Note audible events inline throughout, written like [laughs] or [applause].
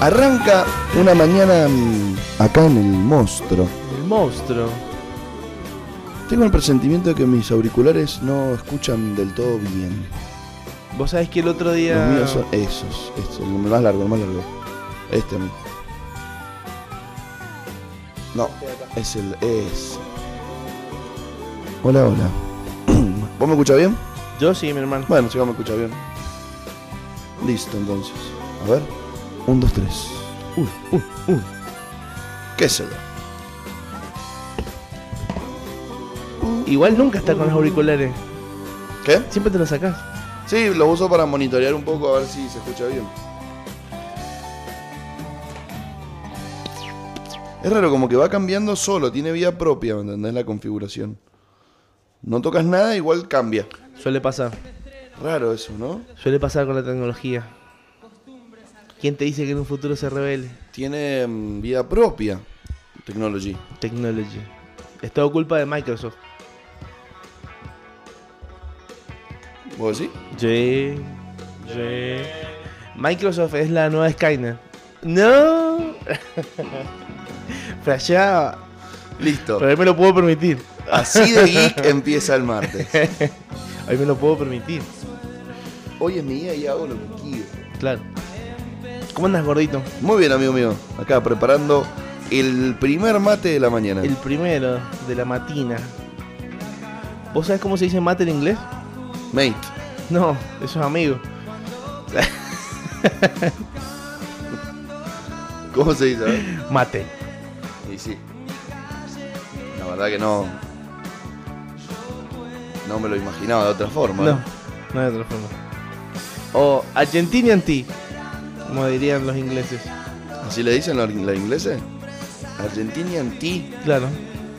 Arranca una mañana mm, acá en el monstruo. El monstruo. Tengo el presentimiento de que mis auriculares no escuchan del todo bien. Vos sabés que el otro día. Los míos son esos, estos, el más largo, el más largo. Este. No, es el. Es. Hola, [clears throat] hola. ¿Vos me escuchás bien? Yo sí, mi hermano. Bueno, si vos me escuchás bien. Listo, entonces. A ver. Un, dos, tres. Uy, uy, uy. ¿Qué es el? Igual nunca estás con los auriculares. ¿Qué? Siempre te los sacás. Sí, lo uso para monitorear un poco a ver si se escucha bien. Es raro, como que va cambiando solo, tiene vía propia, ¿me entendés? La configuración. No tocas nada, igual cambia. Suele pasar. Raro eso, ¿no? Suele pasar con la tecnología. ¿Quién te dice que en un futuro se revele? Tiene mm, vía propia. Technology. Technology. Es todo culpa de Microsoft. ¿Vos decís? Sí. Sí. Microsoft es la nueva Skynet. No. [laughs] Flasheaba. Listo. Pero hoy me lo puedo permitir. Así de geek empieza el martes. Hoy me lo puedo permitir. Hoy es mi día y hago lo que quiero. Claro. ¿Cómo andas, gordito? Muy bien, amigo mío. Acá preparando el primer mate de la mañana. El primero de la matina. ¿Vos sabés cómo se dice mate en inglés? Mate. No, eso es amigo. ¿Cómo se dice? A ver. Mate. Y sí. La verdad que no. No me lo imaginaba de otra forma. No, no hay otra forma. O Argentinian tea, como dirían los ingleses. ¿eh? ¿Así le dicen los, los ingleses? Argentinian tea. Claro.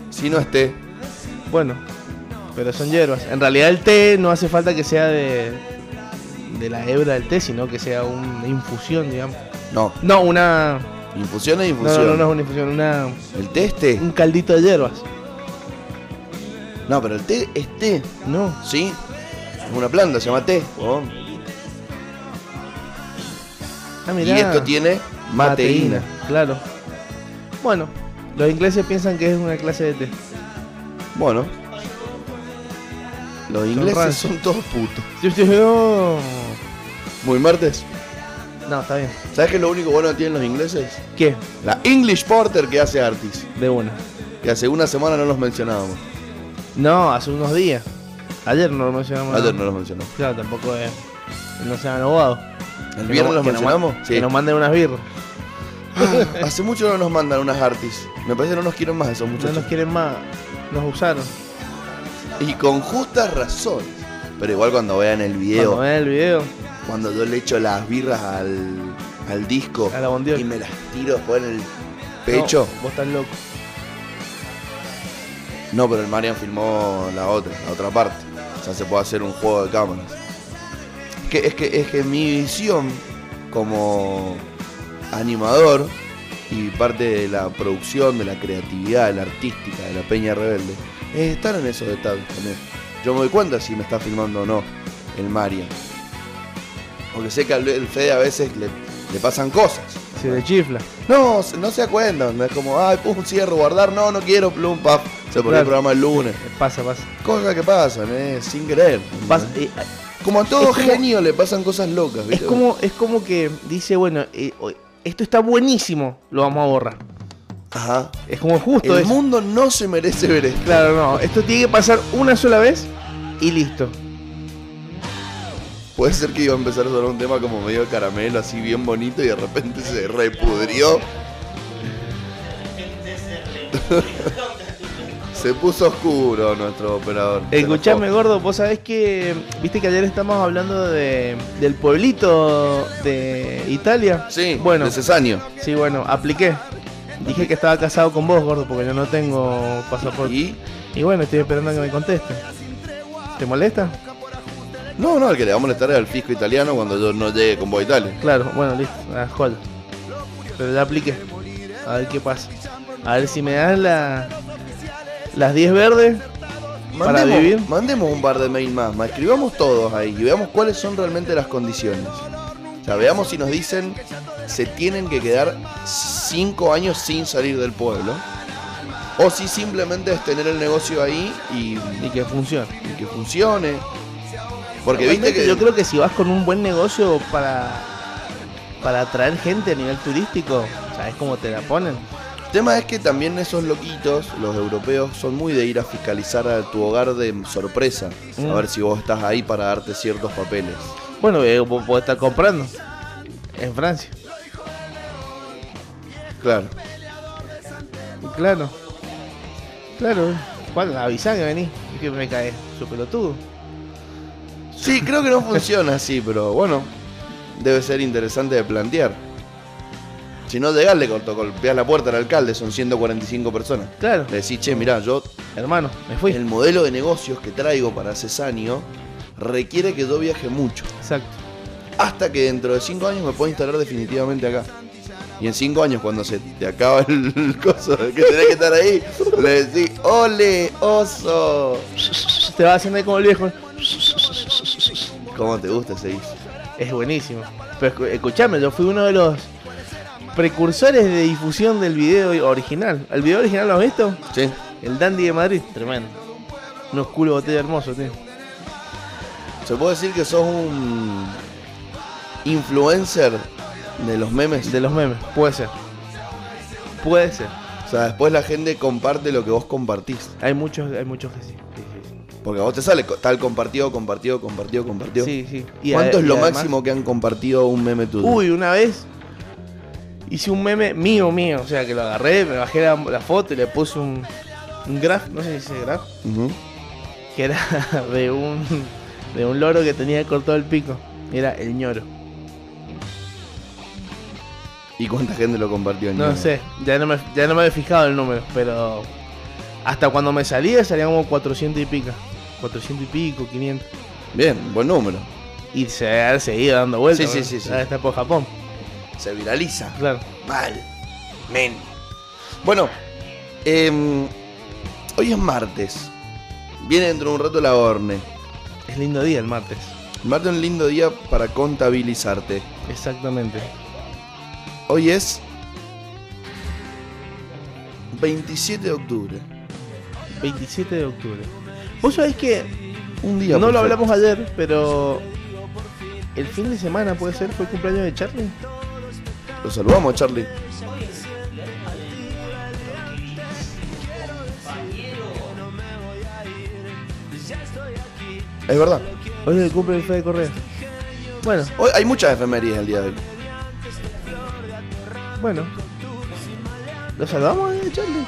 Si no es té. Bueno, pero son hierbas. En realidad el té no hace falta que sea de, de la hebra del té, sino que sea una infusión, digamos. No. No, una... Infusión es No, infusión. no, no Mm. es una infusión, una, El té es té. un caldito de hierbas. No, pero el té es té. No. ¿Sí? Es una planta, se llama té. huevón. Ah, Y mirá. esto tiene mateína. Claro. Bueno, los ingleses piensan que es una clase de té. Bueno. Los ingleses raros. son todos putos. Yo- yo- yo- Muy martes. No, está bien. ¿Sabes qué es lo único bueno que tienen los ingleses? ¿Qué? La English Porter que hace Artis. De una. Que hace una semana no los mencionábamos. No, hace unos días. Ayer no lo mencionamos. Ayer no los mencionamos. Claro, tampoco es. No sean abogados. ¿El viernes los que nos- mencionamos? Que nos manden unas birras. [laughs] Hace mucho no nos mandan unas Artis. Me parece que no nos quieren más esos No muchachos. nos quieren más. Nos usaron. Y con justas razones. Pero igual cuando vean el video, Cuando vean el video. cuando yo le echo las birras al, al disco A la bondiola. y me las tiro después en el pecho. No, vos estás loco. No, pero el Marian filmó la otra, la otra parte. O sea, se puede hacer un juego de cámaras. Es que, es que, es que mi visión como animador y parte de la producción, de la creatividad, de la artística, de la peña rebelde, es estar en esos detalles también. Yo me doy cuenta si me está filmando o no el Marian. Porque sé que al el Fede a veces le, le pasan cosas. Se le chifla. Eh, No, no se acuerdan. Es como, ay, pum, cierro, guardar. No, no quiero, plum, pap. Se pone el Claro. programa el lunes. Pasa, pasa. Cosas que pasan, eh, sin querer. Pasa, eh, Como a todo Es como- genio le pasan cosas locas, es, ¿viste? como, es como que dice, bueno, eh, o- esto está buenísimo, lo vamos a borrar. Ajá. Es como justo El eso. mundo no se merece ver esto. Claro, no. Esto tiene que pasar una sola vez y listo. Puede ser que iba a empezar a sonar un tema como medio caramelo, así bien bonito, y de repente se repudrió. [laughs] se puso oscuro nuestro operador. Escuchame, gordo, vos sabés que. Viste que ayer estamos hablando de, del pueblito de Italia. Sí, bueno. Bueno, de cesaño. sí, bueno, apliqué. Dije que estaba casado con vos, gordo, porque yo no tengo pasaporte. Y... Y bueno, estoy esperando a que me conteste. ¿Te molesta? No, no, el que le va a molestar es al fisco italiano cuando yo no llegue con vos a Italia. Claro, bueno, listo, a joder. Pero la apliqué. A ver qué pasa. A ver si me das la, las 10 verdes. Para Mandemos- vivir. Mandemos un par de mail más, ma, escribamos todos ahí y veamos cuáles son realmente las condiciones. O sea, veamos si nos dicen se tienen que quedar cinco años sin salir del pueblo. O si simplemente es tener el negocio ahí y, y que funcione. y que funcione. Porque Realmente viste que. yo creo que si vas con un buen negocio para para atraer gente a nivel turístico, ¿sabes cómo te la ponen? El tema es que también esos loquitos, los europeos, son muy de ir a fiscalizar a tu hogar de sorpresa. A Mm. ver si vos estás ahí para darte ciertos papeles. Bueno, eh, vos podés estar comprando en Francia. Claro. Y Claro. Claro. ¿Cuál? Avisá que venís. Y Que me cae su pelotudo. Sí, creo que no funciona así, pero bueno, debe ser interesante de plantear. Si no llegás, le corto, golpeás la puerta al alcalde, son 145 personas. Claro. Le decís, che, mirá, yo, Hermano, me fui. Eh. el modelo de negocios que traigo para Cesanio requiere que yo viaje mucho. Exacto. Hasta que dentro de 5 años me pueda instalar definitivamente acá. Y en 5 años, cuando se te acaba el [laughs] coso de que tenés que estar ahí, le decís, ole, oso. Te vas haciendo ahí como el viejo. ¿Cómo te gusta ese guiso? Es buenísimo. Pero escu- escuchame, yo fui uno de los precursores de difusión del video original. ¿El video original lo has visto? Sí. El Dandy de Madrid. Tremendo. Unos culos de botella hermosos, tío. ¿Se puede decir que sos un influencer de los memes? De los memes. Puede ser. Puede ser. O sea, después la gente comparte lo que vos compartís. Hay muchos, hay muchos que sí. Sí, Porque a vos te sale co- tal compartido, compartido, compartido, compartido. Sí, sí. Y ¿Cuánto ade- es y lo además- máximo que han compartido un meme tuyo? Uy, una vez hice un meme mío, mío. O sea, que lo agarré, me bajé la, la foto y le puse un, un graph. No sé si se graph. Ujú. que era [laughs] de un de un loro que tenía cortado el pico. Era el ñoro. ¿Y cuánta gente lo compartió? en No Instagram? sé, ya no me, ya no me había fijado el número, pero hasta cuando me salía salía como 400 y pica. 400 y pico, 500. Bien, buen número. Y se debe haber seguido dando vueltas. Sí, sí, ¿no? sí, sí. Ahora Está por Japón, Se viraliza. claro. Mal. Men. Bueno, em, hoy es martes. Viene dentro de un rato la Orne. Es lindo día el martes. Martes es un lindo día para contabilizarte. Exactamente. Hoy es 27 de octubre. 27 de octubre. Vos sabés que Un día. no perfecto. lo hablamos ayer, pero el fin de semana puede ser, fue el cumpleaños de Charlie. Lo saludamos, Charlie. Es verdad. Hoy es el cumple de Fede Correa. Bueno, Hoy hay muchas efemérides el día de hoy. Bueno. ¿Lo salvamos, eh, Charlie?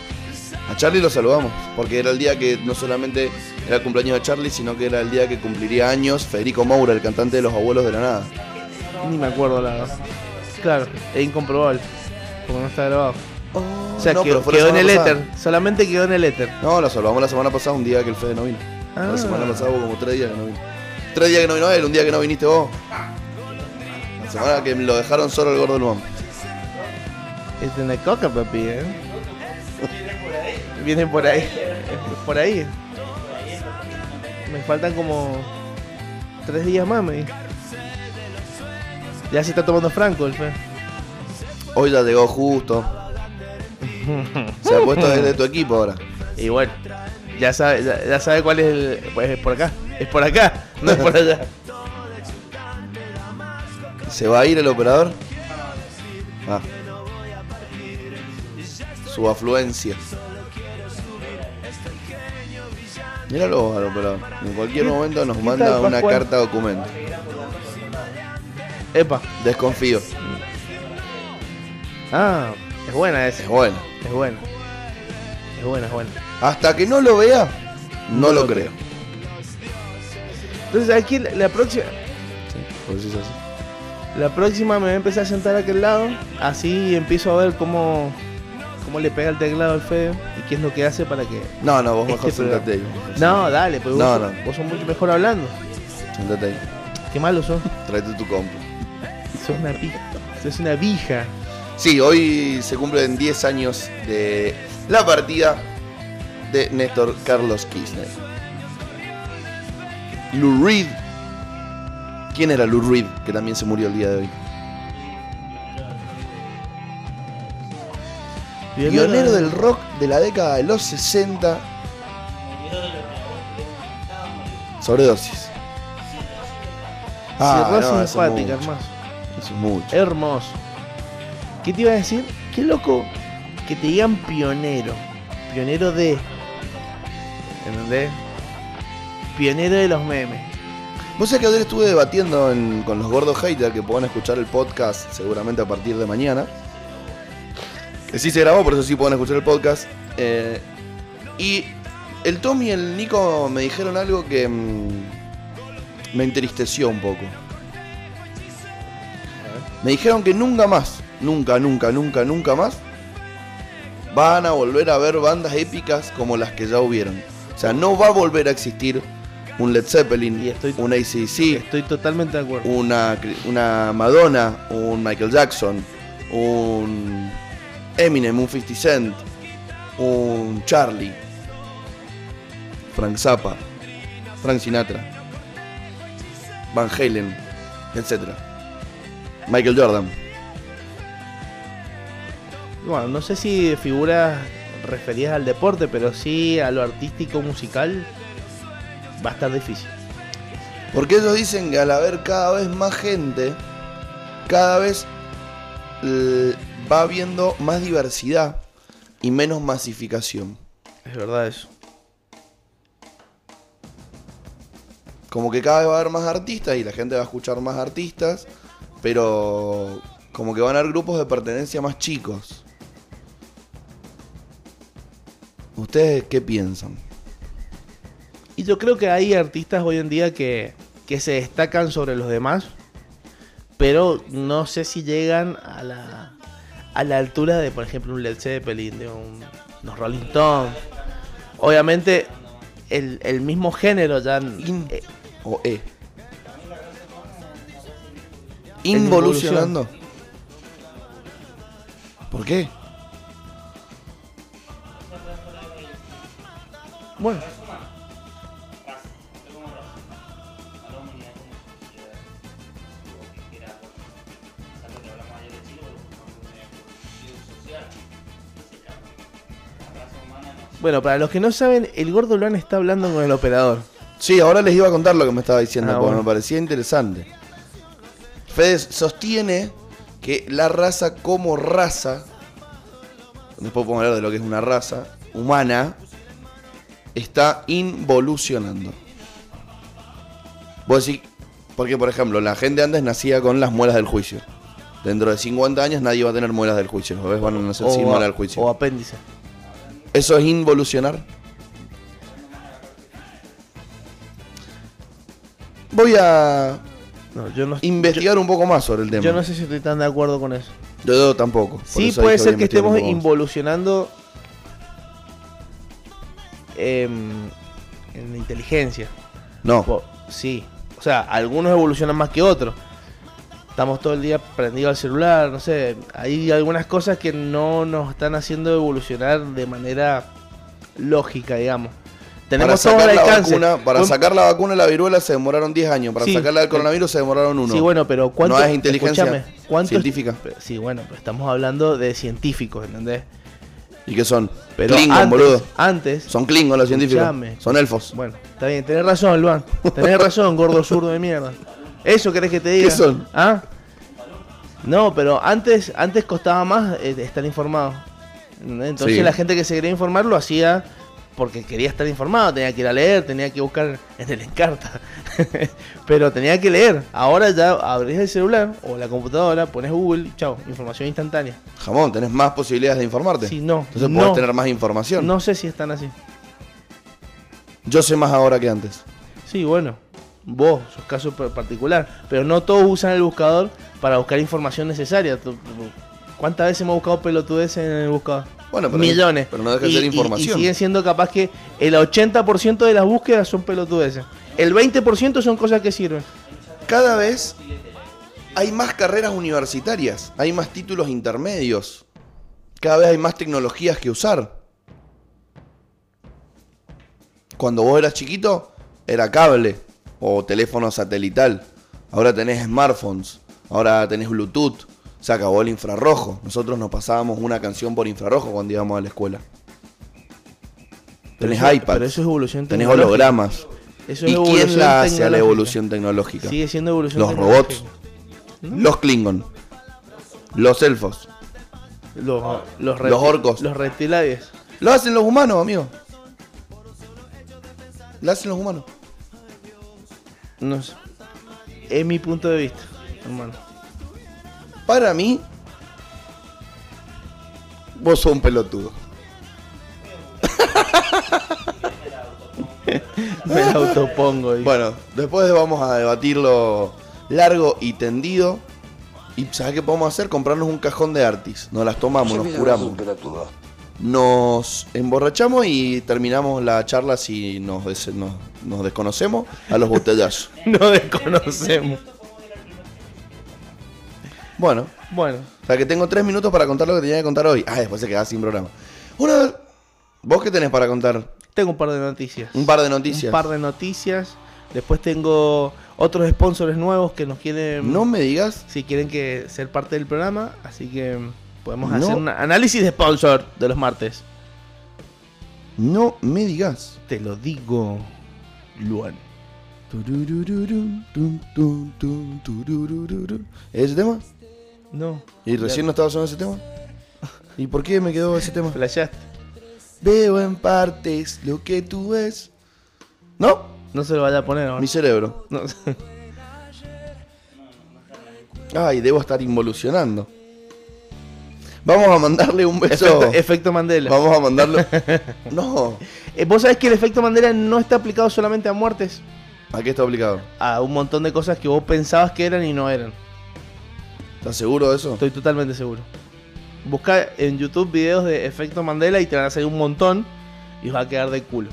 A Charlie lo saludamos, porque era el día que no solamente era el cumpleaños de Charlie, sino que era el día que cumpliría años Federico Moura, el cantante de Los Abuelos de la Nada. Ni me acuerdo la verdad. Claro, es incomprobable. Porque no está grabado. O Oh, sea, No, quedó, pero fue la quedó en el semana pasada. éter. Solamente quedó en el éter. No, lo saludamos la semana pasada, un día que el Fede no vino. Ah. La semana pasada hubo como tres días que no vino. Tres días que no vino él, un día que no viniste vos. La semana que lo dejaron solo el gordo Luan. Es de la Este, coca, papi, ¿eh? Vienen por ahí. [laughs] Por ahí. Me faltan como tres días más, me dijo. Ya se está tomando Franco el fe. Hoy ya llegó justo. Se ha puesto desde tu equipo ahora. Y bueno, ya sabe, ya, ya sabe cuál es el. Pues es por acá. Es por acá, no es [laughs] por allá. ¿Se va a ir el operador? Ah. Su afluencia. Míralo al operador. En cualquier ¿Qué- momento nos qué manda tal, una Pascual? carta documento. Epa. Desconfío. Ah, es buena esa. Es bueno. Es buena. Es buena, es buena. Hasta que no lo vea, no, lo creo. Entonces aquí la, la próxima Por eso es así. la próxima me voy a empezar a sentar a aquel lado. Así empiezo a ver cómo, cómo le pega el teclado al feo y qué es lo que hace para que. No, no, vos mejor Este sentate ahí. No, dale, pues No, vos, sos- no. vos sos mucho mejor hablando. Sentate ahí. Qué [laughs] malo sos. Tráete tu compu. Sos una pija. Sos una vija. Sí, hoy se cumplen 10 años de la partida de Néstor Carlos Kirchner. Lou Reed. ¿Quién era Lou Reed? Que también se murió el día de hoy. Pionero del rock de la década de los 60. Sobredosis. Ah, Cirrosis no, eso es mucho, hepática, hermoso. Eso es mucho. Hermoso. ¿Qué te iba a decir? Qué loco que te digan pionero. Pionero de. ¿Entendés? Pionero de los memes. Vos sabés que ayer estuve debatiendo en- con los gordos haters que puedan escuchar el podcast seguramente a partir de mañana. Que sí se grabó, por eso sí pueden escuchar el podcast. Eh, y el Tom y el Nico me dijeron algo que mm, me entristeció un poco. Me dijeron que nunca más, nunca, nunca, nunca, nunca más van a volver a ver bandas épicas como las que ya hubieron. O sea, no va a volver a existir un Led Zeppelin, Y estoy- un ACC, Estoy totalmente de acuerdo. una, una Madonna, un Michael Jackson, un Eminem, un 50 Cent, un Charlie, Frank Zappa, Frank Sinatra, Van Halen, etc. Michael Jordan. Bueno, no sé si figuras referidas al deporte, pero sí a lo artístico musical va a estar difícil. Porque ellos dicen que al haber cada vez más gente, cada vez eh, va habiendo más diversidad y menos masificación. Es verdad eso. como que cada vez va a haber más artistas y la gente va a escuchar más artistas, pero como que van a haber grupos de pertenencia más chicos. ¿Ustedes qué piensan? Y yo creo que hay artistas hoy en día que, que se destacan sobre los demás, pero no sé si llegan a la, a la altura de, por ejemplo, un Led Zeppelin, de un, unos Rolling Stones. Obviamente, el, el mismo género ya... In- eh, ¿O E? ¿Involucionando? ¿Por qué? bueno, bueno, para los que no saben, el gordo Luan está hablando con el operador. Sí, ahora les iba a contar lo que me estaba diciendo, Ah, porque bueno. me parecía interesante. Fede sostiene que la raza como raza, después podemos hablar de lo que es una raza humana, está involucionando. Vos decís, porque por ejemplo, la gente antes nacía con las muelas del juicio. Dentro de 50 años nadie va a tener muelas del juicio, ¿ves? Van a nacer sin a- muelas del o juicio. apéndice. ¿Eso es involucionar? Voy a No, yo no, investigar un poco más sobre el tema. yo no sé si estoy tan de acuerdo con eso. Yo no, tampoco. por Sí, eso puede dije ser voy a investigar un que estemos poco más. involucionando em, en la inteligencia. No, Po- Sí, o sea, algunos evolucionan más que otros. Estamos todo el día prendidos al celular, no sé. Hay algunas cosas que no nos están haciendo evolucionar de manera lógica, digamos. para Tenemos todo sacar al la alcance. vacuna, para Un- sacar la vacuna de la viruela se demoraron 10 años, para Sí, sacarla del eh, coronavirus se demoraron uno. Sí, bueno, pero ¿cuánto? No es inteligencia escúchame, ¿cuánto- científica. Sí, bueno, pero estamos hablando de científicos, ¿entendés? ¿Y qué son? Pero Klingon, antes, boludo. antes, Son Klingon los científicos. Escuchame. Son elfos. Bueno, está bien, tenés razón, Luan. [laughs] Tenés razón, gordo zurdo de mierda. ¿Eso querés que te diga? ¿Qué son? ¿Ah? No, pero antes, antes costaba más eh, estar informado. ¿entendés? Entonces Sí. la gente que se quería informar lo hacía porque quería estar informado, tenía que ir a leer, tenía que buscar en el encarta. [laughs] pero tenía que leer. Ahora ya abrís el celular o la computadora, pones Google, chao, información instantánea. Jamón, tenés más posibilidades de informarte. Sí, no, Entonces no. podés tener más información. No sé si están así. Yo sé más ahora que antes. Sí, bueno, vos, sos caso par- particular, pero no todos usan el buscador para buscar información necesaria. Tú- tú- ¿Cuántas veces hemos buscado pelotudeces en el buscador? Bueno, pero- Millones. pero no deja de Y- ser y- información. Y, siguen siendo capaz que el 80% de las búsquedas son pelotudeces. El 20% son cosas que sirven. Cada vez hay más carreras universitarias, hay más títulos intermedios, cada vez hay más tecnologías que usar. Cuando vos eras chiquito, era cable o teléfono satelital. Ahora tenés smartphones, ahora tenés Bluetooth, se acabó el infrarrojo. Nosotros nos pasábamos una canción por infrarrojo cuando íbamos a la escuela. Pero Tenés eso- iPad, Pero eso es evolución tenés tecnológica. hologramas. Eso es ¿Y quién evolución la hace a la tecnológica. evolución tecnológica? Sigue siendo evolución Los tecnológica. robots, los Klingon, los elfos. Los, los, Ah, Los reptil- orcos. Los reptilades. Lo hacen los humanos, amigo. Lo hacen los humanos. No sé. Es mi punto de vista, hermano. Para mí, vos sos un pelotudo. Me la autopongo. dice. Bueno, después vamos a debatirlo largo y tendido. ¿Y sabes qué podemos hacer? Comprarnos un cajón de Artis. Nos las tomamos, nos curamos. Nos emborrachamos y terminamos la charla si nos, des- nos, nos desconocemos a los botellazos. No desconocemos. Bueno, Bueno, o sea que tengo tres minutos para contar lo que tenía que contar hoy. Ah, después se queda sin programa. Una, ¿Vos qué tenés para contar? tengo un par de noticias. Un par de noticias. Un par de noticias. Después tengo otros sponsors nuevos que nos quieren. No me digas Si quieren que ser parte del programa. Así que mm, podemos No. hacer un análisis de sponsor de los martes. No me digas. Te lo digo, Luan. ¿Ese tema? No. ¿Y recién no estaba sonando ese [laughs] tema? ¿Y por qué me quedó ese tema? Flasheaste. Veo en partes lo que tú ves. ¿No? No se lo vaya a poner ahora. Mi cerebro. [laughs] No. Ay, debo estar involucionando. Vamos a mandarle un beso. Efecto, efecto Mandela. Vamos a [laughs] mandarle. No. Eh, Vos sabés que el efecto Mandela no está aplicado solamente a muertes, ¿A qué está obligado? a un montón de cosas que vos pensabas que eran y no eran. ¿Estás seguro de eso? Estoy totalmente seguro. Busca en YouTube videos de efecto Mandela y te van a salir un montón y os va a quedar de culo.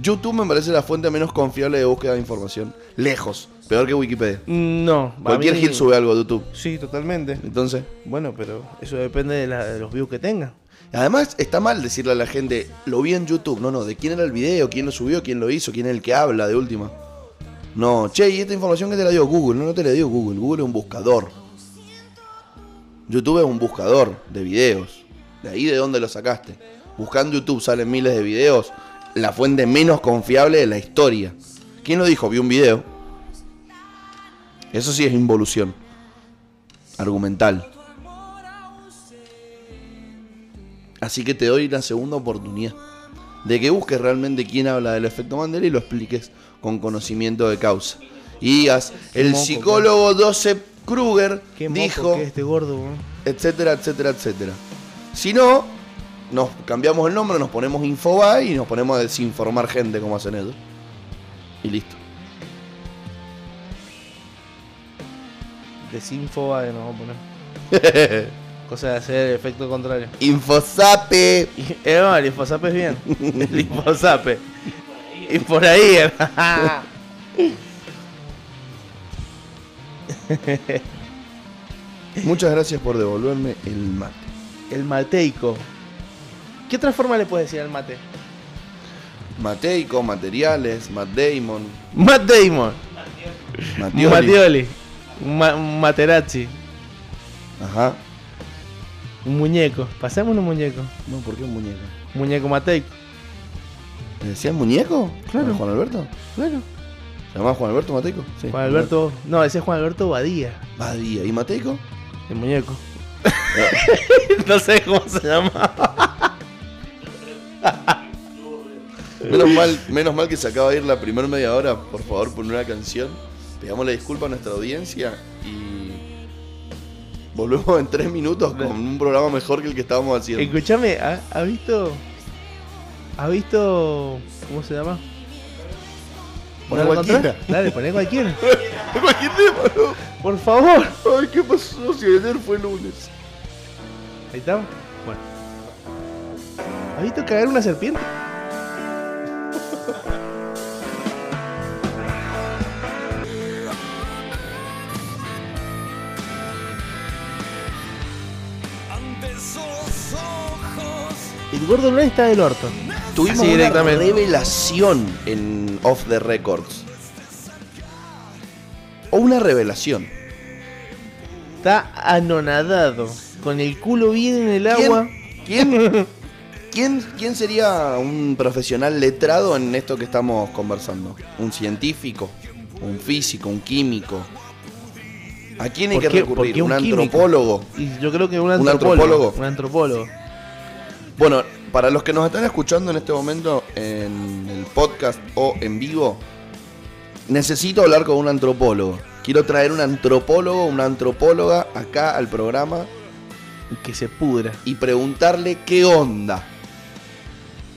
YouTube me parece la fuente menos confiable de búsqueda de información. Lejos. Peor que Wikipedia. No, a Cualquier mí- hit sube algo a YouTube. Sí, totalmente. Entonces. Bueno, pero eso depende de, la- de los views que tengan. Además, está mal decirle a la gente, lo vi en YouTube. No, no, de quién era el video, quién lo subió, quién lo hizo, quién es el que habla de última. No, che, y esta información que te la dio Google. No, no te la dio Google. Google es un buscador. YouTube es un buscador de videos. De ahí de dónde lo sacaste. Buscando YouTube salen miles de videos. La fuente menos confiable de la historia. ¿Quién lo dijo? Vi un video. Eso sí es involución. Argumental. Así que te doy la segunda oportunidad de que busques realmente quién habla del efecto Mandela y lo expliques con conocimiento de causa. Y digas, el moco, psicólogo 12 Kruger Qué moco dijo, que es este gordo, boludo. etcétera, etcétera, etcétera. Si no, nos cambiamos el nombre, nos ponemos Infobae y nos ponemos a desinformar gente como hacen ellos. Y listo. Desinfoba de nuevo poner. [laughs] Cosa de hacer el efecto contrario. Infosape. Y- Eh, no, el Infosape [laughs] es bien. El Infosape. Y por ahí. eh. ajá. Muchas gracias por devolverme el mate. [laughs] el mateico. ¿Qué otra forma le puedes decir al mate? Mateico, materiales, Matt Damon, Matt Damon. Matioli. Matioli. Un, ma- un materazzi. Ajá. Un muñeco. Pasemos un muñeco. No, ¿por qué un muñeco? Muñeco mateico. ¿Le decían muñeco? Claro. ¿A Juan Alberto. Claro. ¿Se llamaba Juan Alberto Mateico? Sí. Juan Alberto. No, ese es Juan Alberto Badía. Badía. ¿Y Mateico? El muñeco. [laughs] no sé cómo se llama. Menos mal, menos mal que se acaba de ir la primera media hora, por favor, por una canción. Pidamos la disculpa a nuestra audiencia y volvemos en tres minutos con un programa mejor que el que estábamos haciendo. Escúchame, ¿ha, ha visto? ¿Ha visto? ¿Cómo se llama? Poné ¿No lo encontrás? cualquiera. Dale, [laughs] poné cualquiera. Cualquier tema, ¿no? Por favor. Ay, ¿qué pasó? Si ayer fue lunes. Ahí estamos. Bueno. ¿Has visto caer una serpiente? ante esos ojos. El gordo Luan está del orto. Tuvimos Así una directamente. revelación en Off the Records. O una revelación. está anonadado, con el culo bien en el ¿Quién- agua. [laughs] ¿Quién, quién, quién sería un profesional letrado en esto que estamos conversando? ¿Un científico? ¿Un físico? ¿Un químico? ¿A quién hay ¿Por que qué- por recurrir? qué ¿Un, químico? antropólogo? Y yo creo que un ¿Un antropólogo. antropólogo? Un antropólogo. Bueno, para los que nos están escuchando en este momento en el podcast o en vivo, necesito hablar con un antropólogo. Quiero traer un antropólogo, una antropóloga acá al programa Que se pudra. y preguntarle qué onda.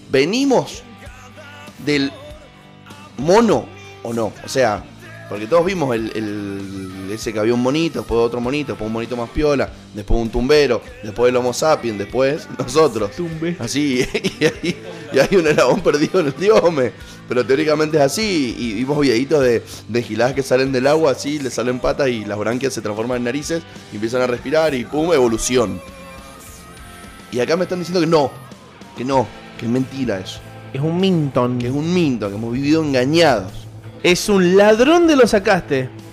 ¿Venimos del mono o no? O sea, porque todos vimos el, el- ese que había un monito, después otro monito, después un monito más piola, después un tumbero, después el Homo sapiens, después [laughs] nosotros. Tumbe. Así, [laughs] y hay, y hay un eslabón perdido en el diome. Pero teóricamente es así. Y vimos videitos de, de giladas que salen del agua, así, le salen patas y las branquias se transforman en narices, y empiezan a respirar y pum, evolución. Y acá me están diciendo que no, que no, que es mentira eso. Es un Minton. Que es un minto, que hemos vivido engañados. Es un ladrón de lo sacaste. [laughs]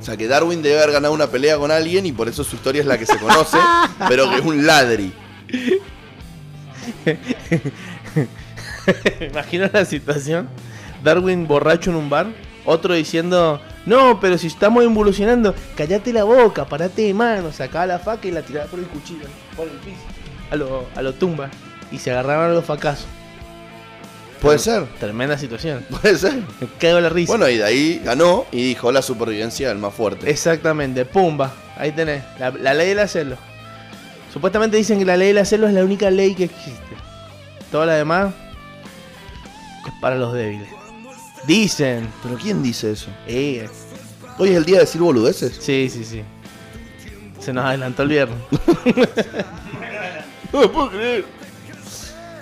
O sea, que Darwin debe haber ganado una pelea con alguien y por eso su historia es la que se [laughs] conoce, pero que es un ladri. Imagina la situación. Darwin borracho en un bar. Otro diciendo, no, pero si estamos evolucionando, callate la boca, parate de mano, sacaba la faca y la tiraba por el cuchillo, por el piso, a lo, a lo tumba. Y se agarraban a los facazos. Puede ser, Tremenda situación. [laughs] puede ser. Me cago en la risa. Bueno, y de ahí ganó y dijo la supervivencia del más fuerte. Exactamente, pumba. Ahí tenés, la, la ley del acelo. Supuestamente dicen que la ley del acelo es la única ley que existe. Toda la demás es para los débiles. Dicen. ¿Pero quién dice eso? Eh, ¿Hoy es el día de decir [laughs] boludeces? sí, sí, sí. Se nos adelantó el viernes. No me puedo creer.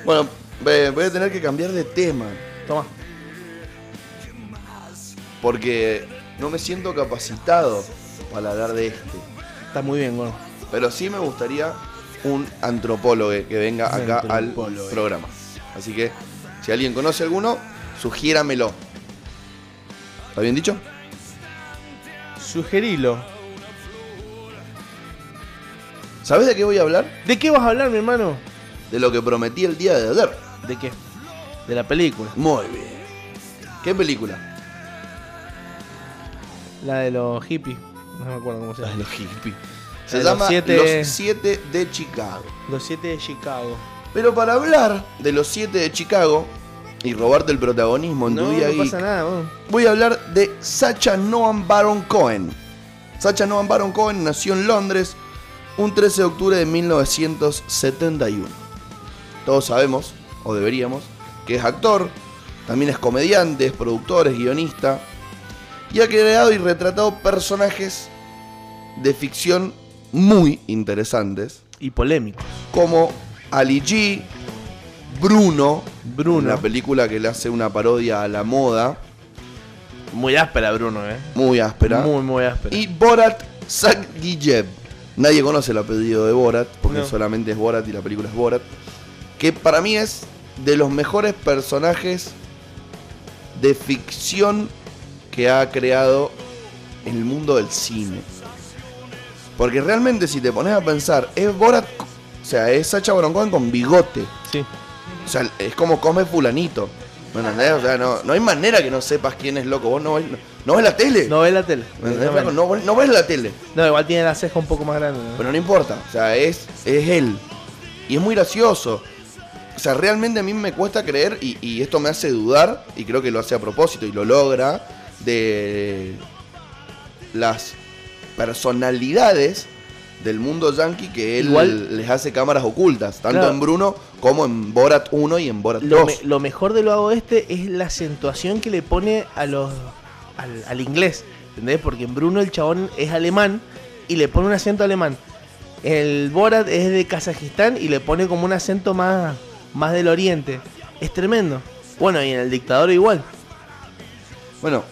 Bueno, ve- voy a tener que cambiar de tema. Toma. Porque no me siento capacitado para hablar de este. Está muy bien, gordo. Pero sí me gustaría un antropólogo que venga Un acá al antropólogo. programa. Así que, si alguien conoce alguno, sugiéramelo. ¿Está bien dicho? Sugerilo. ¿Sabes de qué voy a hablar? ¿De qué vas a hablar, mi hermano? De lo que prometí el día de ayer. ¿De qué? De la película. Muy bien. ¿Qué película? La de los hippies. No me acuerdo cómo se llama. los hippies. Se Los llama siete- Los Siete de Chicago. Los siete de Chicago. Pero para hablar de los siete de Chicago y robarte el protagonismo en No, tu día no geek, pasa nada, gordo. voy a hablar de Sacha Noam Baron Cohen. Sacha Noam Baron Cohen nació en Londres un 13 de octubre de 1971. Todos sabemos, o deberíamos, que es actor, también es comediante, es productor, es guionista y ha creado y retratado personajes de ficción muy interesantes Y polémicos. como Ali G, Bruno, Bruno. una película que le hace una parodia a la moda, Muy áspera, Bruno, eh. muy áspera, Muy, muy áspera. y Borat Sagdiyev. Nadie conoce el apellido de Borat, porque No. solamente es Borat y la película es Borat, que para mí es de los mejores personajes de ficción que ha creado el mundo del cine. Porque realmente si te pones a pensar, es Borat, o sea, es Sacha Baron Cohen con bigote. Sí. O sea, es como come fulanito. ¿Me entendés? O sea, no, no hay manera que no sepas quién es loco. Vos no ves, no, no ves la tele. No ve la tele. ¿Me entendés, flaco? No, ves- no ves la tele. No, igual tiene la ceja un poco más grande. ¿no? Pero no importa. O sea, es, es él. Y es muy gracioso. O sea, realmente a mí me cuesta creer y, y esto me hace dudar, y creo que lo hace a propósito y lo logra, de las personalidades del mundo yankee que él Igual- les hace cámaras ocultas, tanto Claro. en Bruno como en Borat 1 y en Borat 2. lo, me- lo mejor de lo hago este es la acentuación que le pone a los al, al inglés. ¿Entendés? Porque en Bruno el chabón es alemán y le pone un acento alemán. El Borat es de Kazajistán y le pone como un acento más, más del oriente. Es tremendo. Bueno, y en el dictador igual. Bueno,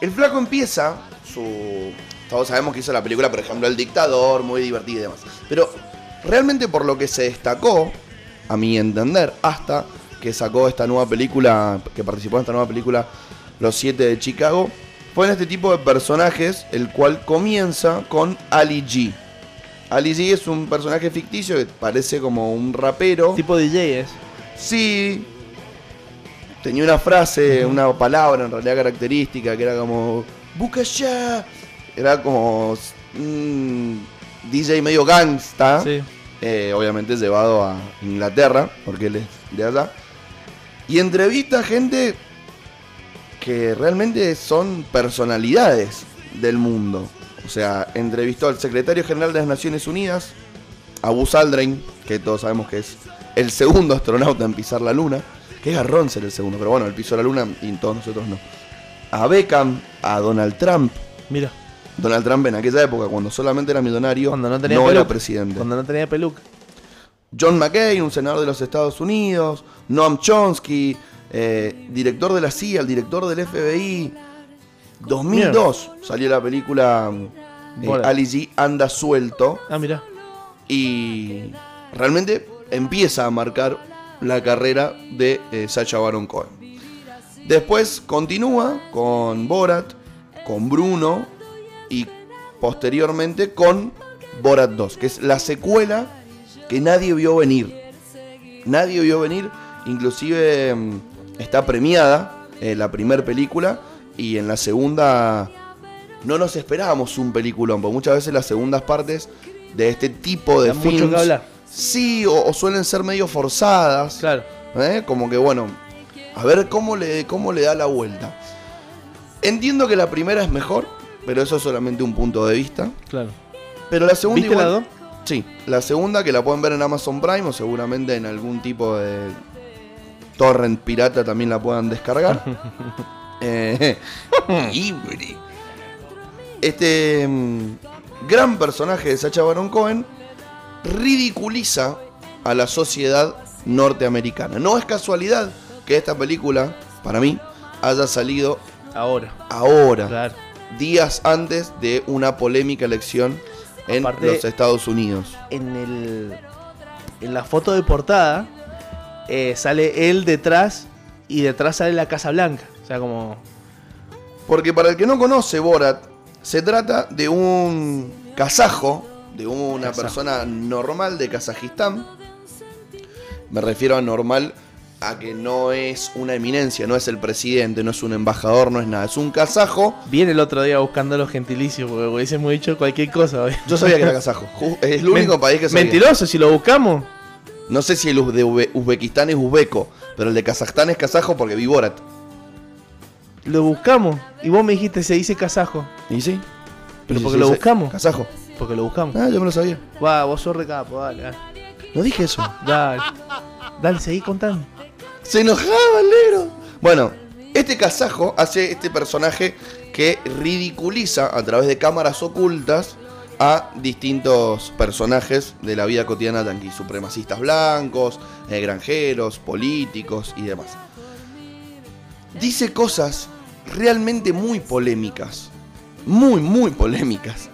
el flaco empieza su. Todos sabemos que hizo la película, por ejemplo, El Dictador, muy divertida y demás. Pero realmente por lo que se destacó, a mi entender, hasta que sacó esta nueva película, que participó en esta nueva película, Los Siete de Chicago, Ponen este tipo de personajes, el cual comienza con Ali G. Ali G es un personaje ficticio que parece como un rapero. Tipo ¿eh? DJ es. Sí. Tenía una frase, una palabra en realidad característica que era como. ¡Busca ya! Era como. un DJ medio gangsta. Sí. Eh, obviamente llevado a Inglaterra, porque él es de allá. Y entrevista a gente que realmente son personalidades del mundo. O sea, entrevistó al secretario general de las Naciones Unidas, a Buzz Aldrin, que todos sabemos que es el segundo [laughs] astronauta en pisar la luna. Que garrón ser el segundo, pero bueno, él pisó la luna y todos nosotros no. A Beckham, a Donald Trump. Mira. Donald Trump en aquella época, cuando solamente era millonario, Cuando no tenía era peluca. presidente. Cuando no tenía peluca. John McCain, un senador de los Estados Unidos, Noam Chomsky, eh, director de la CIA, el director del FBI. 2002 salió la película eh, Borat. Ali G anda suelto Ah, mira. y realmente empieza a marcar la carrera de eh, Sacha Baron Cohen. Después continúa con Borat, con Bruno y posteriormente con Borat 2, que es la secuela que nadie vio venir. Nadie vio venir, inclusive mm, está premiada eh, la primera película y en la segunda no nos esperábamos un peliculón, porque muchas veces las segundas partes de este tipo de Da mucho films que hablar. sí o, o suelen ser medio forzadas, Claro. ¿eh? como que bueno, a ver cómo le, cómo le da la vuelta. Entiendo que la primera es mejor, pero eso es solamente un punto de vista. Claro. Pero la segunda ¿Viste la igual- dos? Sí, la segunda que la pueden ver en Amazon Prime o seguramente en algún tipo de torrent pirata también la puedan [laughs] descargar. Eh, [laughs] híbride. este mm, gran personaje de Sacha Baron Cohen ridiculiza a la sociedad norteamericana. No es casualidad que esta película, para mí, haya salido Ahora. ahora Claro. días antes de una polémica elección en Aparte- los Estados Unidos. En el. En la foto de portada. eh, sale él detrás. Y detrás sale la Casa Blanca. O sea, como. Porque para el que no conoce Borat, se trata de un kazajo, de una Kazajo. persona normal de Kazajistán. Me refiero a normal a que no es una eminencia, no es el presidente, no es un embajador, no es nada. Es un kazajo. Viene el otro día buscando los gentilicios. Porque hubiésemos dicho cualquier cosa. hoy. Yo sabía que [laughs] era kazajo. Ju- Es el único Men- país que sabía. Mentiroso, si lo buscamos. No sé si el de Ube- Uzbekistán es uzbeco, pero el de Kazajstán es kazajo porque vi Borat. Lo buscamos. Y vos me dijiste, se dice casajo. ¿Y sí? Pero Y porque sí, lo sí, buscamos. Kazajo. Porque lo buscamos. Ah, yo me lo sabía. Va, vos sos recapo, dale, dale. No dije eso. Dale, dale seguí contando. Se enojaba el negro. Bueno, este kazajo hace este personaje que ridiculiza a través de cámaras ocultas a distintos personajes de la vida cotidiana yanqui. Supremacistas blancos, eh, granjeros, políticos y demás. Dice cosas realmente muy polémicas. Muy, muy polémicas.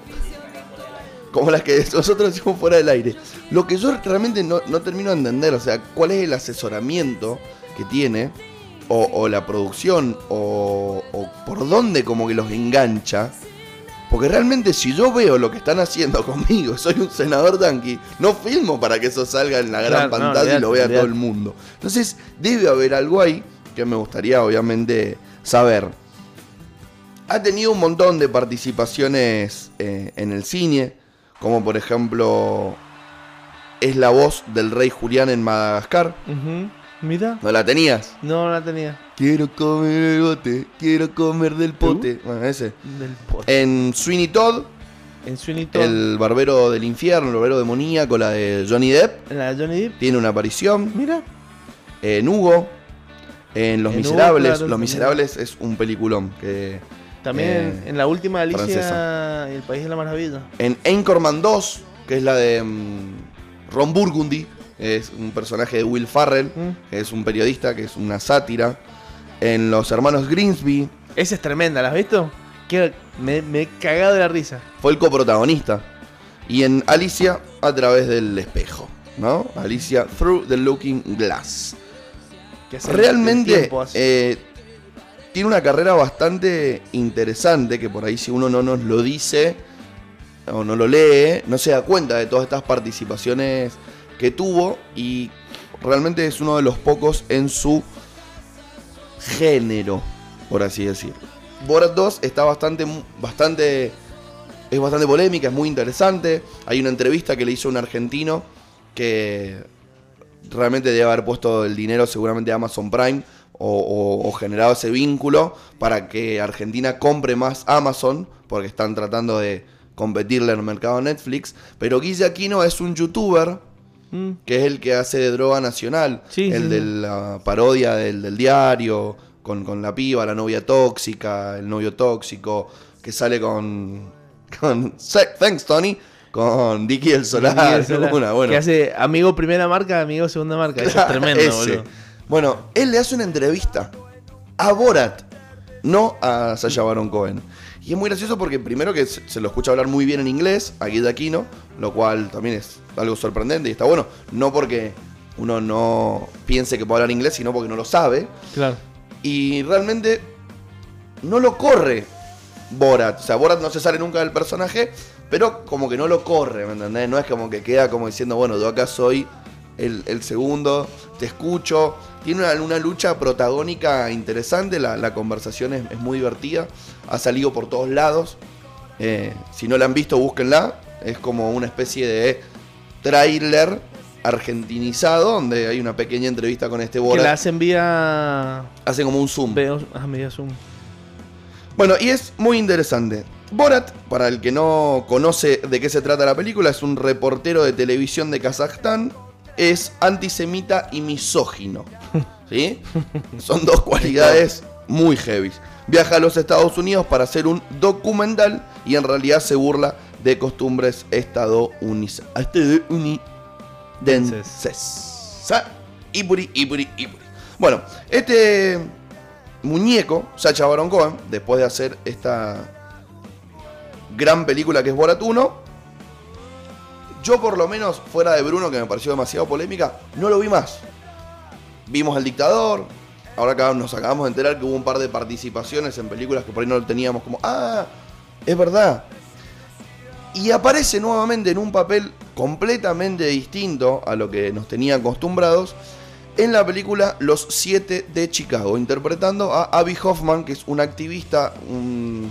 Como las que nosotros hicimos fuera del aire. Lo que yo realmente no, no termino de entender, o sea, cuál es el asesoramiento que tiene, o, o la producción, o, o por dónde como que los engancha. Porque realmente si yo veo lo que están haciendo [laughs] conmigo, soy un senador tanqui, no filmo para que eso salga en la gran Claro, no, pantalla y lo vea olvidate, todo el olvidate. mundo. Entonces, debe haber algo ahí que me gustaría obviamente saber. Ha tenido un montón de participaciones eh, en el cine, como por ejemplo es la voz del rey Julián en Madagascar. Mira, ¿No la tenías? no, no la tenía. Quiero comer el bote, quiero comer del pote. Bueno, ese. Del pot. En Sweeney Todd, en Sweeney Todd, el barbero del infierno, el barbero demoníaco, la de Johnny Depp, en la de Johnny Depp. tiene una aparición. Mira, en Hugo, en Los En Hugo, Miserables. claro, Los también. Miserables es un peliculón. Que también Eh, en la última Alicia francesa. y el País de la Maravilla. en Anchorman 2, que es la de mm, Ron Burgundy, es un personaje de Will Farrell, Mm. que es un periodista, que es una sátira. En Los Hermanos Grimsby, Esa es tremenda, ¿la has visto? Que me, me he cagado de la risa. fue el coprotagonista. Y en Alicia, a través del espejo, ¿no? Alicia, Through the Looking Glass. Que hace el- el Realmente tiempo hace. eh, tiene una carrera bastante interesante que por ahí si uno no nos lo dice o no lo lee, no se da cuenta de todas estas participaciones que tuvo y realmente es uno de los pocos en su género, por así decir. Borat 2 está bastante, bastante, es bastante polémica, es muy interesante. Hay una entrevista que le hizo un argentino que realmente debe haber puesto el dinero seguramente a Amazon Prime o, o- o generado ese vínculo para que Argentina compre más Amazon, porque están tratando de competirle en el mercado Netflix. Pero Guille Aquino es un youtuber Mm. que es el que hace de droga nacional, Sí, el sí, de sí. la parodia del, del diario, con, con la piba, la novia tóxica, el novio tóxico, que sale con. con [laughs] Se- Thanks, Tony, con Dicky el Solar. [laughs] Miguel Solá, una, bueno. Que hace amigo primera marca, amigo segunda marca. [laughs] Eso es tremendo, Ese. boludo. Bueno, él le hace una entrevista a Borat, no a Sasha Baron Cohen. Y es muy gracioso porque primero que se se lo escucha hablar muy bien en inglés, a Guille Aquino, lo cual también es algo sorprendente y está bueno. No porque uno no piense que puede hablar inglés, sino porque no lo sabe. Claro. Y realmente no lo corre Borat. O sea, Borat no se sale nunca del personaje, pero como que no lo corre, ¿me entendés? No es como que queda como diciendo, bueno, yo acá soy el, el segundo, te escucho. Tiene una, una lucha protagónica interesante, la, la conversación es, es muy divertida, ha salido por todos lados. Eh, si no la han visto, búsquenla. Es como una especie de tráiler argentinizado, donde hay una pequeña entrevista con este Que la Borat. hacen vía. Hacen como un zoom. veo- Ah, media Zoom. Bueno, y es muy interesante. Borat, para el que no conoce de qué se trata la película, es un reportero de televisión de Kazajstán, es antisemita y misógino. [laughs] ¿Sí? Son dos cualidades muy heavy. Viaja a los Estados Unidos para hacer un documental y en realidad se burla de costumbres estadounidenses. Estadounidenses. Iburi, iburi, iburi. Bueno, este muñeco, Sacha Baron Cohen, después de hacer esta gran película que es Borat 1, yo por lo menos, fuera de Bruno, que me pareció demasiado polémica, no lo vi más. Vimos El Dictador, ahora acá nos acabamos de enterar que hubo un par de participaciones en películas que por ahí no lo teníamos como, ah, es verdad. Y aparece nuevamente en un papel completamente distinto a lo que nos tenía acostumbrados en la película Los Siete de Chicago, interpretando a Abby Hoffman, que es un activista, un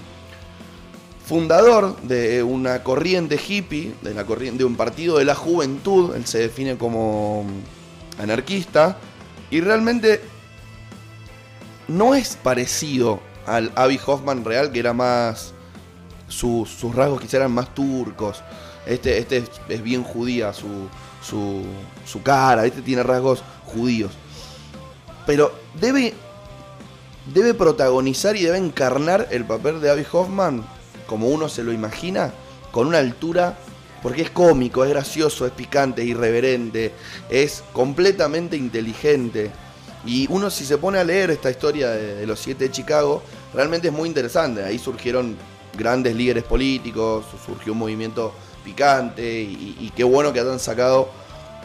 fundador de una corriente hippie, de, la corriente, de un partido de la juventud, él se define como anarquista, y realmente no es parecido al Abby Hoffman real, que era más... su- sus rasgos quizá eran más turcos, este, este es, es bien judía su, su, su cara, este tiene rasgos judíos. Pero debe, debe protagonizar y debe encarnar el papel de Abby Hoffman como uno se lo imagina, con una altura, porque es cómico, es gracioso, es picante, es irreverente, es completamente inteligente. Y uno si se pone a leer esta historia de, de los siete de Chicago, realmente es muy interesante. Ahí surgieron grandes líderes políticos, surgió un movimiento picante y, y qué bueno que hayan sacado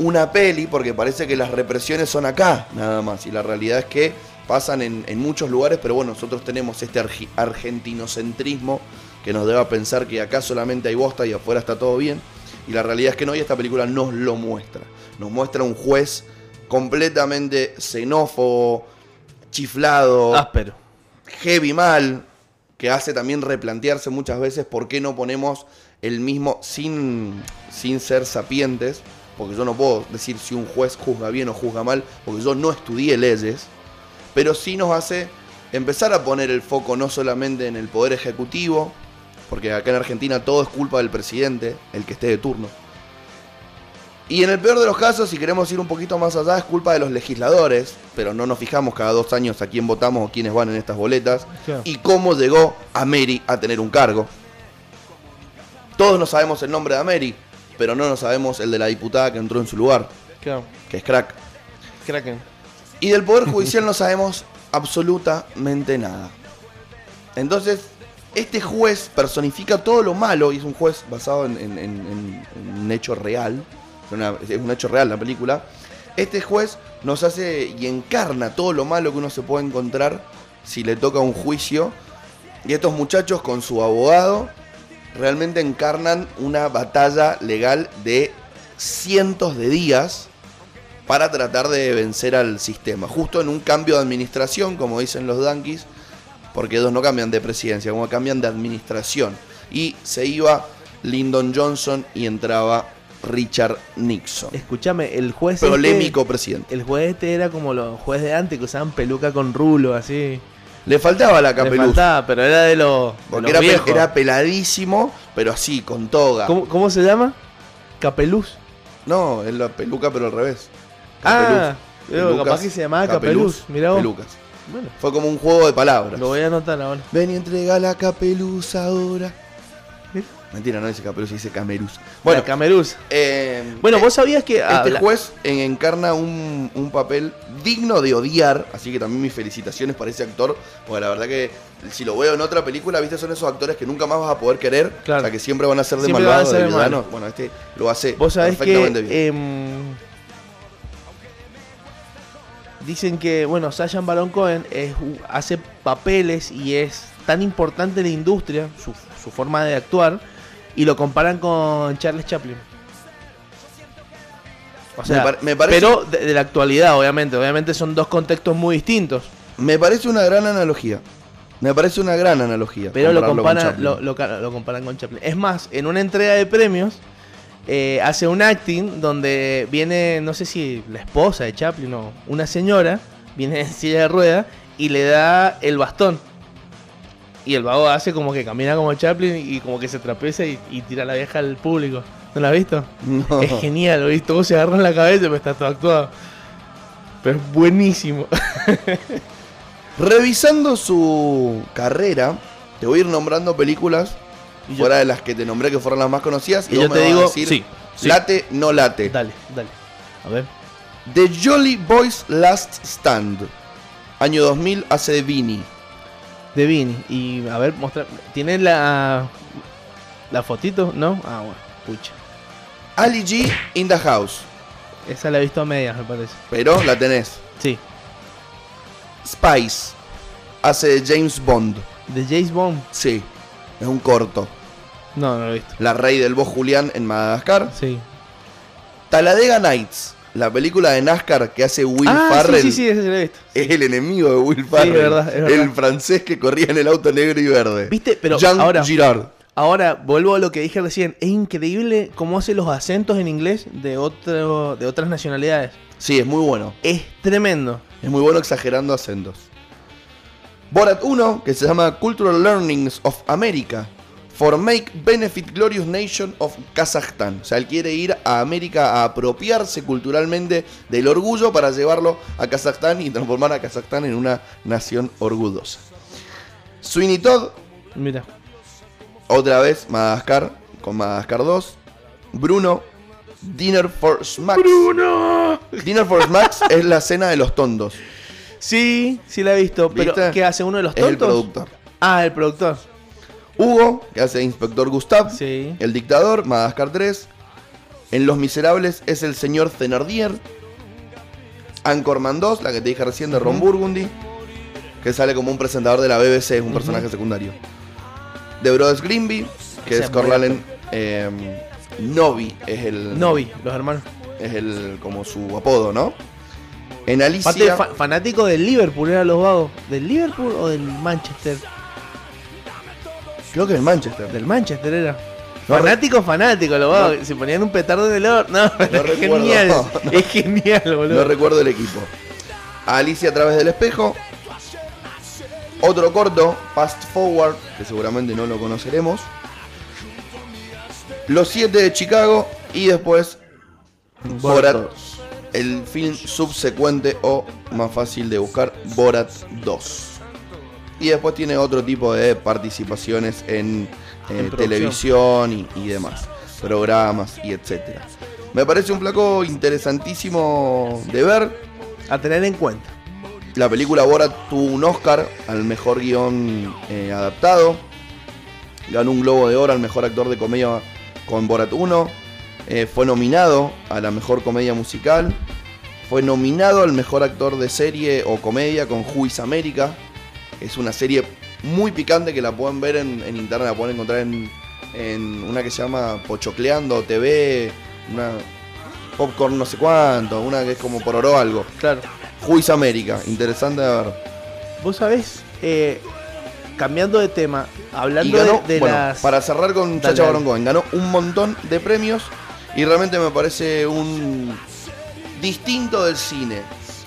una peli porque parece que las represiones son acá nada más y la realidad es que pasan en, en muchos lugares, pero bueno, nosotros tenemos este argi- argentinocentrismo que nos deba pensar que acá solamente hay bosta y afuera está todo bien. Y la realidad es que no, y esta película nos lo muestra. Nos muestra un juez completamente xenófobo, chiflado, Áspero. heavy mal, que hace también replantearse muchas veces por qué no ponemos el mismo sin, sin ser sapientes, porque yo no puedo decir si un juez juzga bien o juzga mal, porque yo no estudié leyes, pero sí nos hace empezar a poner el foco no solamente en el poder ejecutivo, porque acá en Argentina todo es culpa del presidente, el que esté de turno. Y en el peor de los casos, si queremos ir un poquito más allá, es culpa de los legisladores, pero no nos fijamos cada dos años a quién votamos o quiénes van en estas boletas, Claro. y cómo llegó a Mary a tener un cargo. Todos no sabemos el nombre de Mary, pero no nos sabemos el de la diputada que entró en su lugar, Claro. que es crack. Kraken. Y del Poder Judicial no sabemos absolutamente nada. Entonces, este juez personifica todo lo malo y es un juez basado en, en- en- en un hecho real. Es, una- es un hecho real la película. Este juez nos hace y encarna todo lo malo que uno se puede encontrar si le toca un juicio. Y estos muchachos con su abogado realmente encarnan una batalla legal de cientos de días para tratar de vencer al sistema. Justo en un cambio de administración, como dicen los danquis, porque ellos no cambian de presidencia, como cambian de administración. Y se iba Lyndon Johnson y entraba Richard Nixon. Escúchame, el juez. este- Polémico presidente. el juez este era como los jueces de antes que usaban peluca con rulo, así. Le faltaba la Le capeluza. faltaba, pero era de los. de los Porque era, pe- viejos. era peladísimo, pero así, con toga. ¿Cómo, cómo se llama? Capeluz. No, es la peluca, pero al revés. Ah, digo, Pelucas, capaz que se llamaba Capeluz. Mirá vos. Pelucas. Bueno, Fue como un juego de palabras. lo voy a anotar ahora. Ven y entrega la capeluz ahora. Mira. Mentira, no dice capeluz, dice cameruz. Bueno, Bueno, Capeluz. eh, Bueno, eh, vos sabías que. ah, este habla- juez eh, encarna un, un papel digno de odiar, así que también mis felicitaciones para ese actor, porque la verdad que si lo veo en otra película, viste, son esos actores que nunca más vas a poder querer, Claro. o sea, que siempre van a ser de Siempre van a malvados, de ser de malos. villanos. Bueno, este lo hace Vos sabés que. perfectamente bien. em, dicen que, bueno, Sayan Baron Cohen es u- hace papeles y es tan importante en la industria, su, su forma de actuar, y lo comparan con Charles Chaplin. O sea, Me par- me parece- pero de, de la actualidad, obviamente. Obviamente son dos contextos muy distintos. Me parece una gran analogía. Me parece una gran analogía. Pero lo compararlo con comparan, Chaplin. lo, lo ca- lo comparan con Chaplin. Es más, en una entrega de premios eh, hace un acting donde viene, no sé si la esposa de Chaplin o una señora, viene en silla de rueda y le da el bastón. Y el vago hace como que camina como Chaplin y como que se trapeza y, y tira a la vieja al público. ¿No la has visto? [laughs] No. Es genial, ¿viste? Todos se agarran la cabeza, pero está todo actuado. Pero es buenísimo. Revisando su carrera, te voy a ir nombrando películas Y yo- fuera de las que te nombré que fueron las más conocidas. Y vos yo me te vas a digo, decir, sí, sí. late, no late. [laughs] Dale, dale. A ver. The Jolly Boys Last Stand. Año 2000 hace de Vinny. De Vini. Y a ver, mostrar. ¿Tiene la. la fotito? ¿No? Ah, bueno, pucha. Ali G in the house. Esa la he visto a medias, me parece. Pero la tenés. Sí. Spice hace de James Bond. De James Bond. Sí, es un corto. No, no lo he visto. La Rey del Bos Julián en Madagascar. Sí. Talladega Nights, la película de NASCAR que hace Will ah, Farrell. sí, sí, sí, esa sí la he visto. Es el enemigo de Will Farrell. es verdad, es verdad. El francés que corría en el auto negro y verde. Viste, pero Jean ahora- Girard. Ahora, vuelvo a lo que dije recién. Es increíble cómo hace los acentos en inglés de, otro, de otras nacionalidades. Sí, es muy bueno. Es tremendo. Es muy bueno exagerando acentos. Borat 1, que se llama Cultural Learnings of America. For Make Benefit Glorious Nation of Kazakhstan. O sea, él quiere ir a América a apropiarse culturalmente del orgullo para llevarlo a Kazajstán y transformar a Kazajstán en una nación orgullosa. Sweeney Todd, Mira. Otra vez Madagascar con Madagascar 2. Bruno. Dinner for Smacks. ¡Bruno! Dinner for Smacks es la cena de los tontos. Sí, sí la he visto. Pero, ¿Viste? ¿qué hace uno de los Es el tontos? productor. ah, el productor. Hugo, que hace Inspector Gustav. Sí. El dictador, Madagascar 3. En Los Miserables es el señor Thenardier. Anchorman 2, la que te dije recién de Ron Burgundy. Que sale como un presentador de la BBC, es un personaje secundario. The Brothers Grimby, que Ese es es muy Corlalen. eh, Novi es el. Novi, los hermanos. es el como su apodo, ¿no? En Aparte, Alicia, fa- fanático del Liverpool era los vagos. ¿Del Liverpool o del Manchester? creo que en Manchester. Del Manchester era. No fanático, fanático, los vagos. Se ponían un petardo en el horno. No, pero [laughs] es recuerdo. genial. No. Es genial, No boludo. recuerdo el equipo. A Alicia a través del espejo. Otro corto, Fast Forward, que seguramente no lo conoceremos. Los siete de Chicago y después Borat, el film subsecuente o más fácil de buscar, Borat 2. Y después tiene otro tipo de participaciones en, eh, En producción. televisión y, y demás, programas y etcétera. Me parece un placo interesantísimo de ver. a tener en cuenta. La película Borat tuvo un Oscar al mejor guión eh, adaptado. Ganó un Globo de Oro al mejor actor de comedia con Borat 1. Eh, fue nominado a la mejor comedia musical. Fue nominado al mejor actor de serie o comedia con Juiz América. Es una serie muy picante que la pueden ver en, en internet, la pueden encontrar en, en una que se llama Pochocleando TV, una Popcorn no sé cuánto, una que es como Pororó algo. Claro. Juiz América, interesante de ver. Vos sabés, eh, cambiando de tema, Y hablando ganó, de, de bueno, las. para cerrar con Dale, Chacha dale. Baron Cohen, ganó un montón de premios y realmente me parece un distinto del cine.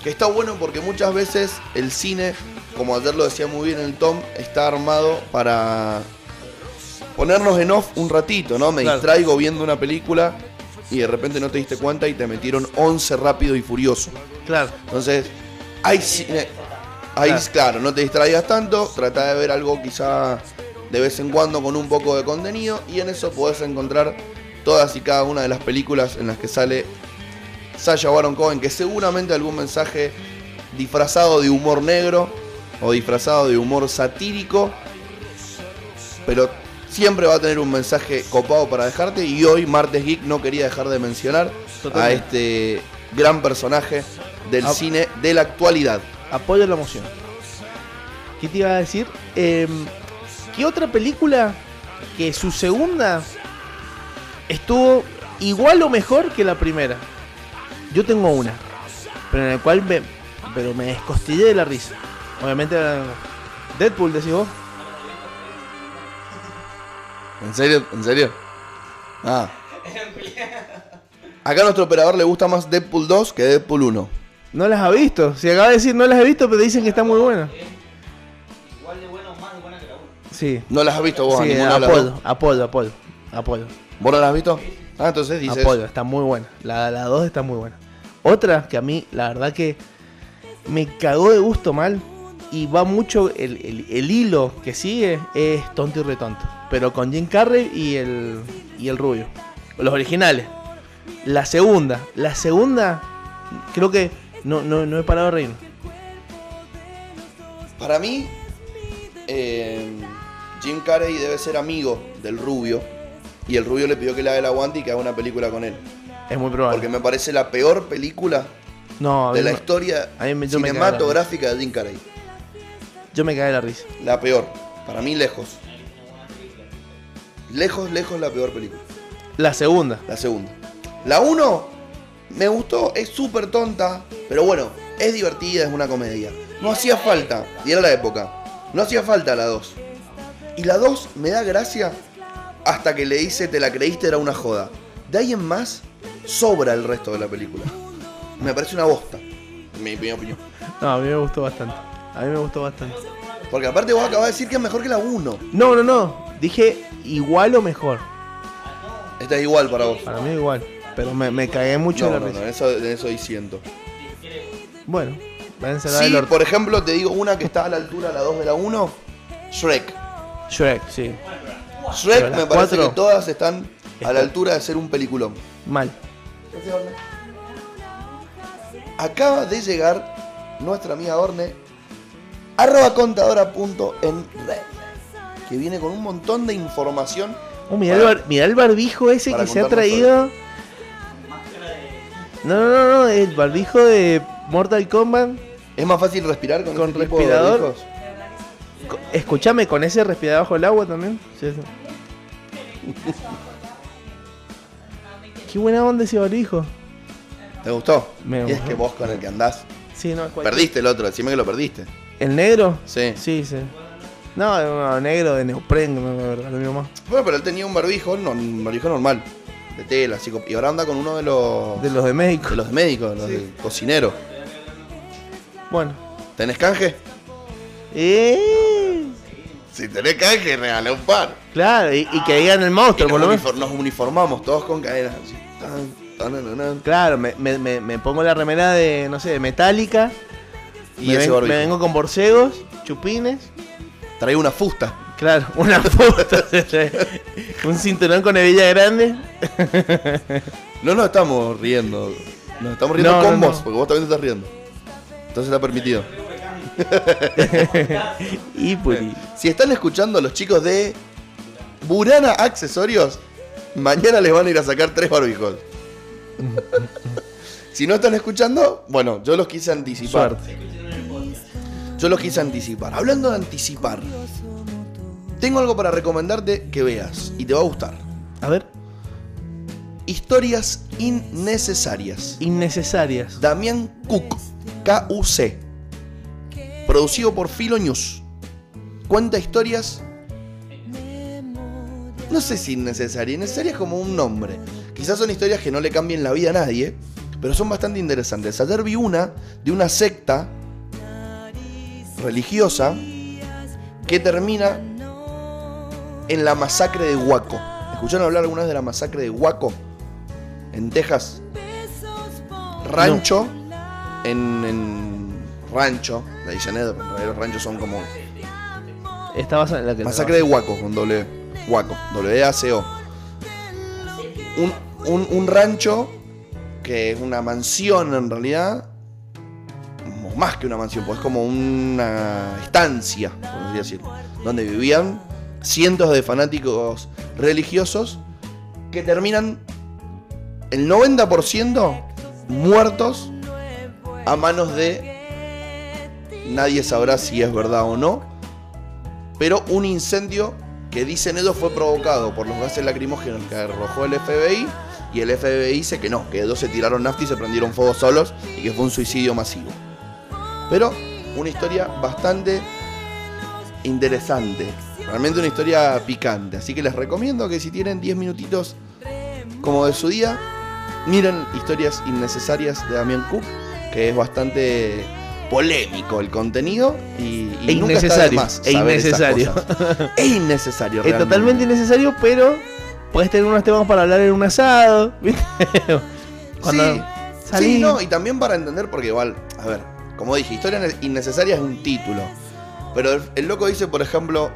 Que está bueno porque muchas veces el cine, como ayer lo decía muy bien el Tom, está armado para ponernos en off un ratito, ¿no? Me Claro. distraigo viendo una película y de repente no te diste cuenta y te metieron 11 rápido y furioso. Claro, Entonces, hay cine. Ahí, Claro. claro. no te distraigas tanto, trata de ver algo quizá de vez en cuando con un poco de contenido y en eso podés encontrar todas y cada una de las películas en las que sale Sasha Baron Cohen, que seguramente algún mensaje disfrazado de humor negro o disfrazado de humor satírico, pero siempre va a tener un mensaje copado para dejarte y hoy Martes Geek no quería dejar de mencionar a Totalmente. este gran personaje del Ah. cine de la actualidad. apoyo la moción. ¿Qué te iba a decir? Eh, ¿Qué otra película que su segunda estuvo igual o mejor que la primera? Yo tengo una, pero en la cual me, pero me descostillé de la risa. Obviamente, eh, Deadpool, decís vos. ¿En serio? ¿En serio? Ah. Acá a nuestro operador le gusta más Deadpool 2 que Deadpool 1. No las ha visto. Si acaba de decir no las he visto, pero dicen que está muy buena. Igual de buena o más de buena que la 1. Sí. ¿No las has visto vos a Sí, ninguna de las dos? Apolo, Apolo, Apolo, Apolo. ¿Vos no las has visto? Ah, entonces dices... Apolo, está muy buena. La 2 está muy buena. Otra que a mí, la verdad que me cagó de gusto mal y va mucho el, el- el hilo que sigue es tonto y retonto. Pero con Jim Carrey y el, y el rubio. Los originales. La segunda, la segunda, creo que no, no, no he parado de reírme. Para mí, eh, Jim Carrey debe ser amigo del rubio. Y el rubio le pidió que le haga el aguante y que haga una película con él. Es muy probable. Porque me parece la peor película no, a de mí la no. historia a mí me- yo me cago en la risa. cinematográfica de Jim Carrey. yo me cagué de la risa. La peor. Para mí, lejos. Lejos, lejos la peor película. La segunda. La segunda. La 1 me gustó, es súper tonta, pero bueno, es divertida, es una comedia. No hacía falta, y era la época, no hacía falta la 2. Y la 2 me da gracia hasta que le dice te la creíste era una joda. De ahí en más, sobra el resto de la película. Me parece una bosta, en mi, mi opinión. No, a mí me gustó bastante. A mí me gustó bastante. Porque aparte vos acabas de decir que es mejor que la 1. No, no, no. Dije igual o mejor. Esta es igual para vos. Para mí igual. Pero me, me cagué mucho No, de no, la no, risa. en eso, en eso disiento. Bueno, váyanse a la Sí, del orto. por ejemplo, te digo una que está a la altura de la 2 de la 1, Shrek. Shrek, sí. Pero Shrek las me parece cuatro- que todas están a Está- la altura de ser un peliculón. Mal. Acaba de llegar nuestra amiga Orne, arroba contadora punto en red, que viene con un montón de información. Oh, mirá, Para- el bar- mirá el barbijo ese para que se ha contarnos traído. No, no, no, no. El barbijo de Mortal Kombat. Es más fácil respirar con, Con este tipo de respirador. barbijos. Co- Escuchame, con ese respirador bajo el agua también. Sí, sí. [laughs] Qué buena onda ese barbijo. ¿Te gustó? Me y es gustó. que vos con el que andás, Sí, no, es cualquier- perdiste el otro, decime que lo perdiste. ¿El negro? Sí. Sí, sí. No, no, negro de neopren, no, la verdad, lo mismo más. Bueno, pero él tenía un barbijo, no, un barbijo normal, de tela, así, como- y ahora anda con uno de los, De los de México. Oh. de los médicos, los de cocineros. Bueno. ¿Tenés canje? Eh, Si tenés canje, regalé un par. claro, y, y que digan el monstruo, Nos, por lo menos. unifor- nos uniformamos todos con cadenas así. Tan, tan, tan, tan. Claro, me, me- me- me pongo la remera de, no sé, de metálica. Y me, ese ven- barbijo. me vengo con borcegos, chupines. Trae una fusta. Claro, [laughs] una puta. un cinturón con hebilla grande. No nos estamos riendo. Nos estamos riendo No, con no, vos, no. porque vos también te estás riendo. Entonces está permitido. Y pues, puri. Si están escuchando a los chicos de Burana Accesorios, mañana les van a ir a sacar tres barbijos. [laughs] si no están escuchando, bueno, yo los quise anticipar. Suerte. Yo Yo los quise anticipar. Hablando de anticipar, tengo algo para recomendarte que veas y te va a gustar. A ver, Historias innecesarias. innecesarias. Damián Cook, KUC. Producido por Filo News. Cuenta historias. No sé si innecesarias. Innecesarias como un nombre. Quizás son historias que no le cambien la vida a nadie. Pero son bastante interesantes. Ayer vi una de una secta religiosa que termina en la masacre de Waco. ¿Escucharon hablar alguna vez de la masacre de Waco? En Texas. Rancho. En, en Rancho. La dicen, eh, los ranchos son como Esta basada en la que. Masacre de Huaco, con doble Huaco, W-A-C-O. Un, un- un rancho que es una mansión en realidad, como más que una mansión, pues es como una estancia, por así decirlo, donde vivían cientos de fanáticos religiosos que terminan el 90% muertos a manos de nadie sabrá si es verdad o no, pero un incendio que dicen ellos fue provocado por los gases lacrimógenos que arrojó el FBI y el FBI dice que no, que ellos se tiraron nafta y se prendieron fuego solos y que fue un suicidio masivo. Pero una historia bastante interesante, realmente una historia picante, así que les recomiendo que si tienen 10 minutitos como de su día, miren historias innecesarias de Damián Cook, que es bastante polémico el contenido y, y E nunca está de innecesario, más e saber esas innecesario. [laughs] cosas. Es innecesario. Es realmente. totalmente innecesario, pero puedes tener unos temas para hablar en un asado, [laughs] ¿viste? Cuando Sí. salís. Sí, no, y también para entender, porque igual, a ver, como dije, historia ne- innecesaria es un título. Pero el, el loco dice, por ejemplo,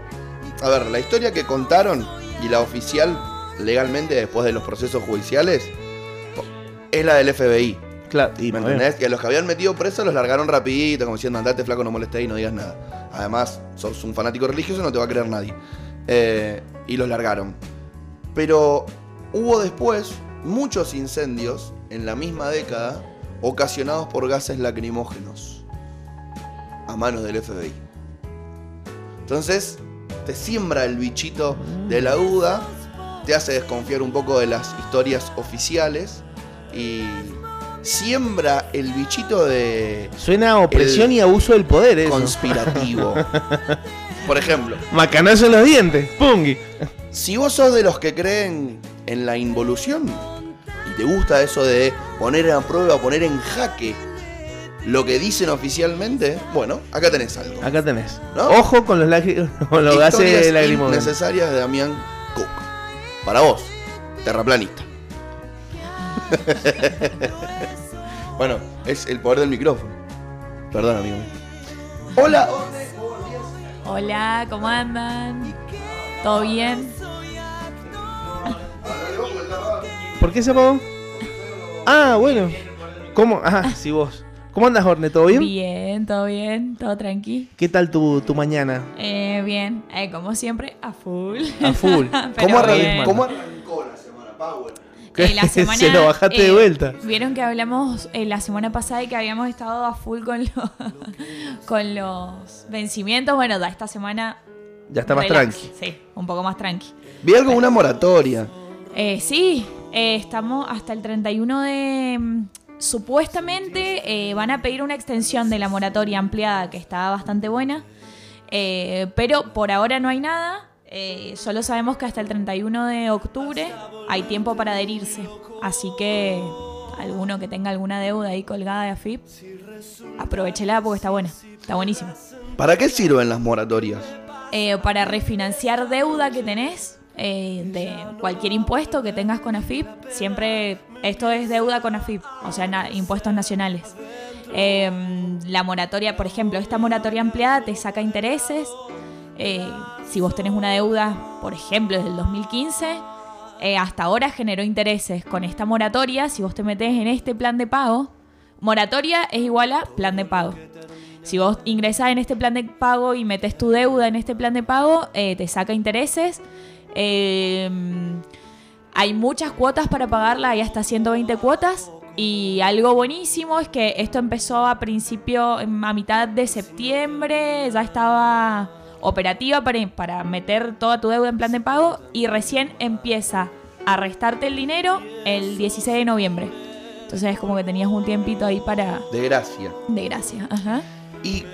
a ver, la historia que contaron y la oficial legalmente después de los procesos judiciales es la del FBI. Claro, ¿Me y bueno, entendés? Y a los que habían metido presos los largaron rapidito, como diciendo, andate flaco, no molestes y no digas nada. Además, sos un fanático religioso, no te va a creer nadie. Eh, y los largaron. Pero hubo después muchos incendios en la misma década ocasionados por gases lacrimógenos a manos del FBI. Entonces, te siembra el bichito de la duda, te hace desconfiar un poco de las historias oficiales y siembra el bichito de Suena a opresión El- y abuso del poder, eso. [laughs] conspirativo. Por ejemplo, Macanazo en los dientes, pungui. si vos sos de los que creen en la involución y te gusta eso de poner a prueba, poner en jaque lo que dicen oficialmente, bueno, acá tenés algo. Acá tenés. ¿No? Ojo con los, lacri- [laughs] con los gases Historias lacrimógenos. innecesarias de Damián Cook. Para vos, terraplanista. [laughs] bueno, es el poder del micrófono. Perdón, amigo. mío. Hola. Hola, ¿cómo andan? ¿Todo bien? ¿Por qué se apagó? Ah, bueno. ¿Cómo? Ah, sí, vos. ¿Cómo andas, Orne? ¿Todo bien? Bien, todo bien, todo tranqui. ¿Qué tal tu, tu mañana? Eh, bien, Eh, como siempre, a full. A [laughs] full. Pero ¿Cómo, arran- bien. cómo arrancó la semana, Power? ¿Qué? Eh, la [laughs] semana, Se lo bajaste de eh, vuelta. Vieron que hablamos eh, la semana pasada de que habíamos estado a full con los, [laughs] con los vencimientos. Bueno, da esta semana. Ya está más relax. tranqui. Sí, un poco más tranqui. Vi algo, una moratoria. Eh, sí, eh, estamos hasta el 31 de... mm, Supuestamente eh, van a pedir una extensión de la moratoria ampliada que está bastante buena, eh, pero por ahora no hay nada, eh, solo sabemos que hasta el 31 de octubre hay tiempo para adherirse, así que alguno que tenga alguna deuda ahí colgada de AFIP, aprovechela porque está buena, está buenísima. ¿Para qué sirven las moratorias? Eh, para refinanciar deuda que tenés eh, de cualquier impuesto que tengas con AFIP. Siempre esto es deuda con AFIP, o sea, na- impuestos nacionales. Eh, la moratoria, por ejemplo, esta moratoria ampliada te saca intereses. Eh, si vos tenés una deuda, por ejemplo, desde el 2015, eh, hasta ahora generó intereses. Con esta moratoria, si vos te metés en este plan de pago, moratoria es igual a plan de pago. Si vos ingresás en este plan de pago y metes tu deuda en este plan de pago, eh, te saca intereses. Em, Eh, hay muchas cuotas para pagarla, hay hasta 120 cuotas. Y algo buenísimo es que esto empezó a principio, en- a mitad de septiembre, ya estaba operativa para, para meter toda tu deuda en plan de pago y recién empieza a restarte el dinero el 16 de noviembre. Entonces es como que tenías un tiempito ahí para... De gracia. De gracia, ajá. Y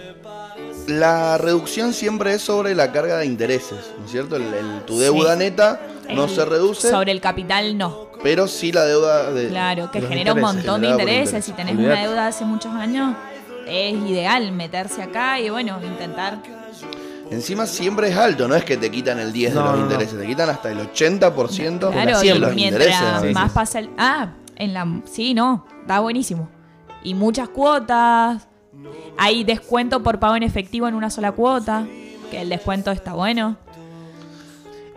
la reducción siempre es sobre la carga de intereses, ¿no es cierto? El- el- tu Sí. deuda neta no El- se reduce, Eh, Sobre el capital no, pero sí la deuda de... claro, que Los genera un intereses, montón de generado por intereses. intereses. Si tenés Olvidate. una deuda de hace muchos años, es ideal meterse acá y bueno, intentar... Encima siempre es alto, no es que te quitan el 10 No, de los no, no. intereses, te quitan hasta el 80% la Claro, de siembra. los y mientras intereses. ¿no? Sí, sí, más sí. pasa el... Ah, en la... Sí, no, está buenísimo. Y muchas cuotas. Hay descuento por pago en efectivo en una sola cuota, que el descuento está bueno.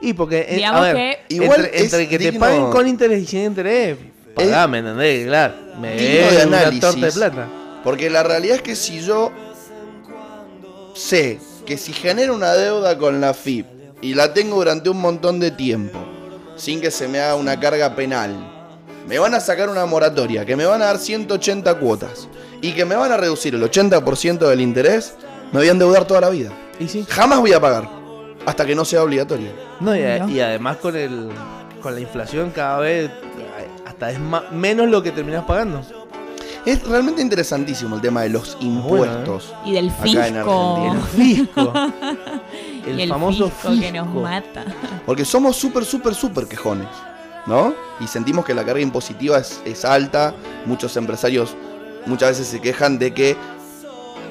Y porque, eh, Digamos a ver, que- Igual entre, entre es que te digno- paguen con interés y sin interés, pagame, ¿entendés? Claro, me digno debes de una análisis. torta de plata. Porque la realidad es que si yo sé que si genero una deuda con la FIP y la tengo durante un montón de tiempo, sin que se me haga una carga penal, me van a sacar una moratoria, que me van a dar 180 cuotas y que me van a reducir el 80% del interés, me voy a endeudar toda la vida. Y sí. Jamás voy a pagar hasta que no sea obligatorio. No, y, a- Mira. y además con el con la inflación cada vez eh, hasta es ma- menos lo que terminás pagando. Es realmente interesantísimo el tema de los bueno, impuestos. Y del Acá en fisco. Argentina. [laughs] Fisco. El, Oh. y el famoso fisco, fisco. que nos mata. Porque somos súper, súper, súper quejones, ¿no? Y sentimos que la carga impositiva es, es alta. Muchos empresarios muchas veces se quejan de que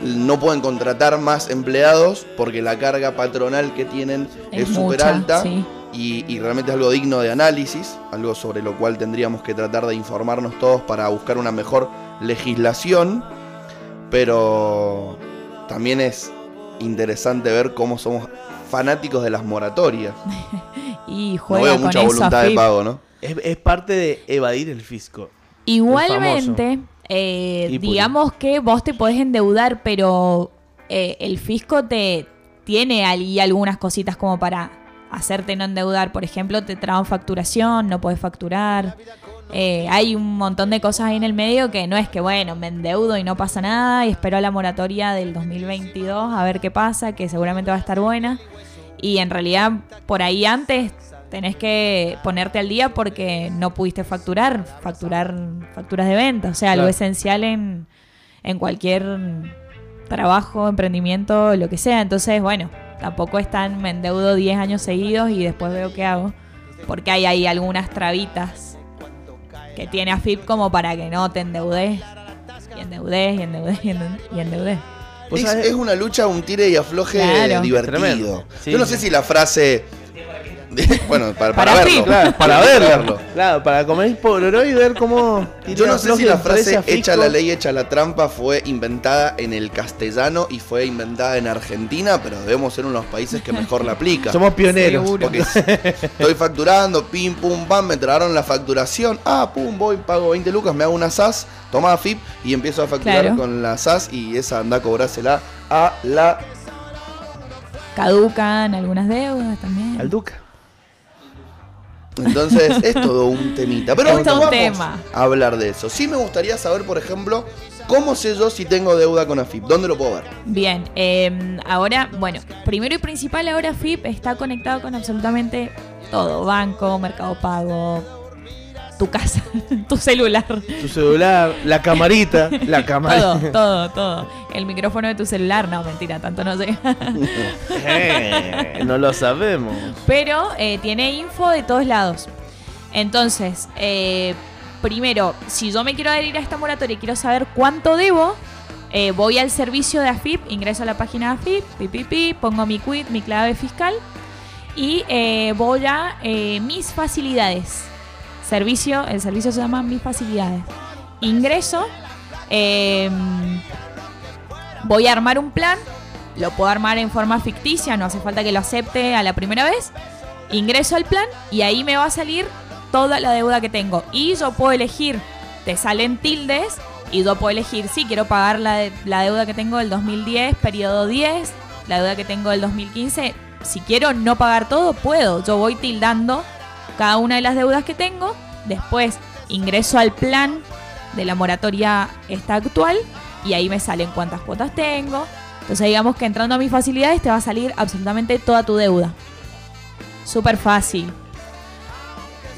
no pueden contratar más empleados porque la carga patronal que tienen es súper mucha, alta. sí. Y, y realmente es algo digno de análisis, algo sobre lo cual tendríamos que tratar de informarnos todos para buscar una mejor legislación. Pero también es interesante ver cómo somos fanáticos de las moratorias. Y No juega veo con mucha eso voluntad de AFIP. pago, ¿no? Es, es parte de evadir el fisco. Igualmente, eh, Y Putin. digamos que vos te podés endeudar, pero eh, el fisco te tiene ahí algunas cositas como para hacerte no endeudar. Por ejemplo, te traban facturación, no podés facturar. Eh, hay un montón de cosas ahí en el medio que no es que, bueno, me endeudo y no pasa nada y espero a la moratoria del 2022 a ver qué pasa, que seguramente va a estar buena. Y en realidad, por ahí antes tenés que ponerte al día porque no pudiste facturar, facturar facturas de venta. O sea, Claro. algo esencial en, en cualquier trabajo, emprendimiento, lo que sea. Entonces, bueno, tampoco es tan, me endeudo 10 años seguidos y después veo qué hago. Porque hay ahí algunas trabitas que tiene AFIP como para que no te endeudes. Y endeudes, y endeudes, y endeudes. Y endeudes. ¿Vos Es, sabés? es una lucha, un tire y afloje Claro. divertido. Tremendo. Sí. Yo no sé si la frase. [laughs] bueno, para, para Para verlo. ti, Claro, para verlo. Claro, para comer poloró y ver cómo... Yo no sé si la frase echa hecha la ley, hecha la trampa fue inventada en el castellano y fue inventada en Argentina, pero debemos ser uno de los países que mejor la aplica. [laughs] Somos pioneros. Seguro. Porque si estoy facturando, pim, pum, pam, me tragaron la facturación. Ah, pum, voy, pago 20 lucas, me hago una SAS, toma FIP y empiezo a facturar Claro. con la SAS y esa anda a cobrársela a la Caducan algunas deudas también. Al Duca. Entonces es todo un temita. Pero Es hoy no todo un vamos tema. a hablar de eso. Sí me gustaría saber, por ejemplo, cómo sé yo si tengo deuda con AFIP. ¿Dónde lo puedo ver? Bien, eh, ahora, bueno, primero y principal, ahora FIP está conectado con absolutamente todo: banco, mercado pago, tu casa, [laughs] tu celular, Tu celular, la camarita, la [laughs] [laughs] todo, camarita. todo, todo. El micrófono de tu celular, no, mentira, tanto no llega. [laughs] Eh, no lo sabemos. Pero eh, tiene info de todos lados. Entonces, eh, primero, si yo me quiero adherir a esta moratoria y quiero saber cuánto debo, eh, voy al servicio de AFIP, ingreso a la página de AFIP, pi, pi, pi, pongo mi quit, mi clave fiscal y eh, voy a eh, mis facilidades. Servicio, el servicio se llama mis facilidades. Ingreso, eh, voy a armar un plan lo puedo armar en forma ficticia, no hace falta que lo acepte a la primera vez. Ingreso al plan y ahí me va a salir toda la deuda que tengo. Y yo puedo elegir, te salen tildes y yo puedo elegir, sí, quiero pagar la, de- la deuda que tengo del 2010, periodo 10, la deuda que tengo del 2015. Si quiero no pagar todo, puedo. Yo voy tildando cada una de las deudas que tengo. Después ingreso al plan de la moratoria esta actual y ahí me salen cuántas cuotas tengo. Entonces digamos que entrando a mis facilidades te va a salir absolutamente toda tu deuda. Súper fácil.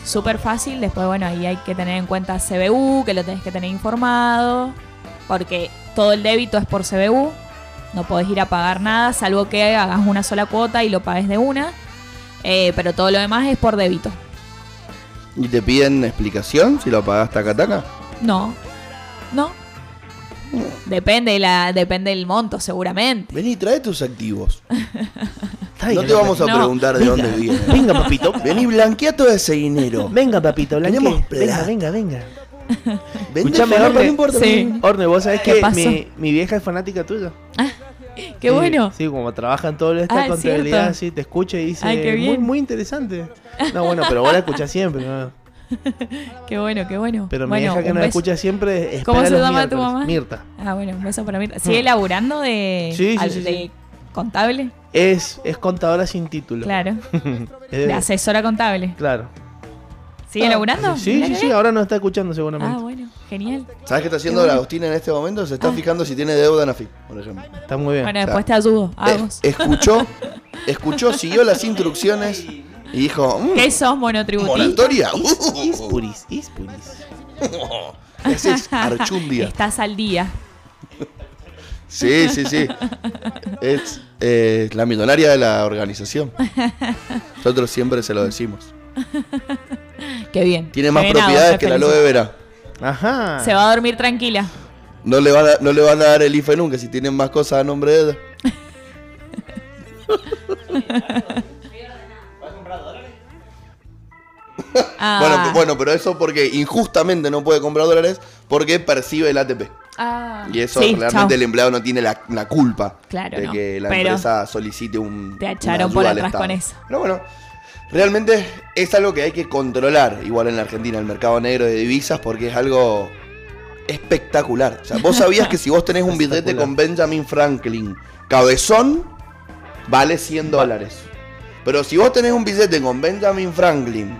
Súper fácil. Después, bueno, ahí hay que tener en cuenta CBU, que lo tenés que tener informado, porque todo el débito es por CBU. No podés ir a pagar nada, salvo que hagas una sola cuota y lo pagues de una. Eh, pero todo lo demás es por débito. ¿Y te piden explicación si lo pagás taca taca? No. No. Depende, la, depende del monto, seguramente. Vení, trae tus activos. Traiga, no te vamos a No. preguntar de dónde viene. papito. Venga, papito. Vení, blanquea todo ese dinero. Venga, papito, blanque. Tenemos Venga, plata. venga, venga. Vende Escuchame, falopa, Orne. no importa. Sí. Orne, vos sabés ¿Qué que pasó? mi, mi vieja es fanática tuya. Qué Sí, bueno. Sí, como trabajan toda esta Ah, es contabilidad, cierto. sí, te escucha y dice, Ay, qué muy, bien". muy interesante. No, bueno, pero vos la escuchás siempre, ¿no? Qué bueno, qué bueno. Pero mi Bueno, hija que un nos beso. escucha siempre espera ¿Cómo se los llama tu miércoles. mamá? Mirta. Ah, bueno, un beso para mí. ¿Sigue laburando de, Hmm. Sí, sí, al- sí, sí. de contable? Es, es contadora sin título. Claro. [laughs] Es- De asesora contable. claro. ¿Sigue Ah, laburando? Sí, Mirá sí, qué sí, bien. ahora nos está escuchando Ah, seguramente. bueno, genial. ¿Sabes qué está haciendo Qué la bueno. Agustina en este momento? Se está fijando si tiene deuda en AFIP, por ejemplo. Está muy bien. Bueno, después te ayudo. A Eh, vos. escuchó, escuchó, siguió las instrucciones y dijo, "Mm, ¿Qué sos, monotributista? moratoria. Uh, Is puris, is puris. ese es [laughs] archundia. Estás al día. Sí, sí, sí. Es eh, la millonaria de la organización. Nosotros siempre se lo decimos. Qué bien. Tiene más Qué bien, a vos, propiedades te que la felicito. aloe vera. Ajá. Se va a dormir tranquila. No le, van a, no le van a dar el IFE nunca si tienen más cosas a nombre de ella. Ah. Bueno, bueno, pero eso porque injustamente no puede comprar dólares porque percibe el ATP. Ah. Y eso Sí, realmente chau. el empleado no tiene la, la culpa Claro, de no. que la Pero empresa solicite un. te una echaron ayuda por al atrás Estado. con eso. Pero bueno, realmente es algo que hay que controlar, igual en la Argentina, el mercado negro de divisas, porque es algo espectacular. O sea, [laughs] vos sabías que si vos tenés un billete Espectacular. con Benjamin Franklin cabezón, vale 100 dólares. Pero si vos tenés un billete con Benjamin Franklin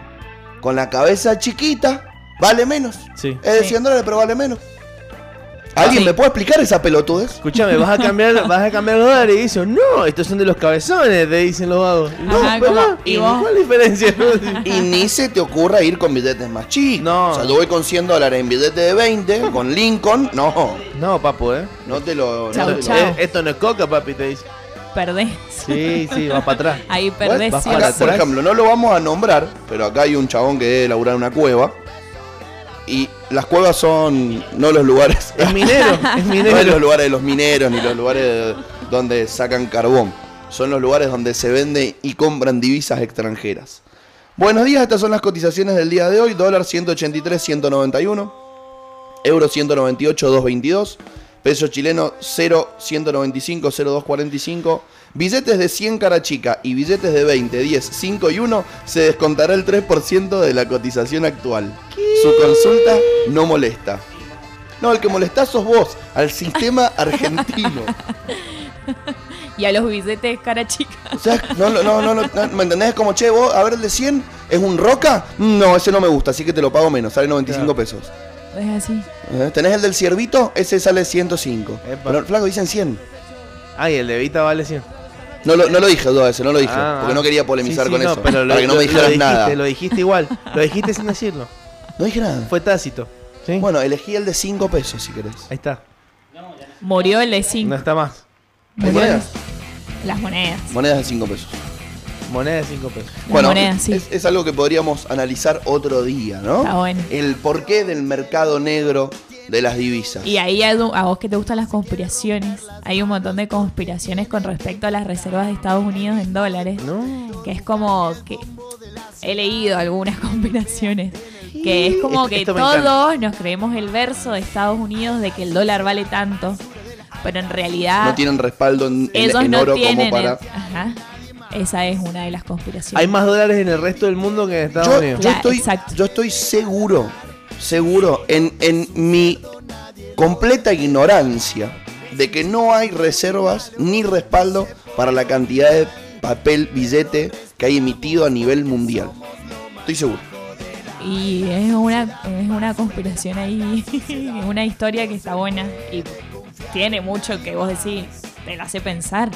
con la cabeza chiquita, vale menos. Sí. Es de Sí. 100 dólares, Eh, pero vale menos. ¿Alguien Sí. me puede explicar esa pelotudez? Escuchame, vas a cambiar, [laughs] vas a cambiar dólares y dice, no, estos son de los cabezones, te dicen los vagos. No, Ajá, pero ¿cómo? ¿y ¿Y vos? ¿cuál diferencia? [laughs] Y ni se te ocurra ir con billetes más chicos. No. O sea, yo voy con 100 dólares en billete de 20, con Lincoln. No, no, papu, eh. no te lo. Chau, no te lo- chau. Eh, Esto no es coca, papi, te dice. Perdés. Sí, sí, vas para atrás. Ahí perdés. Vas sí para o Acá, sí. por atrás. ejemplo, no lo vamos a nombrar, pero acá hay un chabón que debe laburar en una cueva. Y las cuevas son no los lugares. Es minero, [laughs] es No es los minero. lugares de los mineros ni los lugares de- donde sacan carbón. Son los lugares donde se vende y compran divisas extranjeras. Buenos días, estas son las cotizaciones del día de hoy. Dólar 183, 191. Euro 198, 222. Peso chileno 0, 195, 0245. Billetes de 100 cara chica y billetes de 20, 10, 5 y 1 se descontará el 3% de la cotización actual. Su consulta no molesta. No, el que molestás sos vos, al sistema [laughs] argentino. Y a los billetes, cara chica. O sea, no, no, no, no, no, ¿me entendés? Es como, che, vos, a ver el de 100, ¿es un roca? Mm, No, ese no me gusta, así que te lo pago menos, sale 95 pesos. Es así. ¿Eh? ¿Tenés el del ciervito? Ese sale 105. Epa. Pero, flaco, dicen 100. Ay, el de Vita vale 100. No lo, no lo dije dos veces, no lo dije, Ah, porque no quería polemizar sí, sí, con no, eso, pero lo- para que no lo- me dijeras lo dijiste, nada. Lo dijiste igual, lo dijiste sin decirlo. No dije nada. Fue tácito. ¿sí? Bueno, elegí el de 5 pesos, si querés. Ahí está, Murió el de no 5. está más. ¿Hay monedas? Las monedas. Monedas de 5 pesos. Moneda de 5 pesos. Las monedas, sí. es, es algo que podríamos analizar otro día, ¿no? Está bueno. El porqué del mercado negro de las divisas. Y ahí Edu, a vos que te gustan las conspiraciones, hay un montón de conspiraciones con respecto a las reservas de Estados Unidos en dólares, No. que es como que he leído algunas [laughs] conspiraciones, que es como Esto- que esto me encanta. todos nos creemos el verso de Estados Unidos de que el dólar vale tanto, pero en realidad no tienen respaldo en, en- ellos en no oro tienen. como para. el- Ajá. Esa es una de las conspiraciones. Hay más dólares en el resto del mundo que en Estados Yo, Unidos. yo Ya, estoy, exacto. yo estoy seguro, seguro, en, en mi completa ignorancia de que no hay reservas ni respaldo para la cantidad de papel, billete que hay emitido a nivel mundial. Estoy seguro. y Y es una, es una conspiración ahí, [laughs] es una historia que está buena y tiene mucho que vos decís, te la hace pensar.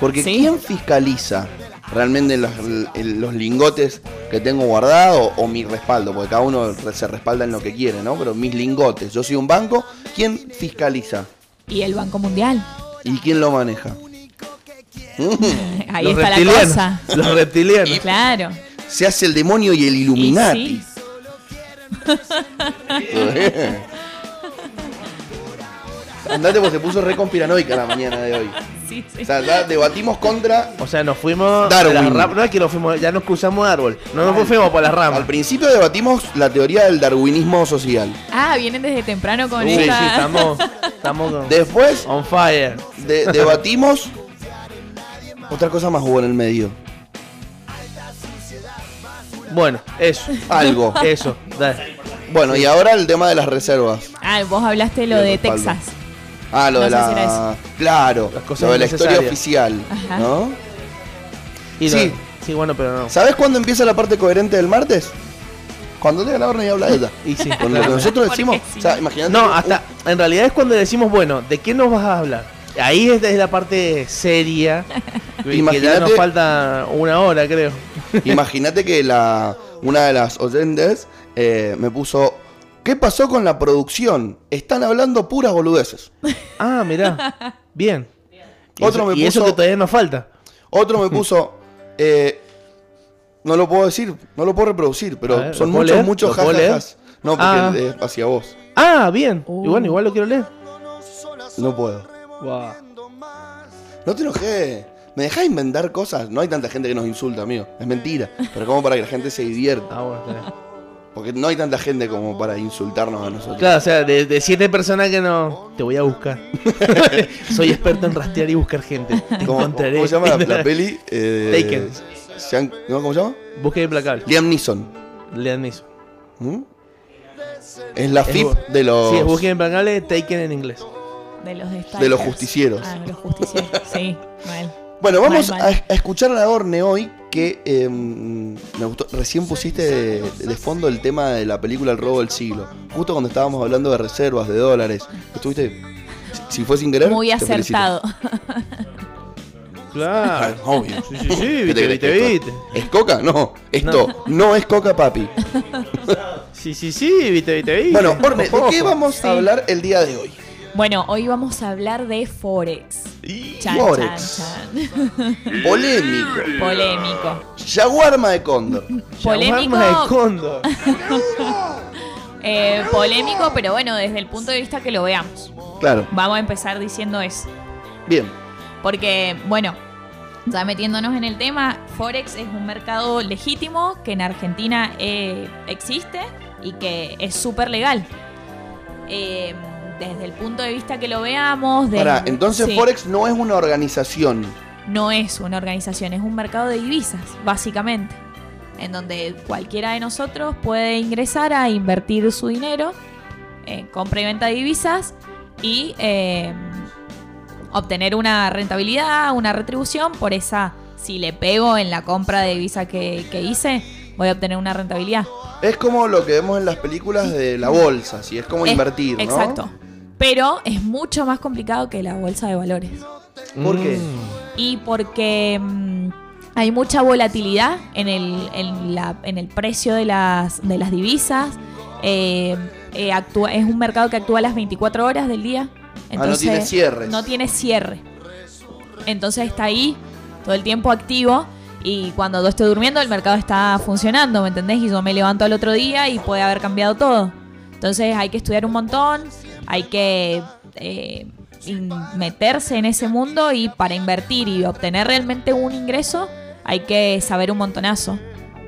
Porque Sí. ¿quién fiscaliza realmente los, el- los lingotes que tengo guardado o mi respaldo? Porque cada uno re- se respalda en lo que quiere, ¿no? Pero mis lingotes, yo soy un banco, ¿quién fiscaliza? Y el Banco Mundial, [laughs] ¿Y quién lo maneja? Mm. ahí Los está la reptilianos, cosa. [laughs] Los reptilianos. Claro. Se hace el demonio y el Y Illuminati. sí, [laughs] Andate porque se puso re conspiranoica la mañana de hoy. sí, sí. O sea, ya debatimos contra. O sea, nos fuimos. Darwin. las ra- no es que nos fuimos, ya nos cruzamos de árbol. No nos fuimos por las ramas. Al principio debatimos la teoría del darwinismo social. Ah, vienen desde temprano con Sí, sí, esa- estamos, estamos con- Después on fire. de- debatimos otra cosa más hubo en el medio. Bueno, eso, [laughs] Algo. eso. dale. Bueno, y ahora el tema de las reservas. Ah, vos hablaste lo Yo de respaldo. Texas. Ah, lo No de sé si era la. eso. Claro, Las cosas lo de la historia innecesarias. oficial. Ajá. ¿No? Y Sí. dale. sí, bueno, pero no. ¿Sabes cuándo empieza la parte coherente del martes? Cuando te la horno y habla ella. Y sí, Con lo que claro. nosotros Porque decimos. sí. O sea, imagínate. No, que- hasta en realidad es cuando decimos, bueno, ¿de qué nos vas a hablar? Ahí es desde la parte [laughs] seria. y que ya Imagínate- nos falta una hora, creo. [laughs] Imagínate que la, una de las oyentes eh, me puso. ¿Qué pasó con la producción? Están hablando puras boludeces. Ah, mirá. Bien. Y Otro eso- me y eso puso- que todavía nos falta. Otro me puso. eh, no lo puedo decir, no lo puedo reproducir, pero A ver, ¿lo son puedo muchos, leer? muchos ¿Lo puedo jajajas. No, porque Ah. es hacia vos. Ah, bien. Uh. Y bueno, igual lo quiero leer. No puedo. No te enojes. Me dejás inventar cosas. No hay tanta gente que nos insulta, amigo. Es mentira. Pero como para que la gente se divierta. Ah, bueno, está bien. Porque no hay tanta gente como para insultarnos a nosotros. [laughs] Claro, o sea, de, de siete personas que no. Te voy a [laughs] buscar. Soy experto en rastrear y buscar gente. Te ¿Cómo, encontraré. cómo se llama la, [laughs] la peli? Eh, Taken. Sean- ¿no? ¿Cómo se llama? Busca implacable. Liam Neeson. Lean eso. ¿Mm? Es la Es FIP bu- de los, Sí, es Busca implacable, taken en inglés. De los de los Stalkers. justicieros. Ah, de los justicieros. Sí, mal. Bueno, vamos Mal, a, mal. a escuchar a Orne hoy que eh, me gustó. Recién pusiste de, de fondo el tema de la película El robo del siglo. Justo cuando estábamos hablando de reservas, de dólares. Estuviste, si, si fue sin querer. Muy te felicito. acertado. Ah, Claro. obvio. Ah, Sí, sí, sí, [laughs] ¿Qué viste, te crees viste, que esto viste. ¿Es coca? No, esto no, es coca, papi. Sí, sí, sí, viste, viste, viste. [laughs] Bueno, Orne, ¿de Ojo. qué [laughs] vamos a hablar el día de hoy? Bueno, hoy vamos a hablar de Forex. Chan, Forex. chan, chan. Polémico. Polémico. Yaguarma de cóndor. Llamarma de Polémico. cóndor. eh, polémico, pero bueno, desde el punto de vista que lo veamos. Claro, Vamos a empezar diciendo eso. bien. Porque, bueno, ya metiéndonos en el tema, Forex es un mercado legítimo que en Argentina eh, existe y que es súper legal. Eh, desde el punto de vista que lo veamos... de- Pará, entonces sí, Forex no es una organización. No es una organización, es un mercado de divisas, básicamente. En donde cualquiera de nosotros puede ingresar a invertir su dinero, eh, compra y venta de divisas y... eh, obtener una rentabilidad, una retribución por esa. Si le pego en la compra de divisa que, que hice, voy a obtener una rentabilidad. Es como lo que vemos en las películas de la bolsa, sí, es como Es- invertir, ¿no? Exacto. Pero es mucho más complicado que la bolsa de valores. ¿Por qué? Mm, Y porque mm, hay mucha volatilidad en el, en la- en el precio de las, de las divisas. Eh, eh, actúa- es un mercado que actúa las 24 horas del día. ah, no tiene cierres. no tiene cierre. Entonces está ahí todo el tiempo activo y cuando yo estoy durmiendo el mercado está funcionando, ¿me entendés? Y yo me levanto al otro día y puede haber cambiado todo. Entonces hay que estudiar un montón, hay que eh, in- meterse en ese mundo y para invertir y obtener realmente un ingreso hay que saber un montonazo,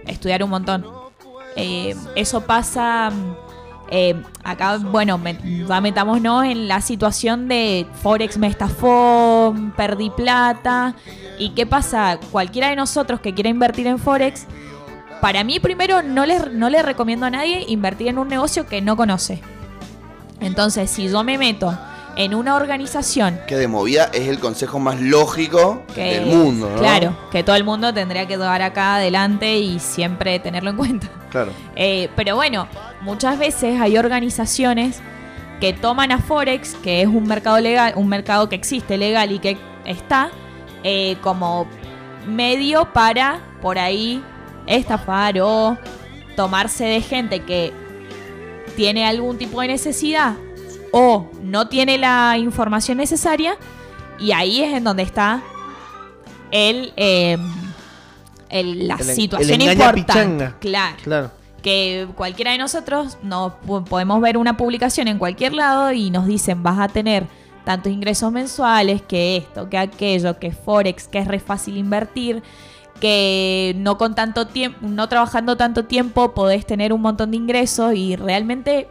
estudiar un montón. Eh, eso pasa... mm, eh, acá, bueno, me- ya metámonos en la situación de Forex me estafó, perdí plata. ¿Y qué pasa? Cualquiera de nosotros que quiera invertir en Forex, para mí primero no le no les recomiendo a nadie invertir en un negocio que no conoce. Entonces, si yo me meto en una organización Que de movida es el consejo más lógico que del mundo, ¿no? Claro, que todo el mundo tendría que dar acá adelante y siempre tenerlo en cuenta. Claro. Eh, pero bueno, muchas veces hay organizaciones que toman a Forex, que es un mercado legal, un mercado que existe legal y que está, eh, como medio para por ahí estafar o tomarse de gente que tiene algún tipo de necesidad o no tiene la información necesaria y ahí es en donde está el, eh, el- la El en- el situación engaña importante. pichanga. Claro Claro. que cualquiera de nosotros nos po- podemos ver una publicación en cualquier lado y nos dicen vas a tener tantos ingresos mensuales que esto, que aquello, que forex, que es re fácil invertir, que no con tanto tiempo, no trabajando tanto tiempo podés tener un montón de ingresos y realmente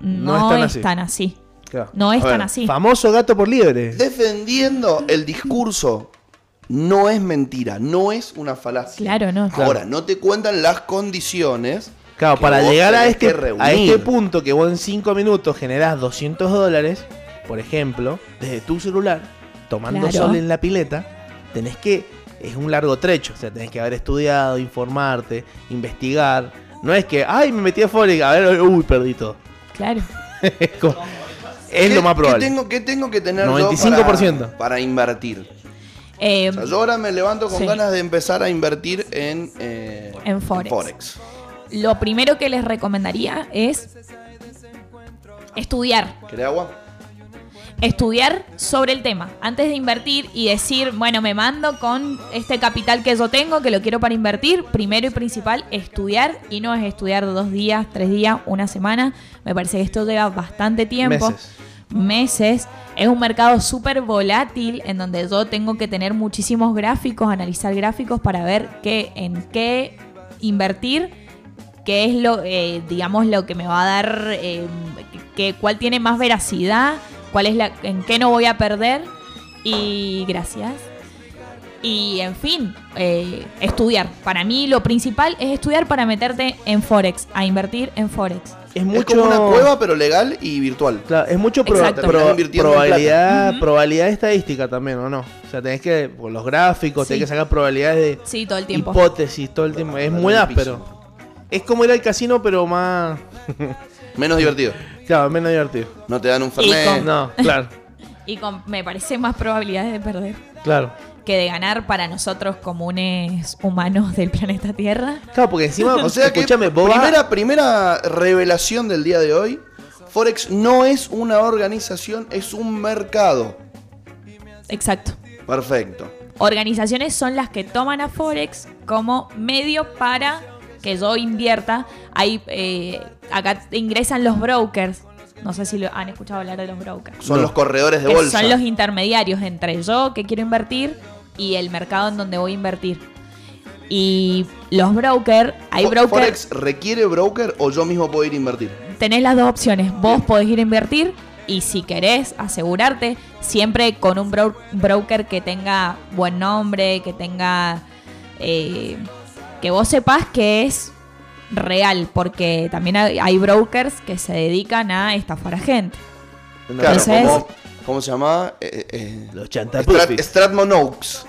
No no, están es así. tan así. claro. No es A ver, tan así. Famoso gato por liebre. Defendiendo el discurso no es mentira, no es una falacia. Claro, no. Ahora, no te cuentan las condiciones. Claro, que para vos llegar a tenés que este, a reunir. este punto que vos en 5 minutos generás 200 dólares, por ejemplo, desde tu celular, tomando Claro. sol en la pileta, tenés que. Es un largo trecho, o sea, tenés que haber estudiado, informarte, investigar. No es que, ay, me metí a Forex, a ver, uy, perdí todo. [laughs] Claro. Es, como- es ¿Qué- lo más probable. ¿Qué tengo, qué tengo que tener yo 95%. para, para invertir? Eh, O sea, yo ahora me levanto con Sí. ganas de empezar a invertir en, eh, En Forex. lo primero que les recomendaría es estudiar. ¿Querés agua? estudiar sobre el tema antes de invertir y decir, bueno, me mando con este capital que yo tengo, que lo quiero para invertir. Primero y principal, estudiar y no es estudiar dos días, tres días, una semana. Me parece que esto lleva bastante tiempo. Meses. Meses. Es un mercado súper volátil en donde yo tengo que tener muchísimos gráficos, analizar gráficos para ver qué, en qué invertir qué es lo, eh, digamos, lo que me va a dar, eh, que, cuál tiene más veracidad, cuál es la, en qué no voy a perder. Y gracias. Y en fin, eh, estudiar. Para mí lo principal es estudiar para meterte en Forex, a invertir en Forex. Es mucho. Es como una cueva, pero legal y virtual. Claro, es mucho pro- Exacto. pro- Terminás invirtiendo en probabilidad, probabilidad estadística también, ¿o no? O sea, tenés que, por los gráficos, Sí. tenés que sacar probabilidades de Sí, todo el tiempo. hipótesis todo el tiempo. Es muy Dale un piso. áspero. Es como ir al casino, pero más. Menos divertido. Claro, menos divertido. No te dan un Y fernet. con- No, claro, Y con, me parece más probabilidades de perder claro. que de ganar para nosotros comunes humanos del planeta Tierra. Claro, porque [laughs] encima, O sea que escúchame, vos vas- primera, primera revelación del día de hoy. Forex no es una organización, es un mercado. Exacto. Perfecto. Organizaciones son las que toman a Forex como medio para que yo invierta. Ahí, eh, acá ingresan los brokers. No sé si lo han escuchado hablar de los brokers. Son No. los corredores de Que bolsa. son los intermediarios entre yo que quiero invertir y el mercado en donde voy a invertir. Y los brokers, hay Fo- brokers, ¿Forex requiere broker o yo mismo puedo ir a invertir? tenés las dos opciones. Vos podés ir a invertir y si querés asegurarte, siempre con un bro- broker que tenga buen nombre, que tenga... eh, que vos sepas que es real, porque también hay, hay brokers que se dedican a estafar a gente. Claro, Entonces- como, ¿cómo se llama? Eh, eh, Los Strat- chantapupis. Stratmon Oaks.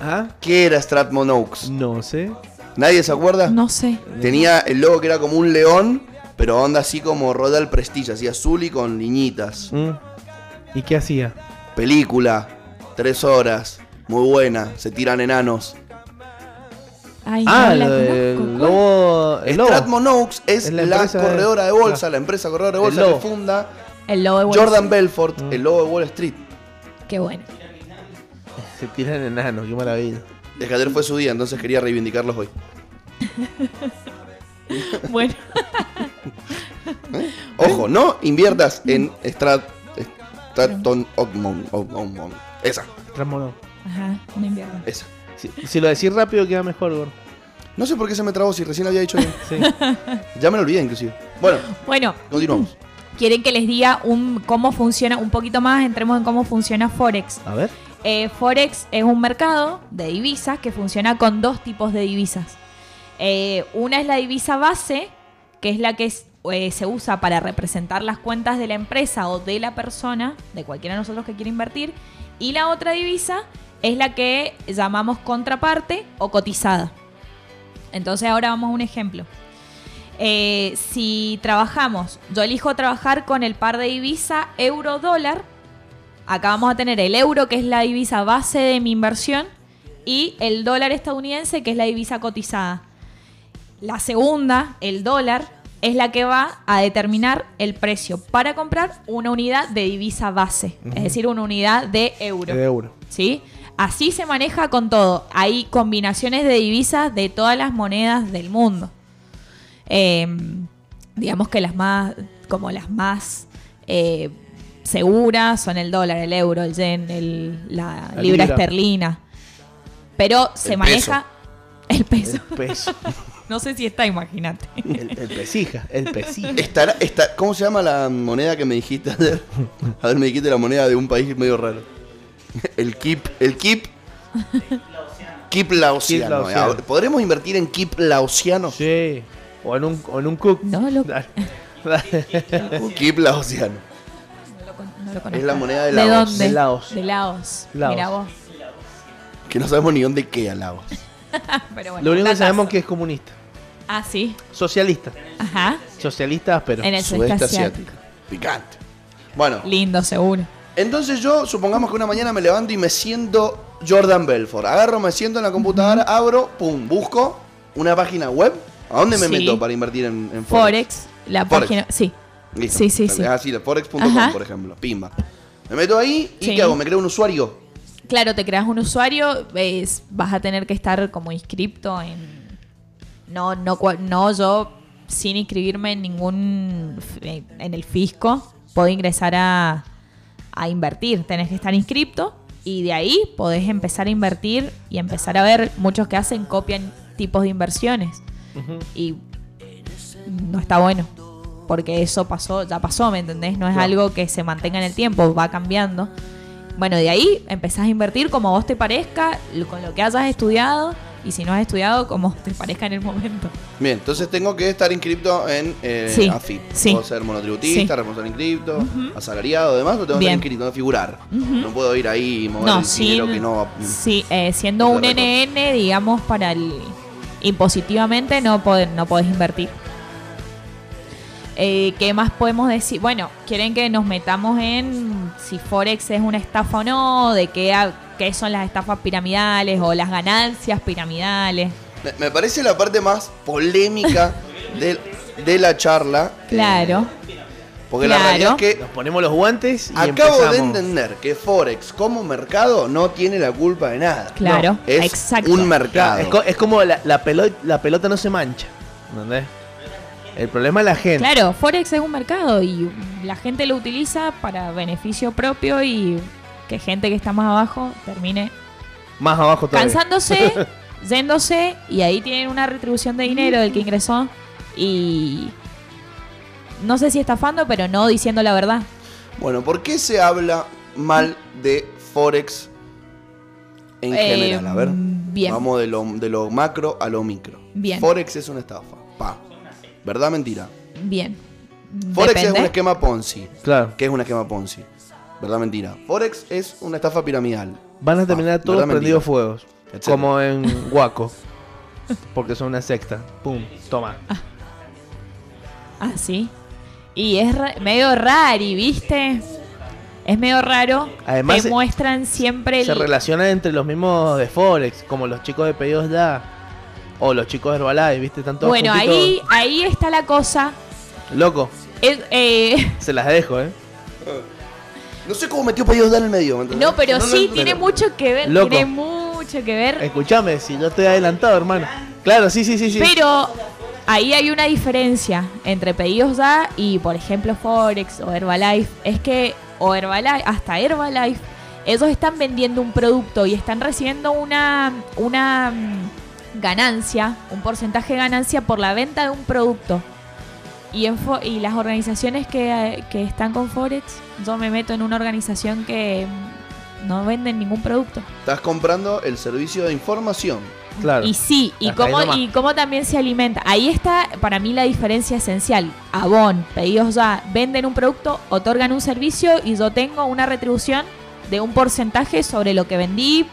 ¿Ah? ¿Qué era Stratmon Oaks? No sé. ¿Nadie se Ah. acuerda? No sé. Tenía el logo que era como un león, pero onda así como Royal Prestige, así azul y con liñitas. Mm. ¿Y qué hacía? Película, tres horas, muy buena, se tiran enanos. Ay, Ah, no la lo del conozco. ¿Cuál? lobo. El lobo. Stratmon Oaks es, Es la, la empresa de- corredora de bolsa, Claro. la empresa corredora de El bolsa que lobo. Ah, funda El lobo de Wall Jordan Street. Belfort, Mm. el lobo de Wall Street. Qué bueno. [laughs] Se tiran enanos, qué maravilla. Es que ayer fue su día, entonces quería reivindicarlos hoy. Bueno, Ojo, no inviertas Mm. en Strat, Stratton Oakmont- Oakmont. Esa, Transmono. ajá, no invierno. esa. Si, si lo decís rápido, queda mejor, Gor. No sé por qué se me trabó si recién había dicho bien. Sí. Ya me lo olvidé inclusive. Bueno, Bueno, continuamos. quieren que les diga un cómo funciona un poquito más, entremos en cómo funciona Forex. [laughs] A ver. Eh, Forex es un mercado de divisas que funciona con dos tipos de divisas. Eh, una es la divisa base, que es la que es- eh, se usa para representar las cuentas de la empresa o de la persona, de cualquiera de nosotros que quiera invertir, y la otra divisa es la que llamamos contraparte o cotizada. Entonces ahora vamos a un ejemplo. Eh, si trabajamos, yo elijo trabajar con el par de divisa euro-dólar, acá vamos a tener el euro que es la divisa base de mi inversión y el dólar estadounidense que es la divisa cotizada. La segunda, el dólar, es la que va a determinar el precio para comprar una unidad de divisa base, es decir, una unidad de euro. de euro. ¿sí? Así se maneja con todo. Hay combinaciones de divisas de todas las monedas del mundo. Eh, digamos que las más, como las más eh, seguras son el dólar, el euro, el yen, el- la, La libra. libra esterlina. Pero se El maneja el peso. [laughs] El peso. No sé si está, imagínate. El, el pesija. El pesija. [laughs] Estará, está, ¿Cómo se llama la moneda que me dijiste ayer? A ver, me dijiste la moneda de un país medio raro. El Kip. El Kip. Kip Kip Laosiano. Laosiano. Ahora, ¿Podremos invertir en Kip [laughs] Laosiano? Sí. O en un, o en un cook. No lo, [laughs] Dale. Dale. Kip Laosiano. no lo conozco. Es la moneda de ¿De Laos. dónde? De Laos. De Laos. Laos. Mirá vos. Que no sabemos ni dónde queda Laos. Pero bueno, Lo único que datazo. sabemos es que es comunista. Ah, sí. Socialista. Ajá. Socialista, pero. En el sudeste asiático. Picante. Bueno, Lindo, seguro. entonces yo, supongamos que una mañana me levanto y me siento Jordan Belfort. Agarro, me siento en la computadora, abro, pum, busco una página web. ¿A dónde me Sí. meto para invertir en, en Forex, la Forex. página. Sí. Listo. Sí, sí, sí. Ah, sí, la forex.com, Ajá. por ejemplo. Pimba. Me meto ahí y Sí. ¿qué hago? Me creo un usuario. Claro, te creas un usuario, es- vas a tener que estar como inscripto en. No, no, cua- no yo sin inscribirme en ningún. f- en el fisco, puedo ingresar a, a invertir. Tenés que estar inscripto y de ahí podés empezar a invertir y empezar a ver. Muchos que hacen copian tipos de inversiones Ujú. y no está bueno. Porque eso pasó, ya pasó, ¿me entendés? No es Claro. algo que se mantenga en el tiempo, va cambiando. Bueno, de ahí empezás a invertir como a vos te parezca, lo- con lo que hayas estudiado, y si no has estudiado, como te parezca en el momento. Bien, entonces tengo que estar inscripto en eh, Sí, AFIP. sí. Puedo ser monotributista, Sí. responsable inscripto, asalariado, demás, no tengo que Bien. estar inscrito, tengo que figurar. No puedo ir ahí y mover No, el dinero sin- que no. sí, eh, siendo Esa un es la cosa. NN, digamos, para el impositivamente no podés, no podés invertir. Eh, ¿Qué más podemos decir? Bueno, quieren que nos metamos en si Forex es una estafa o no, de qué, ha- qué son las estafas piramidales o las ganancias piramidales. Me, me parece la parte más [laughs] polémica de, de la charla. eh, Claro. porque la claro. realidad es que Nos ponemos los guantes y acabo empezamos. de entender que Forex como mercado no tiene la culpa de nada. Claro, es exacto. un Claro, mercado. es, co- es como la, la pelota, la pelota no se mancha. ¿Entendés? El problema es la gente. Claro, Forex es un mercado y la gente lo utiliza para beneficio propio y que gente que está más abajo termine Más abajo todavía. cansándose, yéndose, y ahí tienen una retribución de dinero del que ingresó. Y no sé si estafando, pero no diciendo la verdad. Bueno, ¿por qué se habla mal de Forex en Eh, general? A ver, bien. vamos de lo, de lo macro a lo micro. Bien. Forex es una estafa. Pa. ¿Verdad mentira? Bien. Forex es Depende. un esquema Ponzi. Claro. ¿Qué es un esquema Ponzi? ¿Verdad mentira? Forex es una estafa piramidal. Van a terminar Pa, todos ¿verdad, mentira? prendidos fuegos. Etcétera. Como en Waco. Porque son una secta. Pum, toma. Ah, sí. Y es ra- medio raro, ¿viste? Es medio raro. Además, Te se- muestran siempre Se el, relacionan entre los mismos de Forex, como los chicos de pedidos ya. O los chicos de Herbalife, ¿viste? Tanto Bueno, ahí, ahí está la cosa. Loco, Es- eh, [laughs] se las dejo, ¿eh? No sé cómo metió pedidos en el medio. ¿me entendés? no, pero sí, tiene mucho que ver. Loco. Tiene mucho que ver. Escuchame, si yo estoy adelantado, hermano. Claro, sí, sí, sí, sí. Pero ahí hay una diferencia entre pedidos ya y, por ejemplo, Forex o Herbalife. Es que, o Herbalife, hasta Herbalife, ellos están vendiendo un producto y están recibiendo una, una mm, ganancia, un porcentaje de ganancia por la venta de un producto. Y, en Fo- y las organizaciones que, eh, que están con Forex, yo me meto en una organización que mm, no venden ningún producto. Estás comprando el servicio de información. Claro. Y sí, y Hasta ahí cómo, nomás. y cómo también se alimenta. Ahí está para mí la diferencia esencial. Avon, pedidos ya, venden un producto, otorgan un servicio y yo tengo una retribución de un porcentaje sobre lo que vendí.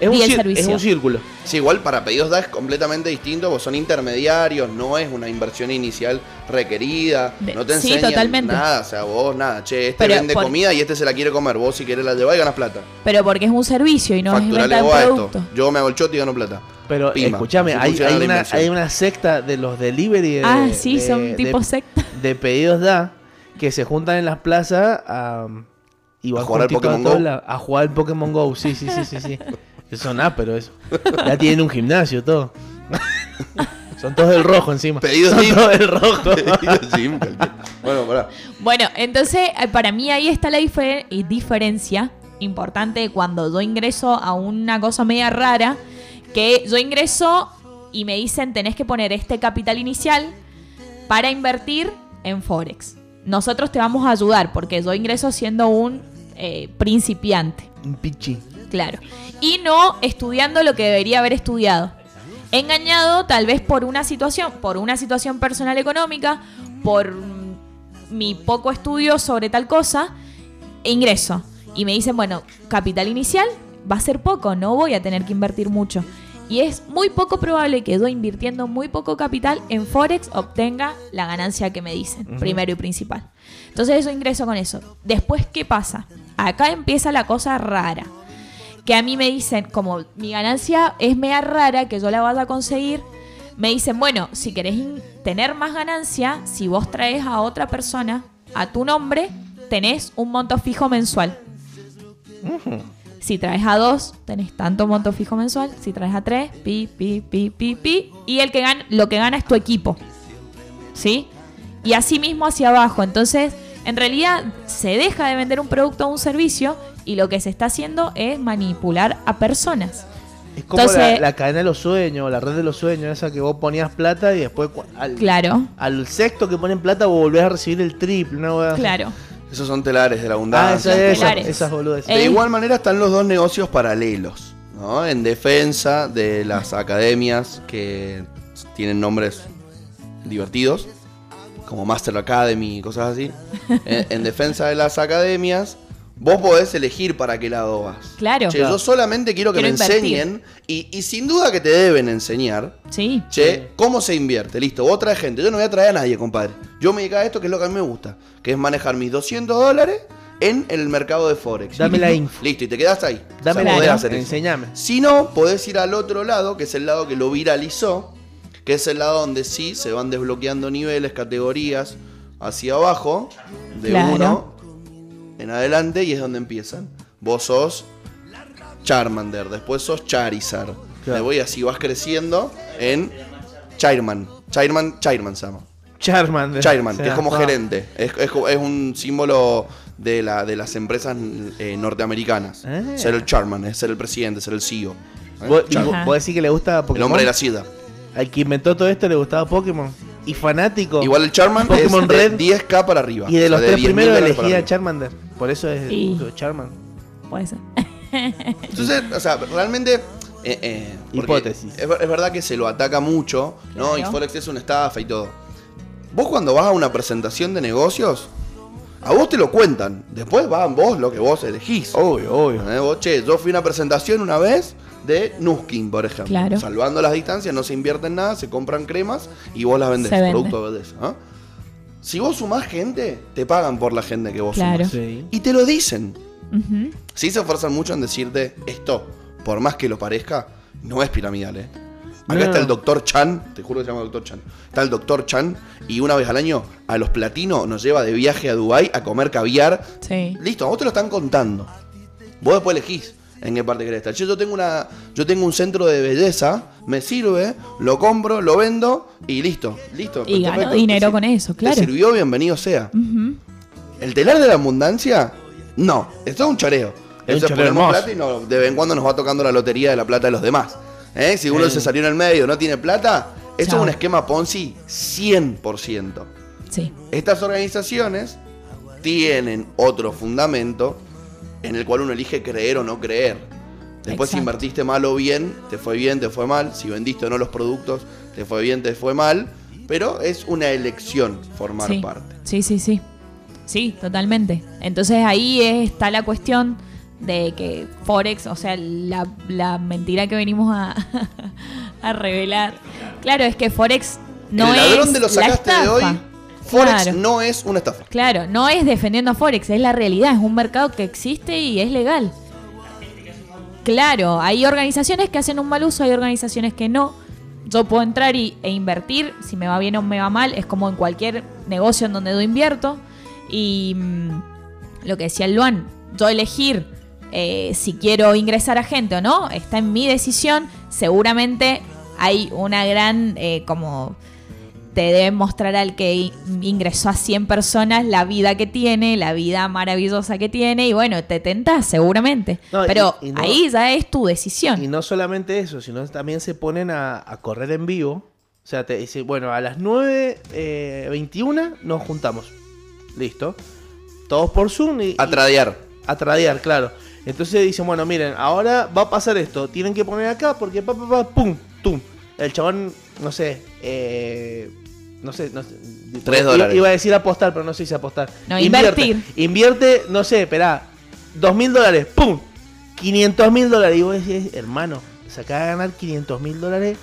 Es un, y el cir- servicio. es un círculo. Sí, igual para pedidos da es completamente distinto, porque son intermediarios, no es una inversión inicial requerida, De- no te sí, enseñan totalmente. nada, o sea, vos nada, che, este Pero vende por- comida y este se la quiere comer, vos si querés la llevás y ganas plata. Pero porque es un servicio y no es Facturale venta de un vos a producto. esto. Yo me hago el choto y gano plata. Pero Pima, escúchame, así hay, funciona hay la una, inversión. hay una secta de los delivery de, ah, sí, de- son de- tipo secta. de pedidos da que se juntan en las plazas a, y van ¿A jugar al juntitos Pokémon todos Go? lados, a jugar al Pokémon Go. Sí, sí, [laughs] sí, sí, sí. Son ásperos eso. Ya tienen un gimnasio todo. [laughs] Son todos del rojo encima. Pedidos Son Gym. todos [laughs] del rojo. Sí, cualquier- bueno, pará. Bueno, entonces eh, para mí ahí está la difer- y diferencia importante de cuando yo ingreso a una cosa media rara, que yo ingreso y me dicen tenés que poner este capital inicial para invertir en Forex. Nosotros te vamos a ayudar porque yo ingreso siendo un eh, principiante. Un pichi. Claro. Y no estudiando lo que debería haber estudiado. Engañado tal vez por una situación, por una situación personal económica, por mm, mi poco estudio sobre tal cosa, e ingreso. Y me dicen, bueno, capital inicial va a ser poco, no voy a tener que invertir mucho. Y es muy poco probable que yo invirtiendo muy poco capital en Forex obtenga la ganancia que me dicen, primero y principal. Entonces yo ingreso con eso. Después, ¿qué pasa? Acá empieza la cosa rara que a mí me dicen, como mi ganancia es media rara, que yo la vaya a conseguir, me dicen, bueno, si querés in- tener más ganancia, si vos traes a otra persona a tu nombre, tenés un monto fijo mensual. Si traes a dos, tenés tanto monto fijo mensual. Si traes a tres, pi, pi, pi, pi, pi. Y el que gana, lo que gana es tu equipo. ¿Sí? Y así mismo hacia abajo. Entonces, en realidad, se deja de vender un producto o un servicio y lo que se está haciendo es manipular a personas. Es como la, Entonces- la cadena de los sueños, la red de los sueños, esa que vos ponías plata y después cu- al, Claro, al sexto que ponen plata vos volvés a recibir el triple, ¿no? weón? claro. Esos son telares de la Ah, abundancia. esa, esa, Pilares. esas boludeces. De Eh. igual manera están los dos negocios paralelos, ¿no? En defensa de las academias que tienen nombres divertidos, como Master Academy y cosas así. [laughs] En, en defensa de las academias, vos podés elegir para qué lado vas. Claro. Che, yo solamente quiero que Quiero me invertir. enseñen, y, y sin duda que te deben enseñar, Sí. Che, ¿cómo se invierte? Listo, vos traes gente. Yo no voy a traer a nadie, compadre. Yo me dedico a esto que es lo que a mí me gusta, que es manejar mis 200 dólares en el mercado de Forex. Dame la Listo. info. Listo, y te quedas ahí. Dame O sea, la Claro. podés idea, hacer eso. enséñame. Si no, podés ir al otro lado, que es el lado que lo viralizó, que es el lado donde sí se van desbloqueando niveles, categorías hacia abajo, de Claro. uno en adelante, y es donde empiezan. Vos sos Charmander, después sos Charizard. Claro. Me voy así, vas creciendo en Chairman. Chairman, Chairman se llama. Charmander. Chairman, O sea, que es como no. gerente. Es, es co- es un símbolo de, la, de las empresas eh, norteamericanas. Ah. Ser el Chairman, es ser el presidente, ser el CEO. ¿eh? ¿Vos, y Chairman. vos- vos decís que le gusta El Pokémon? hombre de la ciudad. Al que inventó todo esto le gustaba Pokémon. Y fanático. Igual el Charman Pokémon es de Red. 10k para arriba. Y de los O sea, tres 10.000 primeros dólares para elegía a arriba. Charmander. Por eso es Sí. Charmander. Puede ser. Entonces, o sea, realmente. eh, eh, porque Hipótesis. Es, ver- es verdad que se lo ataca mucho, ¿no? Claro. Y Forex es una estafa y todo. Vos cuando vas a una presentación de negocios, a vos te lo cuentan. Después van vos lo que vos elegís. Obvio, obvio. Eh, vos, che, yo fui a una presentación una vez de Nuskin, por ejemplo. Claro. Salvando las distancias, no se invierte en nada, se compran cremas y vos las vendés, Se vende. producto de eso. ¿ah? Si vos sumás gente, te pagan por la gente que vos Claro. sumás. Sí. Y te lo dicen. Ujú. Sí se esfuerzan mucho en decirte esto, por más que lo parezca, no es piramidal, ¿eh? Acá No. está el doctor Chan, te juro que se llama doctor Chan. Está el doctor Chan y una vez al año a los platinos nos lleva de viaje a Dubai a comer caviar Sí. Listo, a vos te lo están contando. Vos después elegís en qué parte querés estar. Che, Yo tengo una. Yo tengo un centro de belleza, me sirve, lo compro, lo vendo y listo. Listo. Y gano perfecto. dinero Te sir- con eso, claro. Te sirvió, bienvenido sea. Ujú. El telar de la abundancia, no. Esto es un choreo. Es un Eso choreo ponemos hermoso. plata y no- de vez en cuando nos va tocando la lotería de la plata de los demás. ¿Eh? Si uno Sí. se salió en el medio, no tiene plata, esto Chao. es un esquema Ponzi 100%. Sí. Estas organizaciones tienen otro fundamento en el cual uno elige creer o no creer. Después si Exacto. invertiste mal o bien, te fue bien, te fue mal. Si vendiste o no los productos, te fue bien, te fue mal. Pero es una elección formar sí. parte. Sí, sí, sí. Sí, totalmente. Entonces ahí está la cuestión de que Forex, o sea, la, la mentira que venimos a, [laughs] a revelar. Claro, es que Forex no el es. ladrón de lo la sacaste de hoy, estafa. Forex Claro. no es una estafa. Claro, no es defendiendo a Forex, es la realidad, es un mercado que existe y es legal. Claro, hay organizaciones que hacen un mal uso, hay organizaciones que no. Yo puedo entrar y, e invertir, si me va bien o me va mal, es como en cualquier negocio en donde yo invierto. Y mm, lo que decía el Luan, yo elegir eh, si quiero ingresar a gente o no, está en mi decisión. Seguramente hay una gran, eh, como te deben mostrar al que i- ingresó a 100 personas la vida que tiene, la vida maravillosa que tiene, y bueno, te tentás seguramente. No, y- Pero y no- ahí ya es tu decisión. Y no solamente eso, sino también se ponen a, a correr en vivo. O sea, te dice, bueno, a las 9.21 nos juntamos. Listo. Todos por Zoom y... A y- tradear. a tradear, claro. Entonces dicen, bueno, miren, ahora va a pasar esto. Tienen que poner acá porque pa, pa, pa, pum, tum. El chabón, no sé, eh, no sé, no sé. Tres iba- dólares. Iba a decir apostar, pero no sé si apostar. No, Invierte. invertir. Invierte, no sé, esperá, dos mil dólares, pum, 500 mil dólares. Y vos decís, hermano, se acaba de ganar 500 mil dólares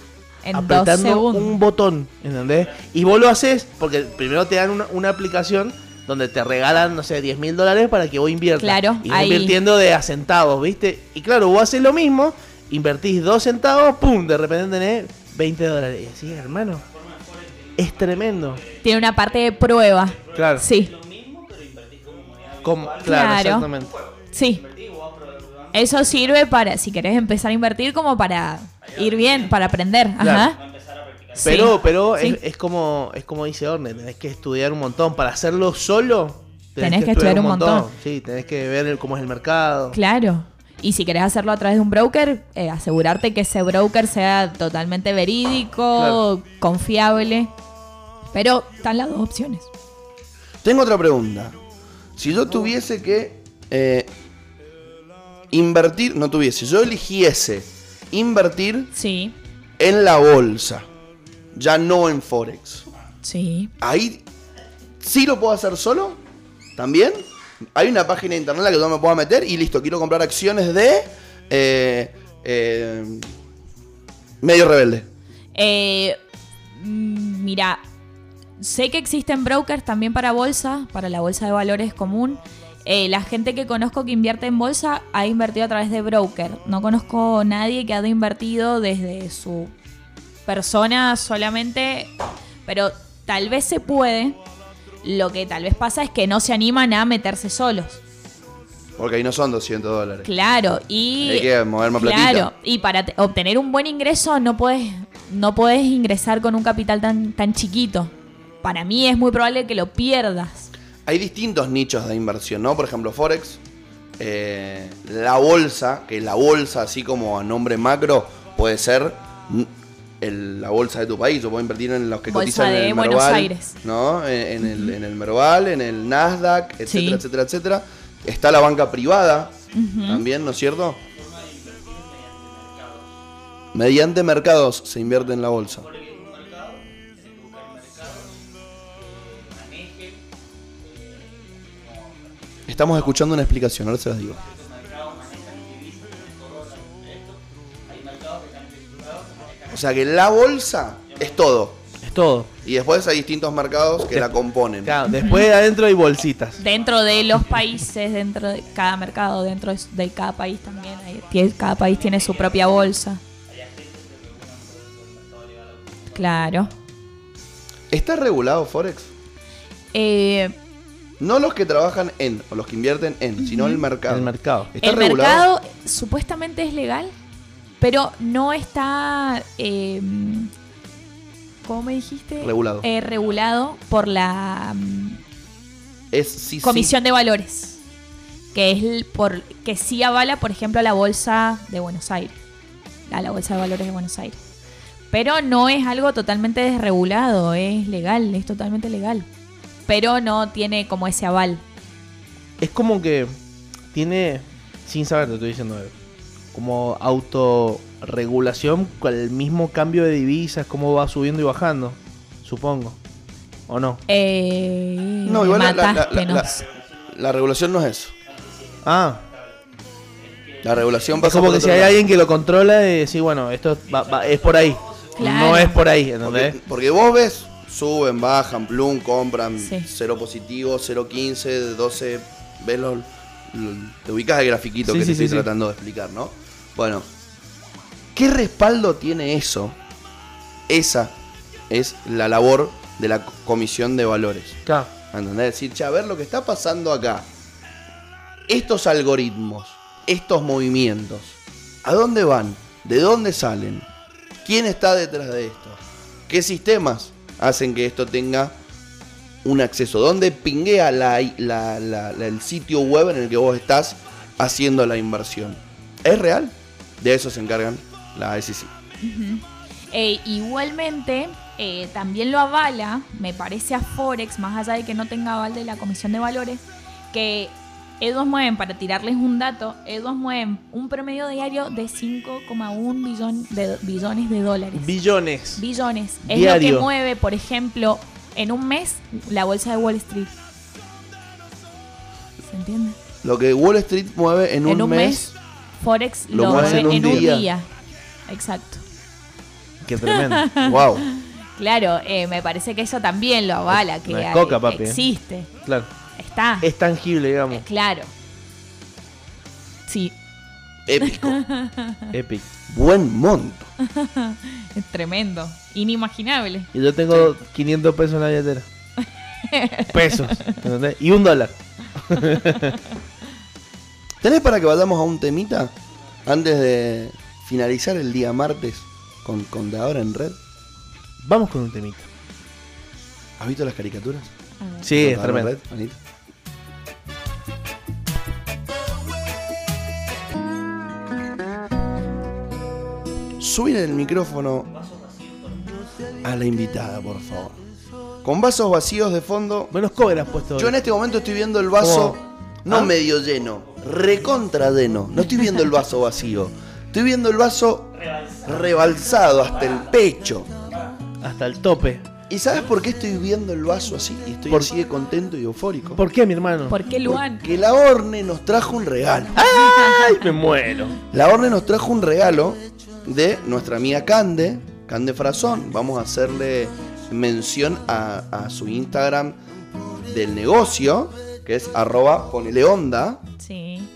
en dos apretando segundos. un botón, ¿entendés? Y vos lo haces porque primero te dan una, una aplicación donde te regalan, no sé, 10 mil dólares para que vos inviertas. Claro, y ahí- invirtiendo de a centavos, ¿viste? Y claro, vos haces lo mismo, invertís dos centavos, ¡pum! De repente tenés 20 dólares. Y así, hermano, es tremendo. Tiene una parte de prueba. Claro, Sí, como- claro, Claro. exactamente. sí. Eso sirve para, si querés empezar a invertir, como para ir bien, para aprender. Ajá. Sí, Pero, pero sí. es, es como es como dice Orne, tenés que estudiar un montón. Para hacerlo solo, Tenés que estudiar un montón. Sí, tenés que ver el- cómo es el mercado. Claro. Y si querés hacerlo a través de un broker, eh, asegurarte que ese broker sea totalmente verídico, confiable. Pero están las dos opciones. Tengo otra pregunta. Si yo tuviese que eh, invertir, no tuviese, yo eligiese invertir Sí, en la bolsa, ya no en Forex. sí. Ahí sí lo puedo hacer solo, también. Hay una página de internet a la que yo me pueda meter y listo, quiero comprar acciones de eh, eh, Medio Rebelde. Eh, mm, mira, sé que existen brokers también para bolsa, para la bolsa de valores común. Eh, la gente que conozco que invierte en bolsa ha invertido a través de broker. No conozco nadie que haya invertido desde su persona solamente, pero tal vez se puede. Lo que tal vez pasa es que no se animan a meterse solos. Porque ahí no son 200 dólares. Claro, y Hay que mover más platita. Claro, y para te- obtener un buen ingreso no puedes no puedes ingresar con un capital tan tan chiquito. Para mí es muy probable que lo pierdas. Hay distintos nichos de inversión, ¿no? Por ejemplo, Forex, eh, la bolsa, que la bolsa, así como a nombre macro, puede ser mm, el- la bolsa de tu país. Yo puedo invertir en los que Bolsa cotizan en de el Buenos Merval, Aires. ¿no? En, en el, en el Merval, en el Nasdaq, etcétera, Sí. etcétera, etcétera. Está la banca privada también, ¿no es cierto? Mediante mercados se invierte en la bolsa. Estamos escuchando una explicación, ahora se las digo. O sea que la bolsa es todo. Es todo. Y después hay distintos mercados que la componen. Claro, después de adentro hay bolsitas. Dentro de los países, dentro de cada mercado, dentro de, de cada país también, hay- tie- cada país tiene su propia bolsa. Claro. ¿Está regulado Forex? Eh, No los que trabajan en o los que invierten en, sino el mercado. El mercado. ¿Está el regulado? mercado supuestamente es legal, pero no está. eh, ¿Cómo me dijiste? Regulado. Eh, regulado por la mm, Es sí, sí. Comisión de Valores, que es el por que sí avala, por ejemplo, a la bolsa de Buenos Aires, a la bolsa de valores de Buenos Aires. Pero no es algo totalmente desregulado, es legal, es totalmente legal. Pero no tiene como ese aval. Es como que tiene, sin saber, te estoy diciendo, eh, como autorregulación con el mismo cambio de divisas, cómo va subiendo y bajando, supongo. ¿O no? Eh, No, igual la, la- la- la- matástenos. la regulación no es eso. Ah, La regulación es pasa como por que otro si hay lado. alguien que lo controla, eh, sí, bueno, esto va- va- es por ahí. Claro. No es por ahí, ¿entendés? Porque, porque vos ves, suben, bajan, plum, compran, Sí. cero positivo, 0.15, 12, ves los, lo- te ubicas el grafiquito Sí, que sí, te sí, estoy sí. tratando de explicar, ¿no? Bueno, ¿qué respaldo tiene eso? Esa es la labor de la comisión de valores. Claro. ¿Entendés? Decir, che, a ver lo que está pasando acá. Estos algoritmos, estos movimientos, ¿a dónde van? ¿De dónde salen? ¿Quién está detrás de esto? ¿Qué sistemas hacen que esto tenga un acceso? ¿Dónde pinguea la- la- la- la- el sitio web en el que vos estás haciendo la inversión? ¿Es real? De eso se encargan la SEC. Eh, igualmente, eh, también lo avala, me parece a Forex, más allá de que no tenga aval de la Comisión de Valores, que ellos mueven, para tirarles un dato, ellos mueven un promedio diario de 5,1 billón de, billones de dólares. Billones. billones. Es lo Diario. que mueve, por ejemplo, en un mes la bolsa de Wall Street. ¿Se entiende? Lo que Wall Street mueve en, un, mes, Forex lo lo, mueve mueve en un día. Exacto. Qué [laughs] tremendo. [laughs] wow. Claro, eh, me parece que eso también lo avala, que No es hay- coca, papi, eh. existe, Claro. está, Es tangible, digamos. eh, claro. Sí, Épico. Epic. Buen monto. es tremendo, inimaginable. Y yo tengo 500 pesos en la [laughs] billetera. pesos. ¿entendés? Y un dólar. ¿Tenés para que vayamos a un temita? Antes de finalizar el día martes con, con De Ahora en Red. Vamos con un temita. ¿Has visto las caricaturas? A ver. Sí, Con es De Ahora en tremendo. Red, Anita. Subir el micrófono a la invitada, por favor. Con vasos vacíos de fondo. Menos cobras puesto. Yo en este momento estoy viendo el vaso no ¿Ah? medio lleno, recontra lleno. No estoy viendo el vaso vacío. Estoy viendo el vaso rebalsado hasta el pecho. Hasta el tope. ¿Y sabes por qué estoy viendo el vaso así? Y estoy Por- así de contento y eufórico. ¿Por qué, mi hermano? ¿Por qué Luan? Porque la Orne nos trajo un regalo. ¿Ah? Ay, me muero. La Orne nos trajo un regalo de nuestra amiga Cande, Cande Frazón. Vamos a hacerle mención a, a su Instagram del negocio, que es arroba ponele onda. Sí,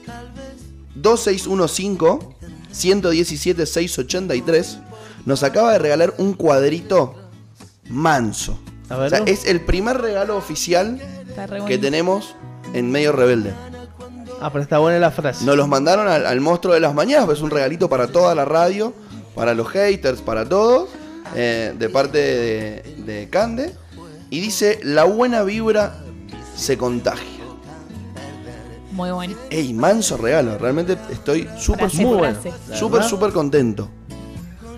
2615-117-683 nos acaba de regalar un cuadrito manso. A ver, O sea, ¿no? es el primer regalo oficial está re que bonito. tenemos en Medio Rebelde. Ah, pero está buena la frase. Nos los mandaron al, al monstruo de las mañanas, pues es un regalito para toda la radio, para los haters, para todos, eh, de parte de, de Cande. Y dice, la buena vibra se contagia. Muy bueno. Ey, manso regalo, realmente estoy súper, Frase, muy frase. bueno. La Súper, verdad. súper contento.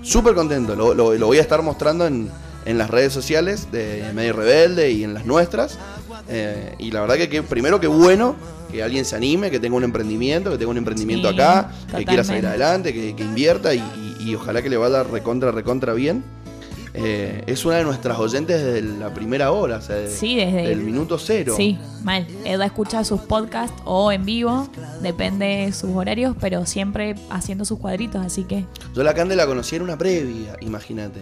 Súper contento. Lo, lo- lo voy a estar mostrando en, en las redes sociales de Medio Rebelde y en las nuestras. Eh, y la verdad que, que primero que bueno que alguien se anime, que tenga un emprendimiento, que tenga un emprendimiento Sí, acá, que quiera salir totalmente. adelante, que, que invierta y, y- y ojalá que le vaya recontra, recontra bien. Eh, es una de nuestras oyentes desde la primera hora, o sea, de- Sí, desde del minuto cero. Sí, mal. Eda escucha sus podcasts o en vivo, depende de sus horarios, pero siempre haciendo sus cuadritos, así que Yo la Cande la conocí en una previa, imagínate.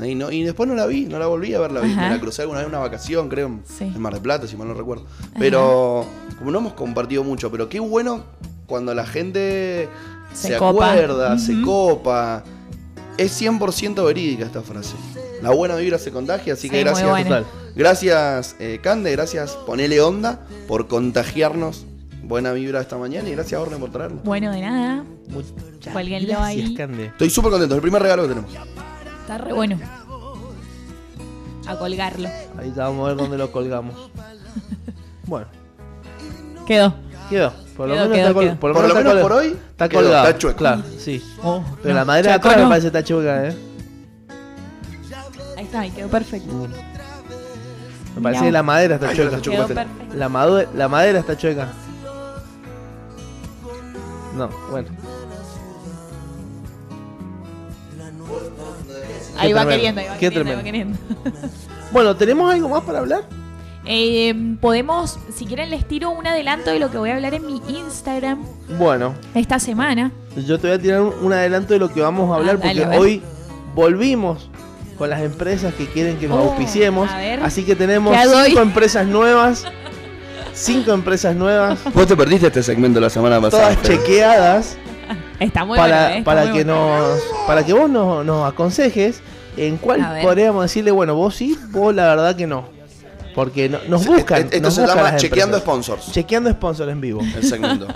Ahí no- y después no la vi, no la volví a ver la vi. Ajá. Me la crucé alguna vez en una vacación, creo, en- Sí. en Mar del Plata, si mal no recuerdo. Pero como no hemos compartido mucho, pero qué bueno cuando la gente se, Se copa. acuerda, se Ujú. copa. Es 100% verídica esta frase. La buena vibra se contagia, así que Sí, muy gracias. buena. Total. Gracias, eh, Cande, gracias Ponele Onda por contagiarnos buena vibra esta mañana y gracias, Orne, por traerlo. bueno, de nada. Muchas Cuélguenlo gracias, ahí. Cande. Estoy súper contento, es el primer regalo que tenemos. Está re bueno. A colgarlo. Ahí ya vamos a ver dónde lo [laughs] colgamos. Bueno, Quedó. quedó. Por lo Quedó, menos, quedó, está col- quedó. Por lo está menos col- por hoy, Está quedó, colgado. está chueco. Claro, sí. Oh, Pero no, la madera de chacón, atrás me no. parece está chueca, ¿eh? Ahí está, ahí quedó perfecto. Me parece Mirá. que la madera está Ay, ahora chueca. está Quedó Chocolate. perfecto. La, madu- la madera está chueca. No, bueno. Ahí va tremendo, queriendo, ahí va qué queriendo, ahí va tremendo. queriendo. Bueno, ¿tenemos algo más para hablar? Eh, podemos, si quieren, les tiro un adelanto de lo que voy a hablar en mi Instagram Bueno, esta semana. yo te voy a tirar un, un adelanto de lo que vamos a hablar Ah, dale, porque a ver. hoy volvimos con las empresas que quieren que nos Oh, auspiciemos. a ver. Así que tenemos ¿Qué hago hoy? cinco empresas nuevas. Cinco empresas nuevas, Vos te perdiste este segmento la semana pasada. todas chequeadas Está muy para, bueno, eh, está para muy que bueno. nos para que vos nos, nos aconsejes en A cuál ver. podríamos decirle, bueno, vos sí, vos la verdad que no. Porque no- nos Sí, buscan. Esto nos se buscan llama las Chequeando empresas. Sponsors. Chequeando sponsors en vivo. el [laughs] segmento.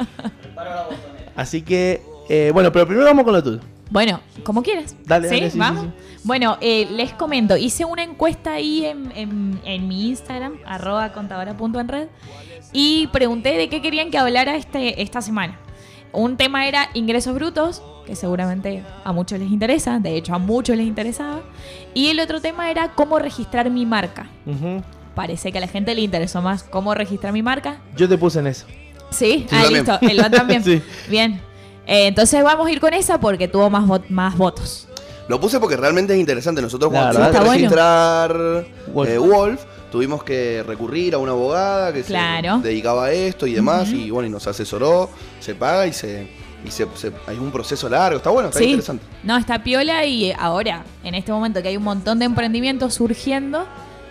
Paro la botonera. Así que, eh, bueno, pero primero vamos con lo tuyo. Bueno, como quieras. Dale, ¿Sí? dale, sí, ¿Vamos? sí, Bueno, eh, les comento, hice una encuesta ahí en, en- en mi Instagram, arroba contadora.enred, y pregunté de qué querían que hablara este, esta semana. Un tema era ingresos brutos, que seguramente a muchos les interesa, de hecho a muchos les interesaba, y el otro tema era cómo registrar mi marca. Ujú. Parece que a la gente le interesó más cómo registrar mi marca, Yo te puse en eso. Sí, Sí, ah, también. listo, el van también. Sí. Bien. Eh, entonces vamos a ir con esa porque tuvo más, vo- más votos. Lo puse porque realmente es interesante. Nosotros La cuando verdad. tuvimos que Está registrar eh, Wolf. Wolf. tuvimos que recurrir a una abogada que Claro. se dedicaba a esto y demás. Y bueno, y nos asesoró, se paga y se. Y se, se- hay un proceso largo, está bueno, está sí. interesante. No, está piola y eh, ahora, en este momento que hay un montón de emprendimientos surgiendo,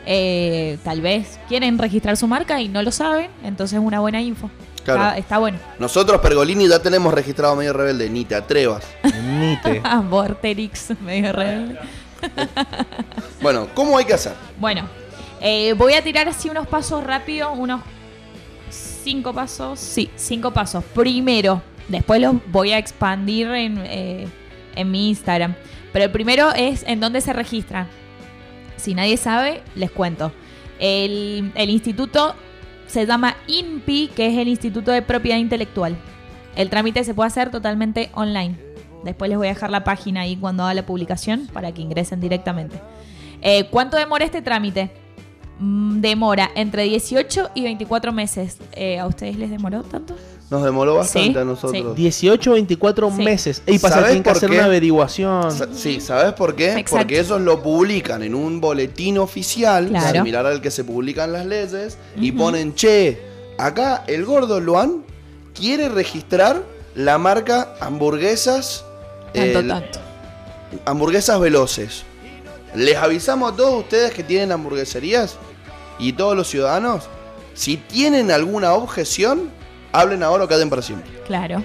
eh, tal vez quieren registrar su marca y no lo saben, entonces es una buena info. Claro. Está, está bueno. [laughs] Nosotros, Pergolini, ya tenemos registrado Medio Rebelde, ni te [laughs] atrevas. Nite. Ah, Vorterix, [laughs] medio rebelde. Bueno, ¿cómo hay que hacer? Bueno, eh, voy a tirar así unos pasos rápidos, unos cinco pasos. Sí, cinco pasos. Primero, después los voy a expandir en, eh, en mi Instagram. Pero el primero es en dónde se registran. Si nadie sabe, les cuento. El, el instituto se llama INPI, que es el Instituto de Propiedad Intelectual. El trámite se puede hacer totalmente online. Después les voy a dejar la página ahí cuando haga la publicación para que ingresen directamente. Eh, ¿Cuánto demora este trámite? Mm, Demora entre 18 y 24 meses. Eh, ¿A ustedes les demoró tanto? Nos demoró bastante Sí, a nosotros. 18, 24 Sí. meses. Y pasa, ¿Sabés tienen que por hacer qué? una averiguación. Sa- Sí, ¿sabes por qué? Exacto. Porque ellos lo publican en un boletín oficial, Claro. similar al que se publican las leyes, y ponen, che, acá el gordo Luan quiere registrar la marca hamburguesas, Tanto, el- tanto. hamburguesas veloces. Les avisamos a todos ustedes que tienen hamburgueserías y todos los ciudadanos, si tienen alguna objeción, hablen ahora o queden para siempre. Claro.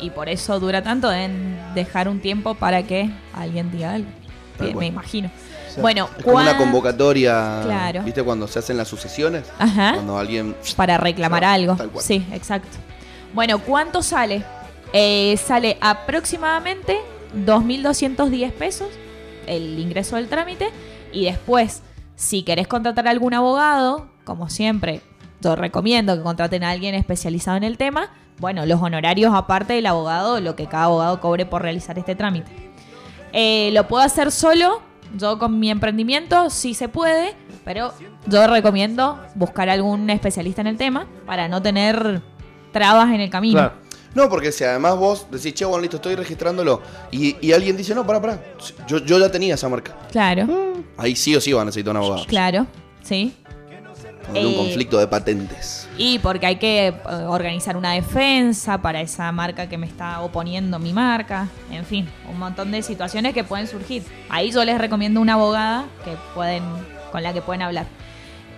Y por eso dura tanto, deben dejar un tiempo para que alguien diga algo. Tal Eh, cual. Me imagino. O sea, bueno, es como una ¿cuán- convocatoria, Claro. ¿Ah? ¿viste? Cuando se hacen las sucesiones, Ajá. cuando alguien para reclamar Claro, algo. tal cual. Sí, exacto. Bueno, ¿cuánto sale? Eh, sale aproximadamente 2.210 pesos el ingreso del trámite y después, si querés contratar a algún abogado, como siempre, yo recomiendo que contraten a alguien especializado en el tema, bueno, los honorarios aparte del abogado, lo que cada abogado cobre por realizar este trámite. Eh, lo puedo hacer solo, yo con mi emprendimiento, sí se puede, pero yo recomiendo buscar algún especialista en el tema para no tener trabas en el camino. Claro. No, porque si además vos decís, che, bueno, listo, estoy registrándolo. Y, y alguien dice, no, pará, pará. Yo, yo ya tenía esa marca. Claro, Ahí sí o sí van a necesitar un abogado. claro, sí. De un Eh. conflicto de patentes. Y porque hay que eh, organizar una defensa para esa marca que me está oponiendo mi marca. En fin, un montón de situaciones que pueden surgir. Ahí yo les recomiendo una abogada que pueden, con la que pueden hablar.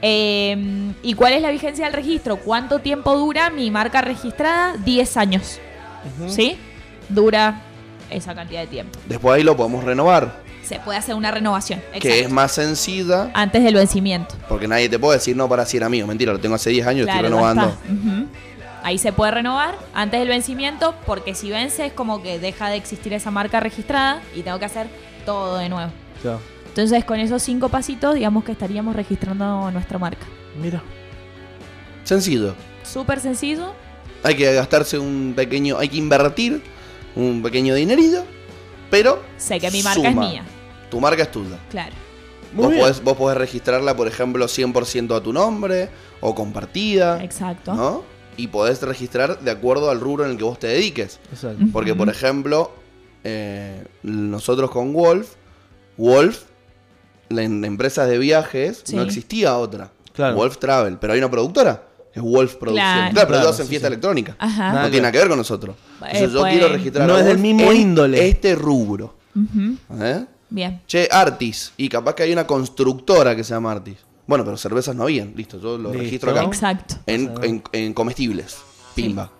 Eh, ¿Y cuál es la vigencia del registro? ¿Cuánto tiempo dura mi marca registrada? 10 años. ¿Sí? Dura esa cantidad de tiempo. Después ahí lo podemos renovar, Se puede hacer una renovación. que es exacto, más sencilla, Antes del vencimiento. porque nadie te puede decir, no, para si era mío. Mentira, lo tengo hace 10 años, estoy Claro, renovando. ya está. Ujú. Ahí se puede renovar antes del vencimiento, porque si vence es como que deja de existir esa marca registrada y tengo que hacer todo de nuevo. Chao. Entonces, con esos cinco pasitos, digamos que estaríamos registrando nuestra marca. Mira. Sencillo. Súper sencillo. Hay que gastarse un pequeño, hay que invertir un pequeño dinerito, pero Sé que mi marca Suma. es mía. tu marca es tuya. Claro. Muy Vos bien. podés, vos podés registrarla, por ejemplo, 100% a tu nombre o compartida. Exacto. ¿no? Y podés registrar de acuerdo al rubro en el que vos te dediques. Exacto. Porque, por ejemplo, eh, nosotros con Wolf Wolf, la- en empresas de viajes, Sí. no existía otra. Claro. Wolf Travel, pero hay una productora. Es Wolf Producción. Claro. Claro, pero Claro, todos en sí, fiesta sí. electrónica. Ajá. No Nada que tiene nada que ver con nosotros. Entonces, yo pues. quiero registrar No a es del Wolf mismo en índole. Este rubro. Ujú, ¿eh? Bien. Che, Artis. Y capaz que hay una constructora que se llama Artis. Bueno, pero cervezas no habían. Listo, yo lo Listo. registro acá. Exacto. En, en- en comestibles. Pimba.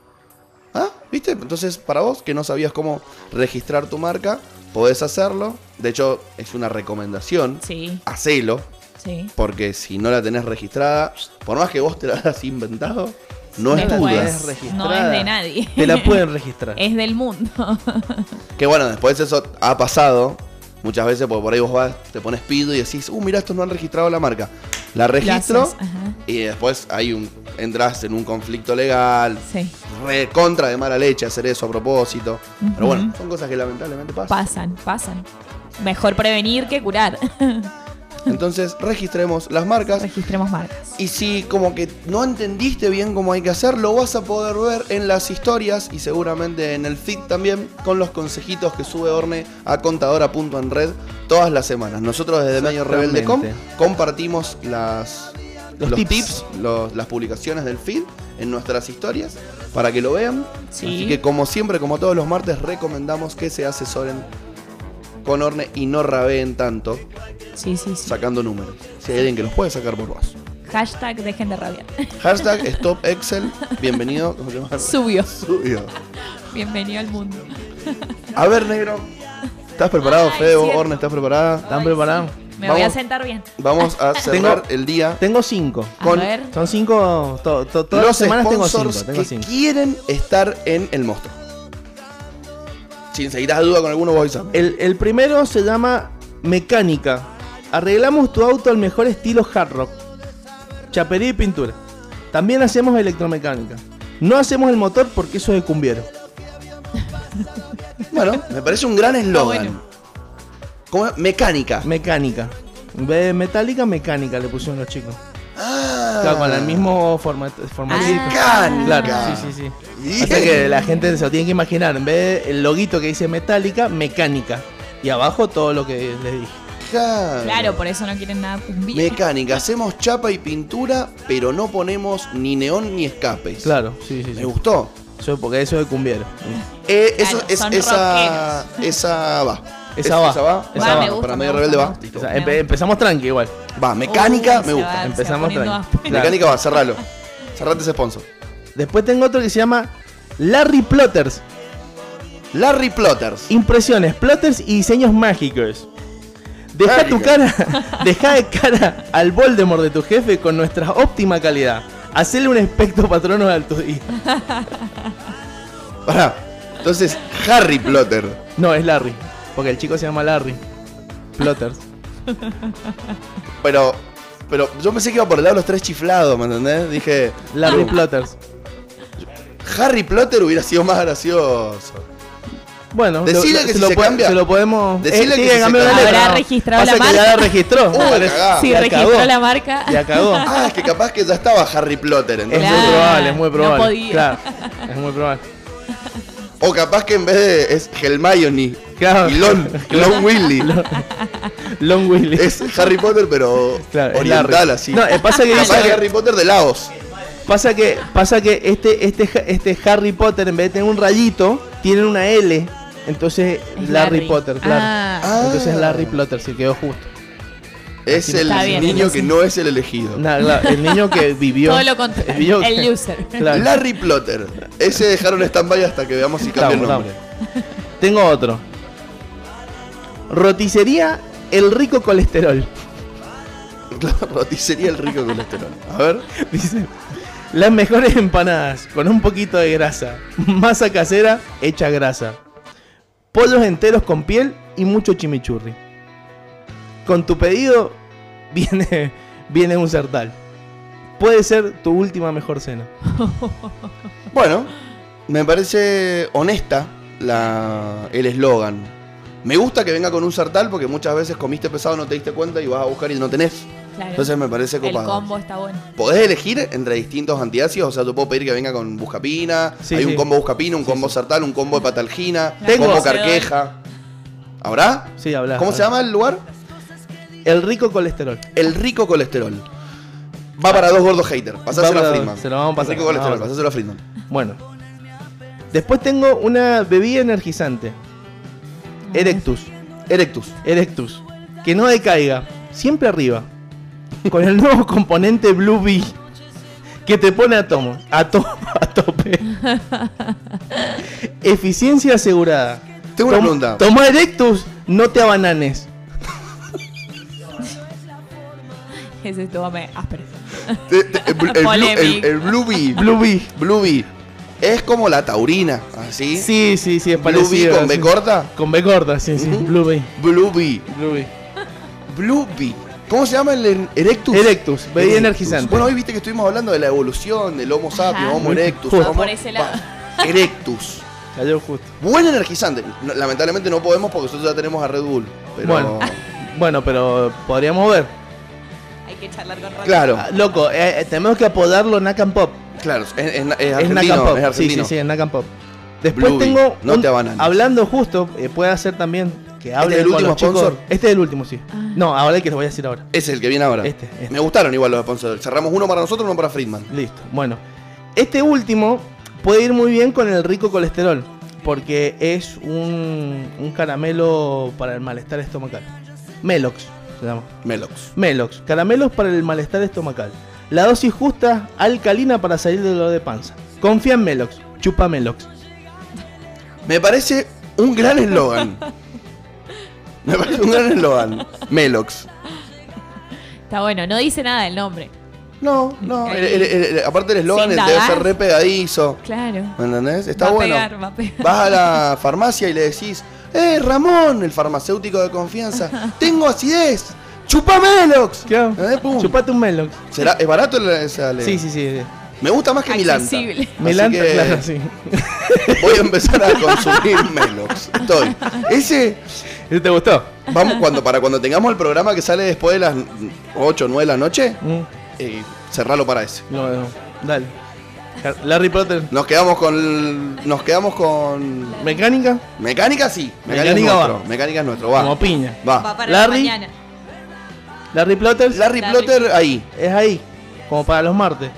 ¿Ah? ¿Viste? Entonces, para vos que no sabías cómo registrar tu marca, podés hacerlo. De hecho, es una recomendación. Sí, Hacelo, sí. porque si no la tenés registrada, por más que vos te la hayas inventado, no es Después, tuya. puedes. Es No registrada. es de nadie. Te la pueden registrar. [laughs] es del mundo. [laughs] Que bueno, después eso ha pasado. Muchas veces, porque por ahí vos vas, te pones pido y decís, uh, mira, estos no han registrado la marca. La registro Lo haces, ajá. y después hay un, entras en un conflicto legal, Sí. re contra de mala leche hacer eso a propósito. Pero bueno, Ujú. son cosas que lamentablemente pasan. Pasan, pasan. Mejor prevenir que curar. Entonces, registremos las marcas. Registremos marcas. Y si como que no entendiste bien cómo hay que hacerlo, vas a poder ver en las historias y seguramente en el feed también con los consejitos que sube Orne a contadora.enred todas las semanas. Nosotros desde Medio Rebelde Com Exactamente. compartimos las, los, Los tips, tips. los- las publicaciones del feed en nuestras historias para que lo vean. Sí. Así que como siempre, como todos los martes, recomendamos que se asesoren con Orne y no rabeen tanto Sí, sí, sí. sacando números. Si hay alguien que los puede sacar por vos. Hashtag dejen de rabiar. [laughs] Hashtag Stop Excel. Bienvenido. ¿Cómo se llama? Subió. Subido. Bienvenido al mundo. A ver, negro. ¿Estás preparado, Ay, Fede? ¿Vos, cierto. Orne, ¿estás preparada? ¿Están Ay, preparados? sí. Me voy a Vamos. sentar bien. Vamos a cerrar el día Tengo cinco. A Con- ver. Son cinco. to- to- todas los las semanas tengo cinco. sponsors Tengo que cinco. quieren estar en el monstruo. Sin seguirás duda con alguno, vos avisame. El, el primero se llama Mecánica. Arreglamos tu auto al mejor estilo hard rock. Chapería y pintura. También hacemos electromecánica. No hacemos el motor porque eso es de cumbiero. Bueno, me parece un Ah, gran eslogan. bueno. ¿Cómo es? Mecánica. Mecánica. En vez de metálica, mecánica le pusieron los chicos. Ah. Claro, con el mismo formato. formato. Mecánica. Claro, sí, sí, sí. Bien. O sea que la gente se lo tiene que imaginar. En vez del loguito que dice metálica, mecánica. Y abajo todo lo que les dije. Claro. Claro, por eso no quieren nada cumbido. Mecánica. Hacemos chapa y pintura, pero no ponemos ni neón ni escapes. Claro, sí, sí, Me sí. gustó. Eso es porque eso es de cumbiero. Eh, eso, Claro, es, son esa, esa va. Esa va. Esa va. Esa va, me gusta, Para me medio gusta, rebelde me va. gusta. Listo. O sea, empe- empezamos tranqui igual. Va, mecánica Uy, me se gusta. va, Ah, se va Empezamos poniendo tranqui. áspero. Claro. Mecánica va, cerralo. Cerrate ese sponsor. Después tengo otro que se llama Larry Plotters. Larry Plotters. Impresiones, plotters y diseños mágicos. Deja tu cara, [laughs] deja de cara al Voldemort de tu jefe con nuestra óptima calidad. Hacele un espectro patrono al tu hijo. Pará. Entonces, Harry Plotter. No, es Larry. Porque el chico se llama Larry. Plotters. Pero. Pero yo pensé que iba por el lado de los tres chiflados, ¿me entendés? Dije. Larry Ah. Plotters. Harry Plotter hubiera sido más gracioso. Bueno, Decile que si se po- cambia. se lo podemos. Eh, Decile tiene que si cambiar se la cambia. letra, Habrá ¿no? registrado Pasa la que ya marca. la registró. Uh, cagá. Si Ya registró cagó. [laughs] la marca. [laughs] Ya cagó. Ah, es que capaz que ya estaba Harry Plotter, Es entonces. Claro, muy probable, es muy no probable. podía. Claro, es muy probable. O capaz que en vez de. Es Hermione. Claro. Y Lon. Lon Willy. Long Willy. Es Harry Potter, pero Claro, es oriental, Larry. así. No, eh, pasa que [laughs] Capaz dice- que Harry Potter de Laos. Pasa que, pasa que este, este, Ha- este Harry Potter, en vez de tener un rayito, tiene una L. Entonces, Es Larry, Potter, claro. Ah, Ah. Entonces, Larry Plotter, se quedó justo. Es el Está bien, niño entonces. que no es el elegido. Nada, claro, el niño [laughs] que vivió. todo lo El, niño contrario. que- El user. claro. Larry Plotter. Ese dejaron stand-by hasta que veamos si cambia el Vamos, nombre. vamos. Tengo otro. Roticería El Rico Colesterol. [laughs] [laughs] Roticería el rico colesterol. A ver. Dice, las mejores empanadas con un poquito de grasa, masa casera hecha grasa, pollos enteros con piel y mucho chimichurri. Con tu pedido [laughs] viene, viene un sartal. Puede ser tu última mejor cena. Bueno, me parece honesta la, el eslogan. Me gusta que venga con un sartal porque muchas veces comiste pesado, no te diste cuenta y vas a buscar y no tenés. Claro. Entonces me parece el copado. combo está bueno. Podés elegir entre distintos antiácidos, o sea, yo puedo pedir que venga con buscapina, Sí, hay un sí. combo buscapina, un combo sartal, un combo de patalgina, Tengo- combo carqueja. ¿Habrá? Sí, habla. ¿Cómo se llama el lugar? El rico colesterol. El rico colesterol. Va para dos gordos haters. Pasáselo para- a Friedman. se lo vamos a pasar, El rico se lo colesterol, vamos a pasar. pasáselo a Friedman. Bueno. Después tengo una bebida energizante. Erectus. Erectus. Erectus. Que no decaiga. Siempre arriba. Con el nuevo componente Blue Bee. Que te pone a tomo. A, to- a [laughs] tope. Eficiencia asegurada. Tengo una Tom- pregunta. Toma Erectus, no te abananes. Ese estuvo me- áspero. Te- te- El, blu- el blu- el- el Blue Bee. Blue Bee. Blue Bee. Es como la taurina. Así. Sí, sí, sí, es Blue Bee parecido. con sí. B corta. Con B corta, sí, sí. Ujú. Blue Bee. Blue Bee. Blue Bee. Blue Bee. ¿Cómo se llama el er- Erectus? Erectus, bebida Erectus. energizante. Bueno, hoy viste que estuvimos hablando de la evolución, del Homo sapiens, Ajá. Homo erectus. Justo. Homo- Por ese lado. Va, Erectus. Cayó justo. Buen energizante. No, lamentablemente no podemos porque nosotros ya tenemos a Red Bull. Pero. [laughs] Bueno. Bueno, pero podríamos ver. Hay que charlar con Ron. Claro, Ah, Loco, eh, eh, tenemos que apodarlo Nakan Pop. claro. Es, es- es Es argentino. Nakan Pop. es sí, sí, argentino. sí, es Nakan Pop. Después Bluey, tengo. no te abananes. Hablando justo, eh, puede hacer también que hable es el con los último chicos. sponsor? Este es el último, sí. Ah. No, ahora el que les voy a decir ahora. Ese es el que viene ahora. Este, este. Me gustaron igual los sponsors. Cerramos uno para nosotros, uno para Friedman. Listo. Bueno, este último puede ir muy bien con el rico colesterol. Porque es un, un caramelo para el malestar estomacal. Melox se llama. Melox. Melox, caramelos para el malestar estomacal. La dosis justa, alcalina para salir del dolor de panza. Confía en Melox, chupa Melox. Me parece un gran eslogan. Me parece un gran eslogan. Melox. Está bueno, no dice nada el nombre. No, no. Ok. el- el- el- el- aparte el eslogan Sin debe ser dagar. re pegadizo. Claro. ¿Me entendés? Está va bueno. a pegar, va a pegar. Vas a la farmacia y le decís, ¡Eh, Ramón! El farmacéutico de [laughs] confianza. ¡Tengo acidez! ¡Chupa Melox! Claro. ¿Entendés? Eh, Pum. Chupate un Melox. ¿Será, ¿Es barato la- esa le- Sí, sí, sí. sí. Me gusta más que Milanta. Accesible. Así Melanta, que claro, sí. Voy a empezar a consumir Melox. Estoy. Ese, ¿Ese ¿Te gustó? vamos cuando para cuando tengamos el programa que sale después de las 8 o 9 de la noche, Mm, eh, cerralo para ese. no, no, dale. Car- Larry Potter. Nos quedamos con. Nos quedamos con. Mecánica, Mecánica sí. Mecánica, es Mecánica va. nuestro. Mecánica es nuestro. Va. como piña. Va Va. para la Larry. mañana. Larry Plotter Larry Larry. Plotter ahí. es ahí, como para los martes.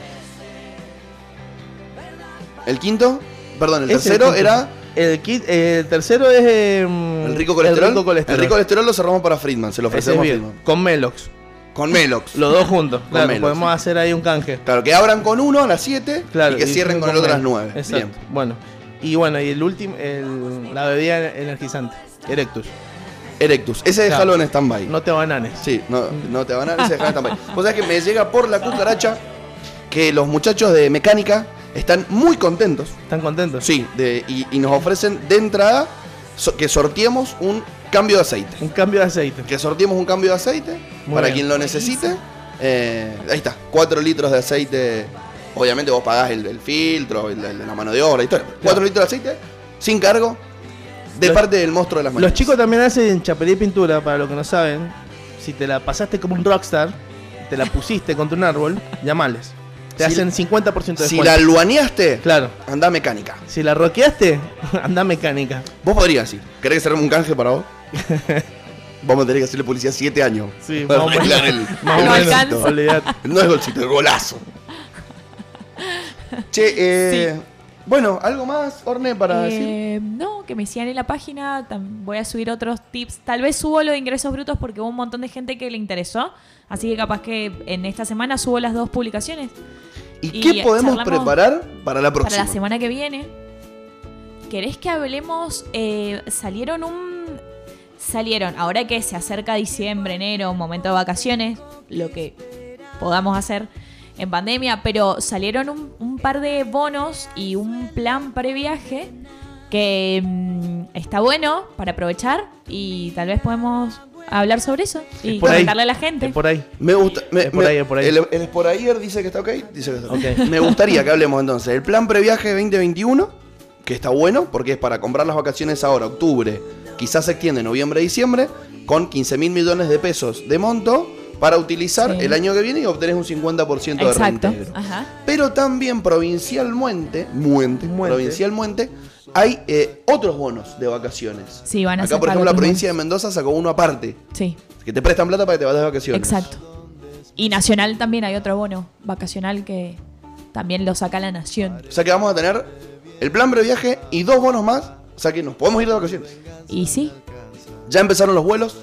El quinto. Perdón, el Ese es tercero quinto. era. El, kit- eh, el tercero es. em, El rico colesterol. El rico colesterol. El rico colesterol lo cerramos para Friedman. Se lo Ese es ofrecemos a bien, Friedman. Con Melox. Con Melox. Los dos juntos. Claro, Melox, podemos sí. hacer ahí un canje. Claro, que abran con uno a las 7 Claro, y que cierren con el otro a las 9. Exacto. Bueno. Y bueno, y el último, el- la bebida energizante, Erectus. Erectus. Ese Claro. déjalo en stand-by. No te bananes. Sí, no, no te van a dar ese déjalo en stand-by. Vos sabés que me llega por la cucaracha que los muchachos de mecánica están muy contentos. ¿Están contentos? Sí, de- y, y nos ofrecen de entrada so- que sorteemos un cambio de aceite. Un cambio de aceite. Que sorteemos un cambio de aceite Muy para bien. quien lo necesite. Eh, ahí está, 4 litros de aceite. Obviamente vos pagás el, el filtro, el- el- la mano de obra, la historia. 4 litros de aceite sin cargo de Los- parte del monstruo de las mañanas. Los chicos también hacen chapelé y pintura, para los que no saben. Si te la pasaste como un rockstar, te la pusiste contra un árbol, llamales. Te Si- hacen 50% de Si descuento. la luaneaste, Claro. andá a mecánica. Si la roqueaste, [laughs] anda mecánica. Vos podrías, sí. ¿Querés que cerremos un canje para vos? Vamos a tener que hacerle policía 7 años. Sí, para más o arreglar [laughs] menos. el- Más el o menos. golcito. No. Olvidate. No es golcito, es golazo. Che, eh, bueno, ¿algo más, Orne, para decir? Eh, no, que me sigan en la página. tam- Voy a subir otros tips. Tal vez subo lo de ingresos brutos porque hubo un montón de gente que le interesó. Así que capaz que en esta semana subo las dos publicaciones. ¿Y, y qué podemos charlamos preparar para la próxima? Para la semana que viene. ¿Querés que hablemos? eh, salieron un. Salieron, ahora que se acerca diciembre, enero, un momento de vacaciones, lo que podamos hacer en pandemia, pero salieron un, un par de bonos y un plan previaje que mm, está bueno para aprovechar y tal vez podemos hablar sobre eso y por ahí. comentarle a la gente. Es por ahí. Me gusta. me- Es por me- ahí, es por ahí. El, el es por ahí él dice que está ok. Dice que está [laughs] Ok. Me gustaría que hablemos entonces. El plan previaje 2021, que está bueno, porque es para comprar las vacaciones ahora, octubre, quizás se extiende noviembre, diciembre, con 15 mil millones de pesos de monto para utilizar Sí. el año que viene y obtenés un 50% de Exacto. reintegro. Ajá. Pero también Provincial Muente, Muente, Muente. Provincial Muente, hay eh, otros bonos de vacaciones. Sí, van a Acá, ser por para ejemplo, la otros provincia de Mendoza sacó uno aparte, Sí, que te prestan plata para que te vayas de vacaciones. exacto. Y nacional también hay otro bono vacacional que también lo saca la nación. O sea que vamos a tener el plan previaje y dos bonos más. O sea que nos podemos ir de vacaciones. Y sí, Ya empezaron los vuelos,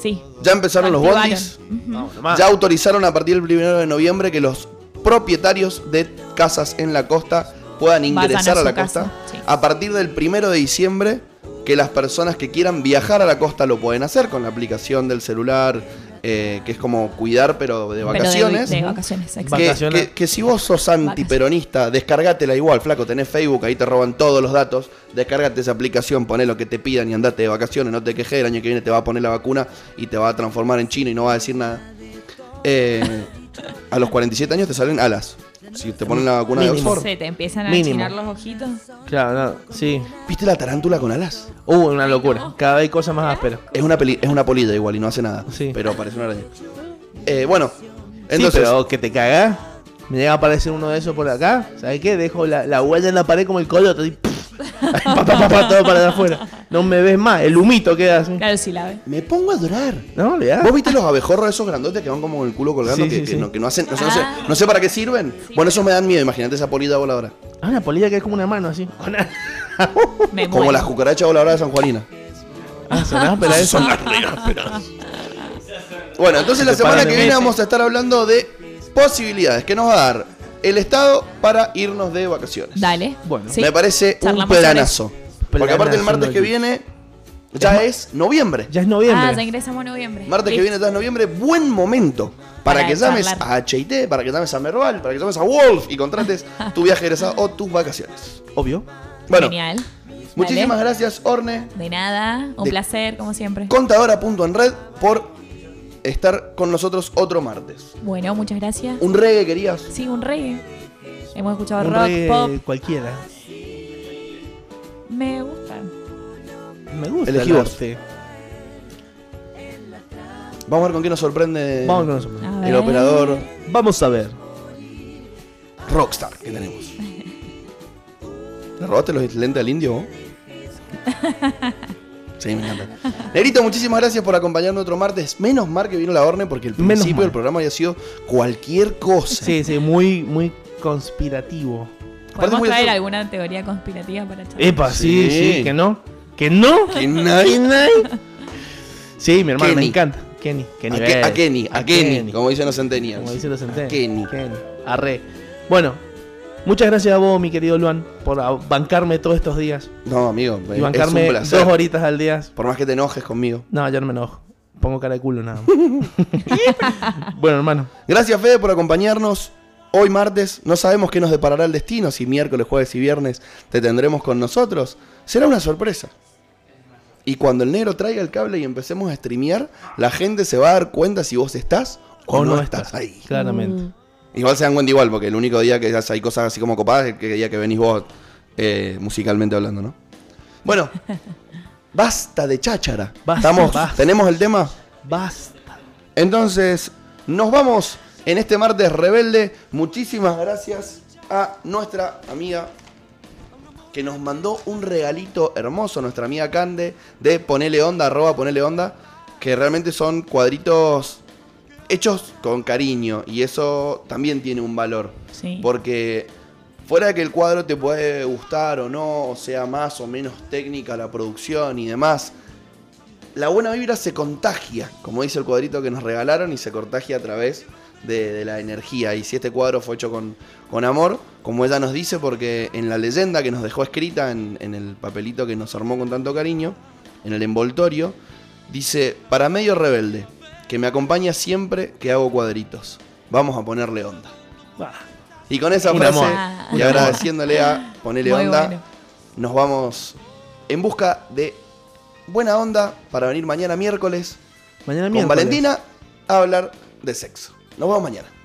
sí. ya empezaron los Activaron. bondis. Vamos nomás. Ya autorizaron a partir del primero de noviembre que los propietarios de casas en la costa puedan Vayan a ingresar a, su la casa, costa. sí. A partir del primero de diciembre, que las personas que quieran viajar a la costa lo pueden hacer con la aplicación del celular, eh, que es como cuidar, pero de Pero de- vacaciones. de, vacaciones, Que- exacto. Va- Vacaciones. Que, que si vos sos antiperonista, descargatela igual, flaco, tenés Facebook, ahí te roban todos los datos, descargate esa aplicación, poné lo que te pidan y andate de vacaciones, no te quejes, el año que viene te va a poner la vacuna y te va a transformar en chino y no va a decir nada. Eh, a los 47 años te salen alas. Si te ponen la vacuna de Mínimo. Oxford. Se te empiezan a Mínimo. chinar los ojitos. Claro, no, sí. ¿Viste la tarántula con alas? Uh, una locura. Cada vez hay cosas más ásperas. Es una, peli- es una polilla igual y no hace nada, Sí. pero parece una araña. Eh, bueno, Entonces, entonces... pero que te cagás. Me llega a aparecer uno de esos por acá. ¿Sabes qué? Dejo la, la huella en la pared como el coyote. así, pff, pa, pa, pa, pa, todo para afuera. No me ves más. El humito queda así. Claro, sí la ve. me pongo a adorar. No, olvidá. ¿Vos viste los abejorros esos grandotes que van como con el culo colgando? Sí, que, sí, que sí. No, que no hacen. No, sé- no sé, Ah. no sé para qué sirven. Bueno, esos me dan miedo. Imagínate esa polilla voladora. Ah, una polilla que es como una mano así. Con- Me Como muero. las cucarachas voladoras de San Juanina. ah, son ásperas eso. Bueno, entonces la Se paran eh. semana en que viene meses. vamos a estar hablando de posibilidades que nos va a dar el Estado para irnos de vacaciones. Dale. Bueno. Sí. Me parece un Charlamos sobre planazo. Porque aparte el Planazo, martes que loco. viene ya es noviembre. Ya es Ah, ya noviembre. ingresamos en noviembre. Martes que Listo. viene ya es noviembre, buen momento para, Para que llames charlar. a HIT, para que llames a Merval, para que llames a Wolf y contrates tu viaje egresado o tus vacaciones. Obvio. Bueno, Genial. muchísimas Dale. gracias, Orne, De nada, un De- placer, como siempre. contadora.enred, por estar con nosotros otro martes. Bueno, muchas gracias. Un reggae querías. Sí, un reggae. Hemos escuchado Un rock, reggae pop. cualquiera. Me gustan. Me gusta Elegí el vos. arte. Vamos a ver con qué nos sorprende Vamos con nosotros. A el ver. operador Vamos a ver. rockstar que tenemos. ¿Le robaste los lentes al indio? vos? Sí, me encanta. Negrito, muchísimas gracias por acompañarnos otro martes. Menos mal que vino la Orne porque el Menos principio mal. del programa había sido [laughs] cualquier cosa. Sí, sí, muy, muy conspirativo. Aparte ¿Podemos voy a traer hacer- alguna teoría conspirativa para charlar? Epa, sí, Sí. sí, que no. Que no. Que nadie- Que nadie. Sí, mi hermano, Kenny. me encanta. Kenny, Kenny. A, Ke- a Bell. Kenny, a, Kenny, como dicen los centenias. Como dicen los centenios. Kenny. Arre. Bueno, muchas gracias a vos, mi querido Luan, por a- bancarme todos estos días. No, amigo, Y es un bancarme placer. dos horitas al día. Por más que te enojes conmigo. No, yo no me enojo. Pongo cara de culo nada más. [laughs] bueno, hermano. Gracias, Fede, por acompañarnos. Hoy martes no sabemos qué nos deparará el destino, si miércoles, jueves y viernes te tendremos con nosotros. Será una sorpresa. Y cuando el negro traiga el cable y empecemos a streamear, la gente se va a dar cuenta si vos estás o, no, estás, ahí. Claramente. Igual se dan cuenta igual, porque el único día que hay cosas así como copadas es el día que venís vos eh, musicalmente hablando, ¿no? Bueno, [laughs] basta de cháchara. Basta, Estamos, basta. ¿Tenemos el tema? Basta. Entonces, nos vamos en este martes rebelde. Muchísimas gracias a nuestra amiga que nos mandó un regalito hermoso, nuestra amiga Cande, de Ponele Onda, arroba Ponele Onda, que realmente son cuadritos hechos con cariño y eso también tiene un valor. Sí. Porque fuera de que el cuadro te puede gustar o no, o sea, más o menos técnica la producción y demás, la buena vibra se contagia, como dice el cuadrito que nos regalaron, y se contagia a través de, de la energía. Y si este cuadro fue hecho con, con amor, como ella nos dice, porque en la leyenda que nos dejó escrita, en, en el papelito que nos armó con tanto cariño, en el envoltorio, dice, para medio rebelde, que me acompaña siempre que hago cuadritos. Vamos a ponerle onda. Bah. Y con esa Un frase, amor. y Un agradeciéndole a Ponele Muy Onda, bueno. nos vamos en busca de buena onda para venir mañana miércoles Mañana con miércoles. Valentina a hablar de sexo. Nos vemos mañana.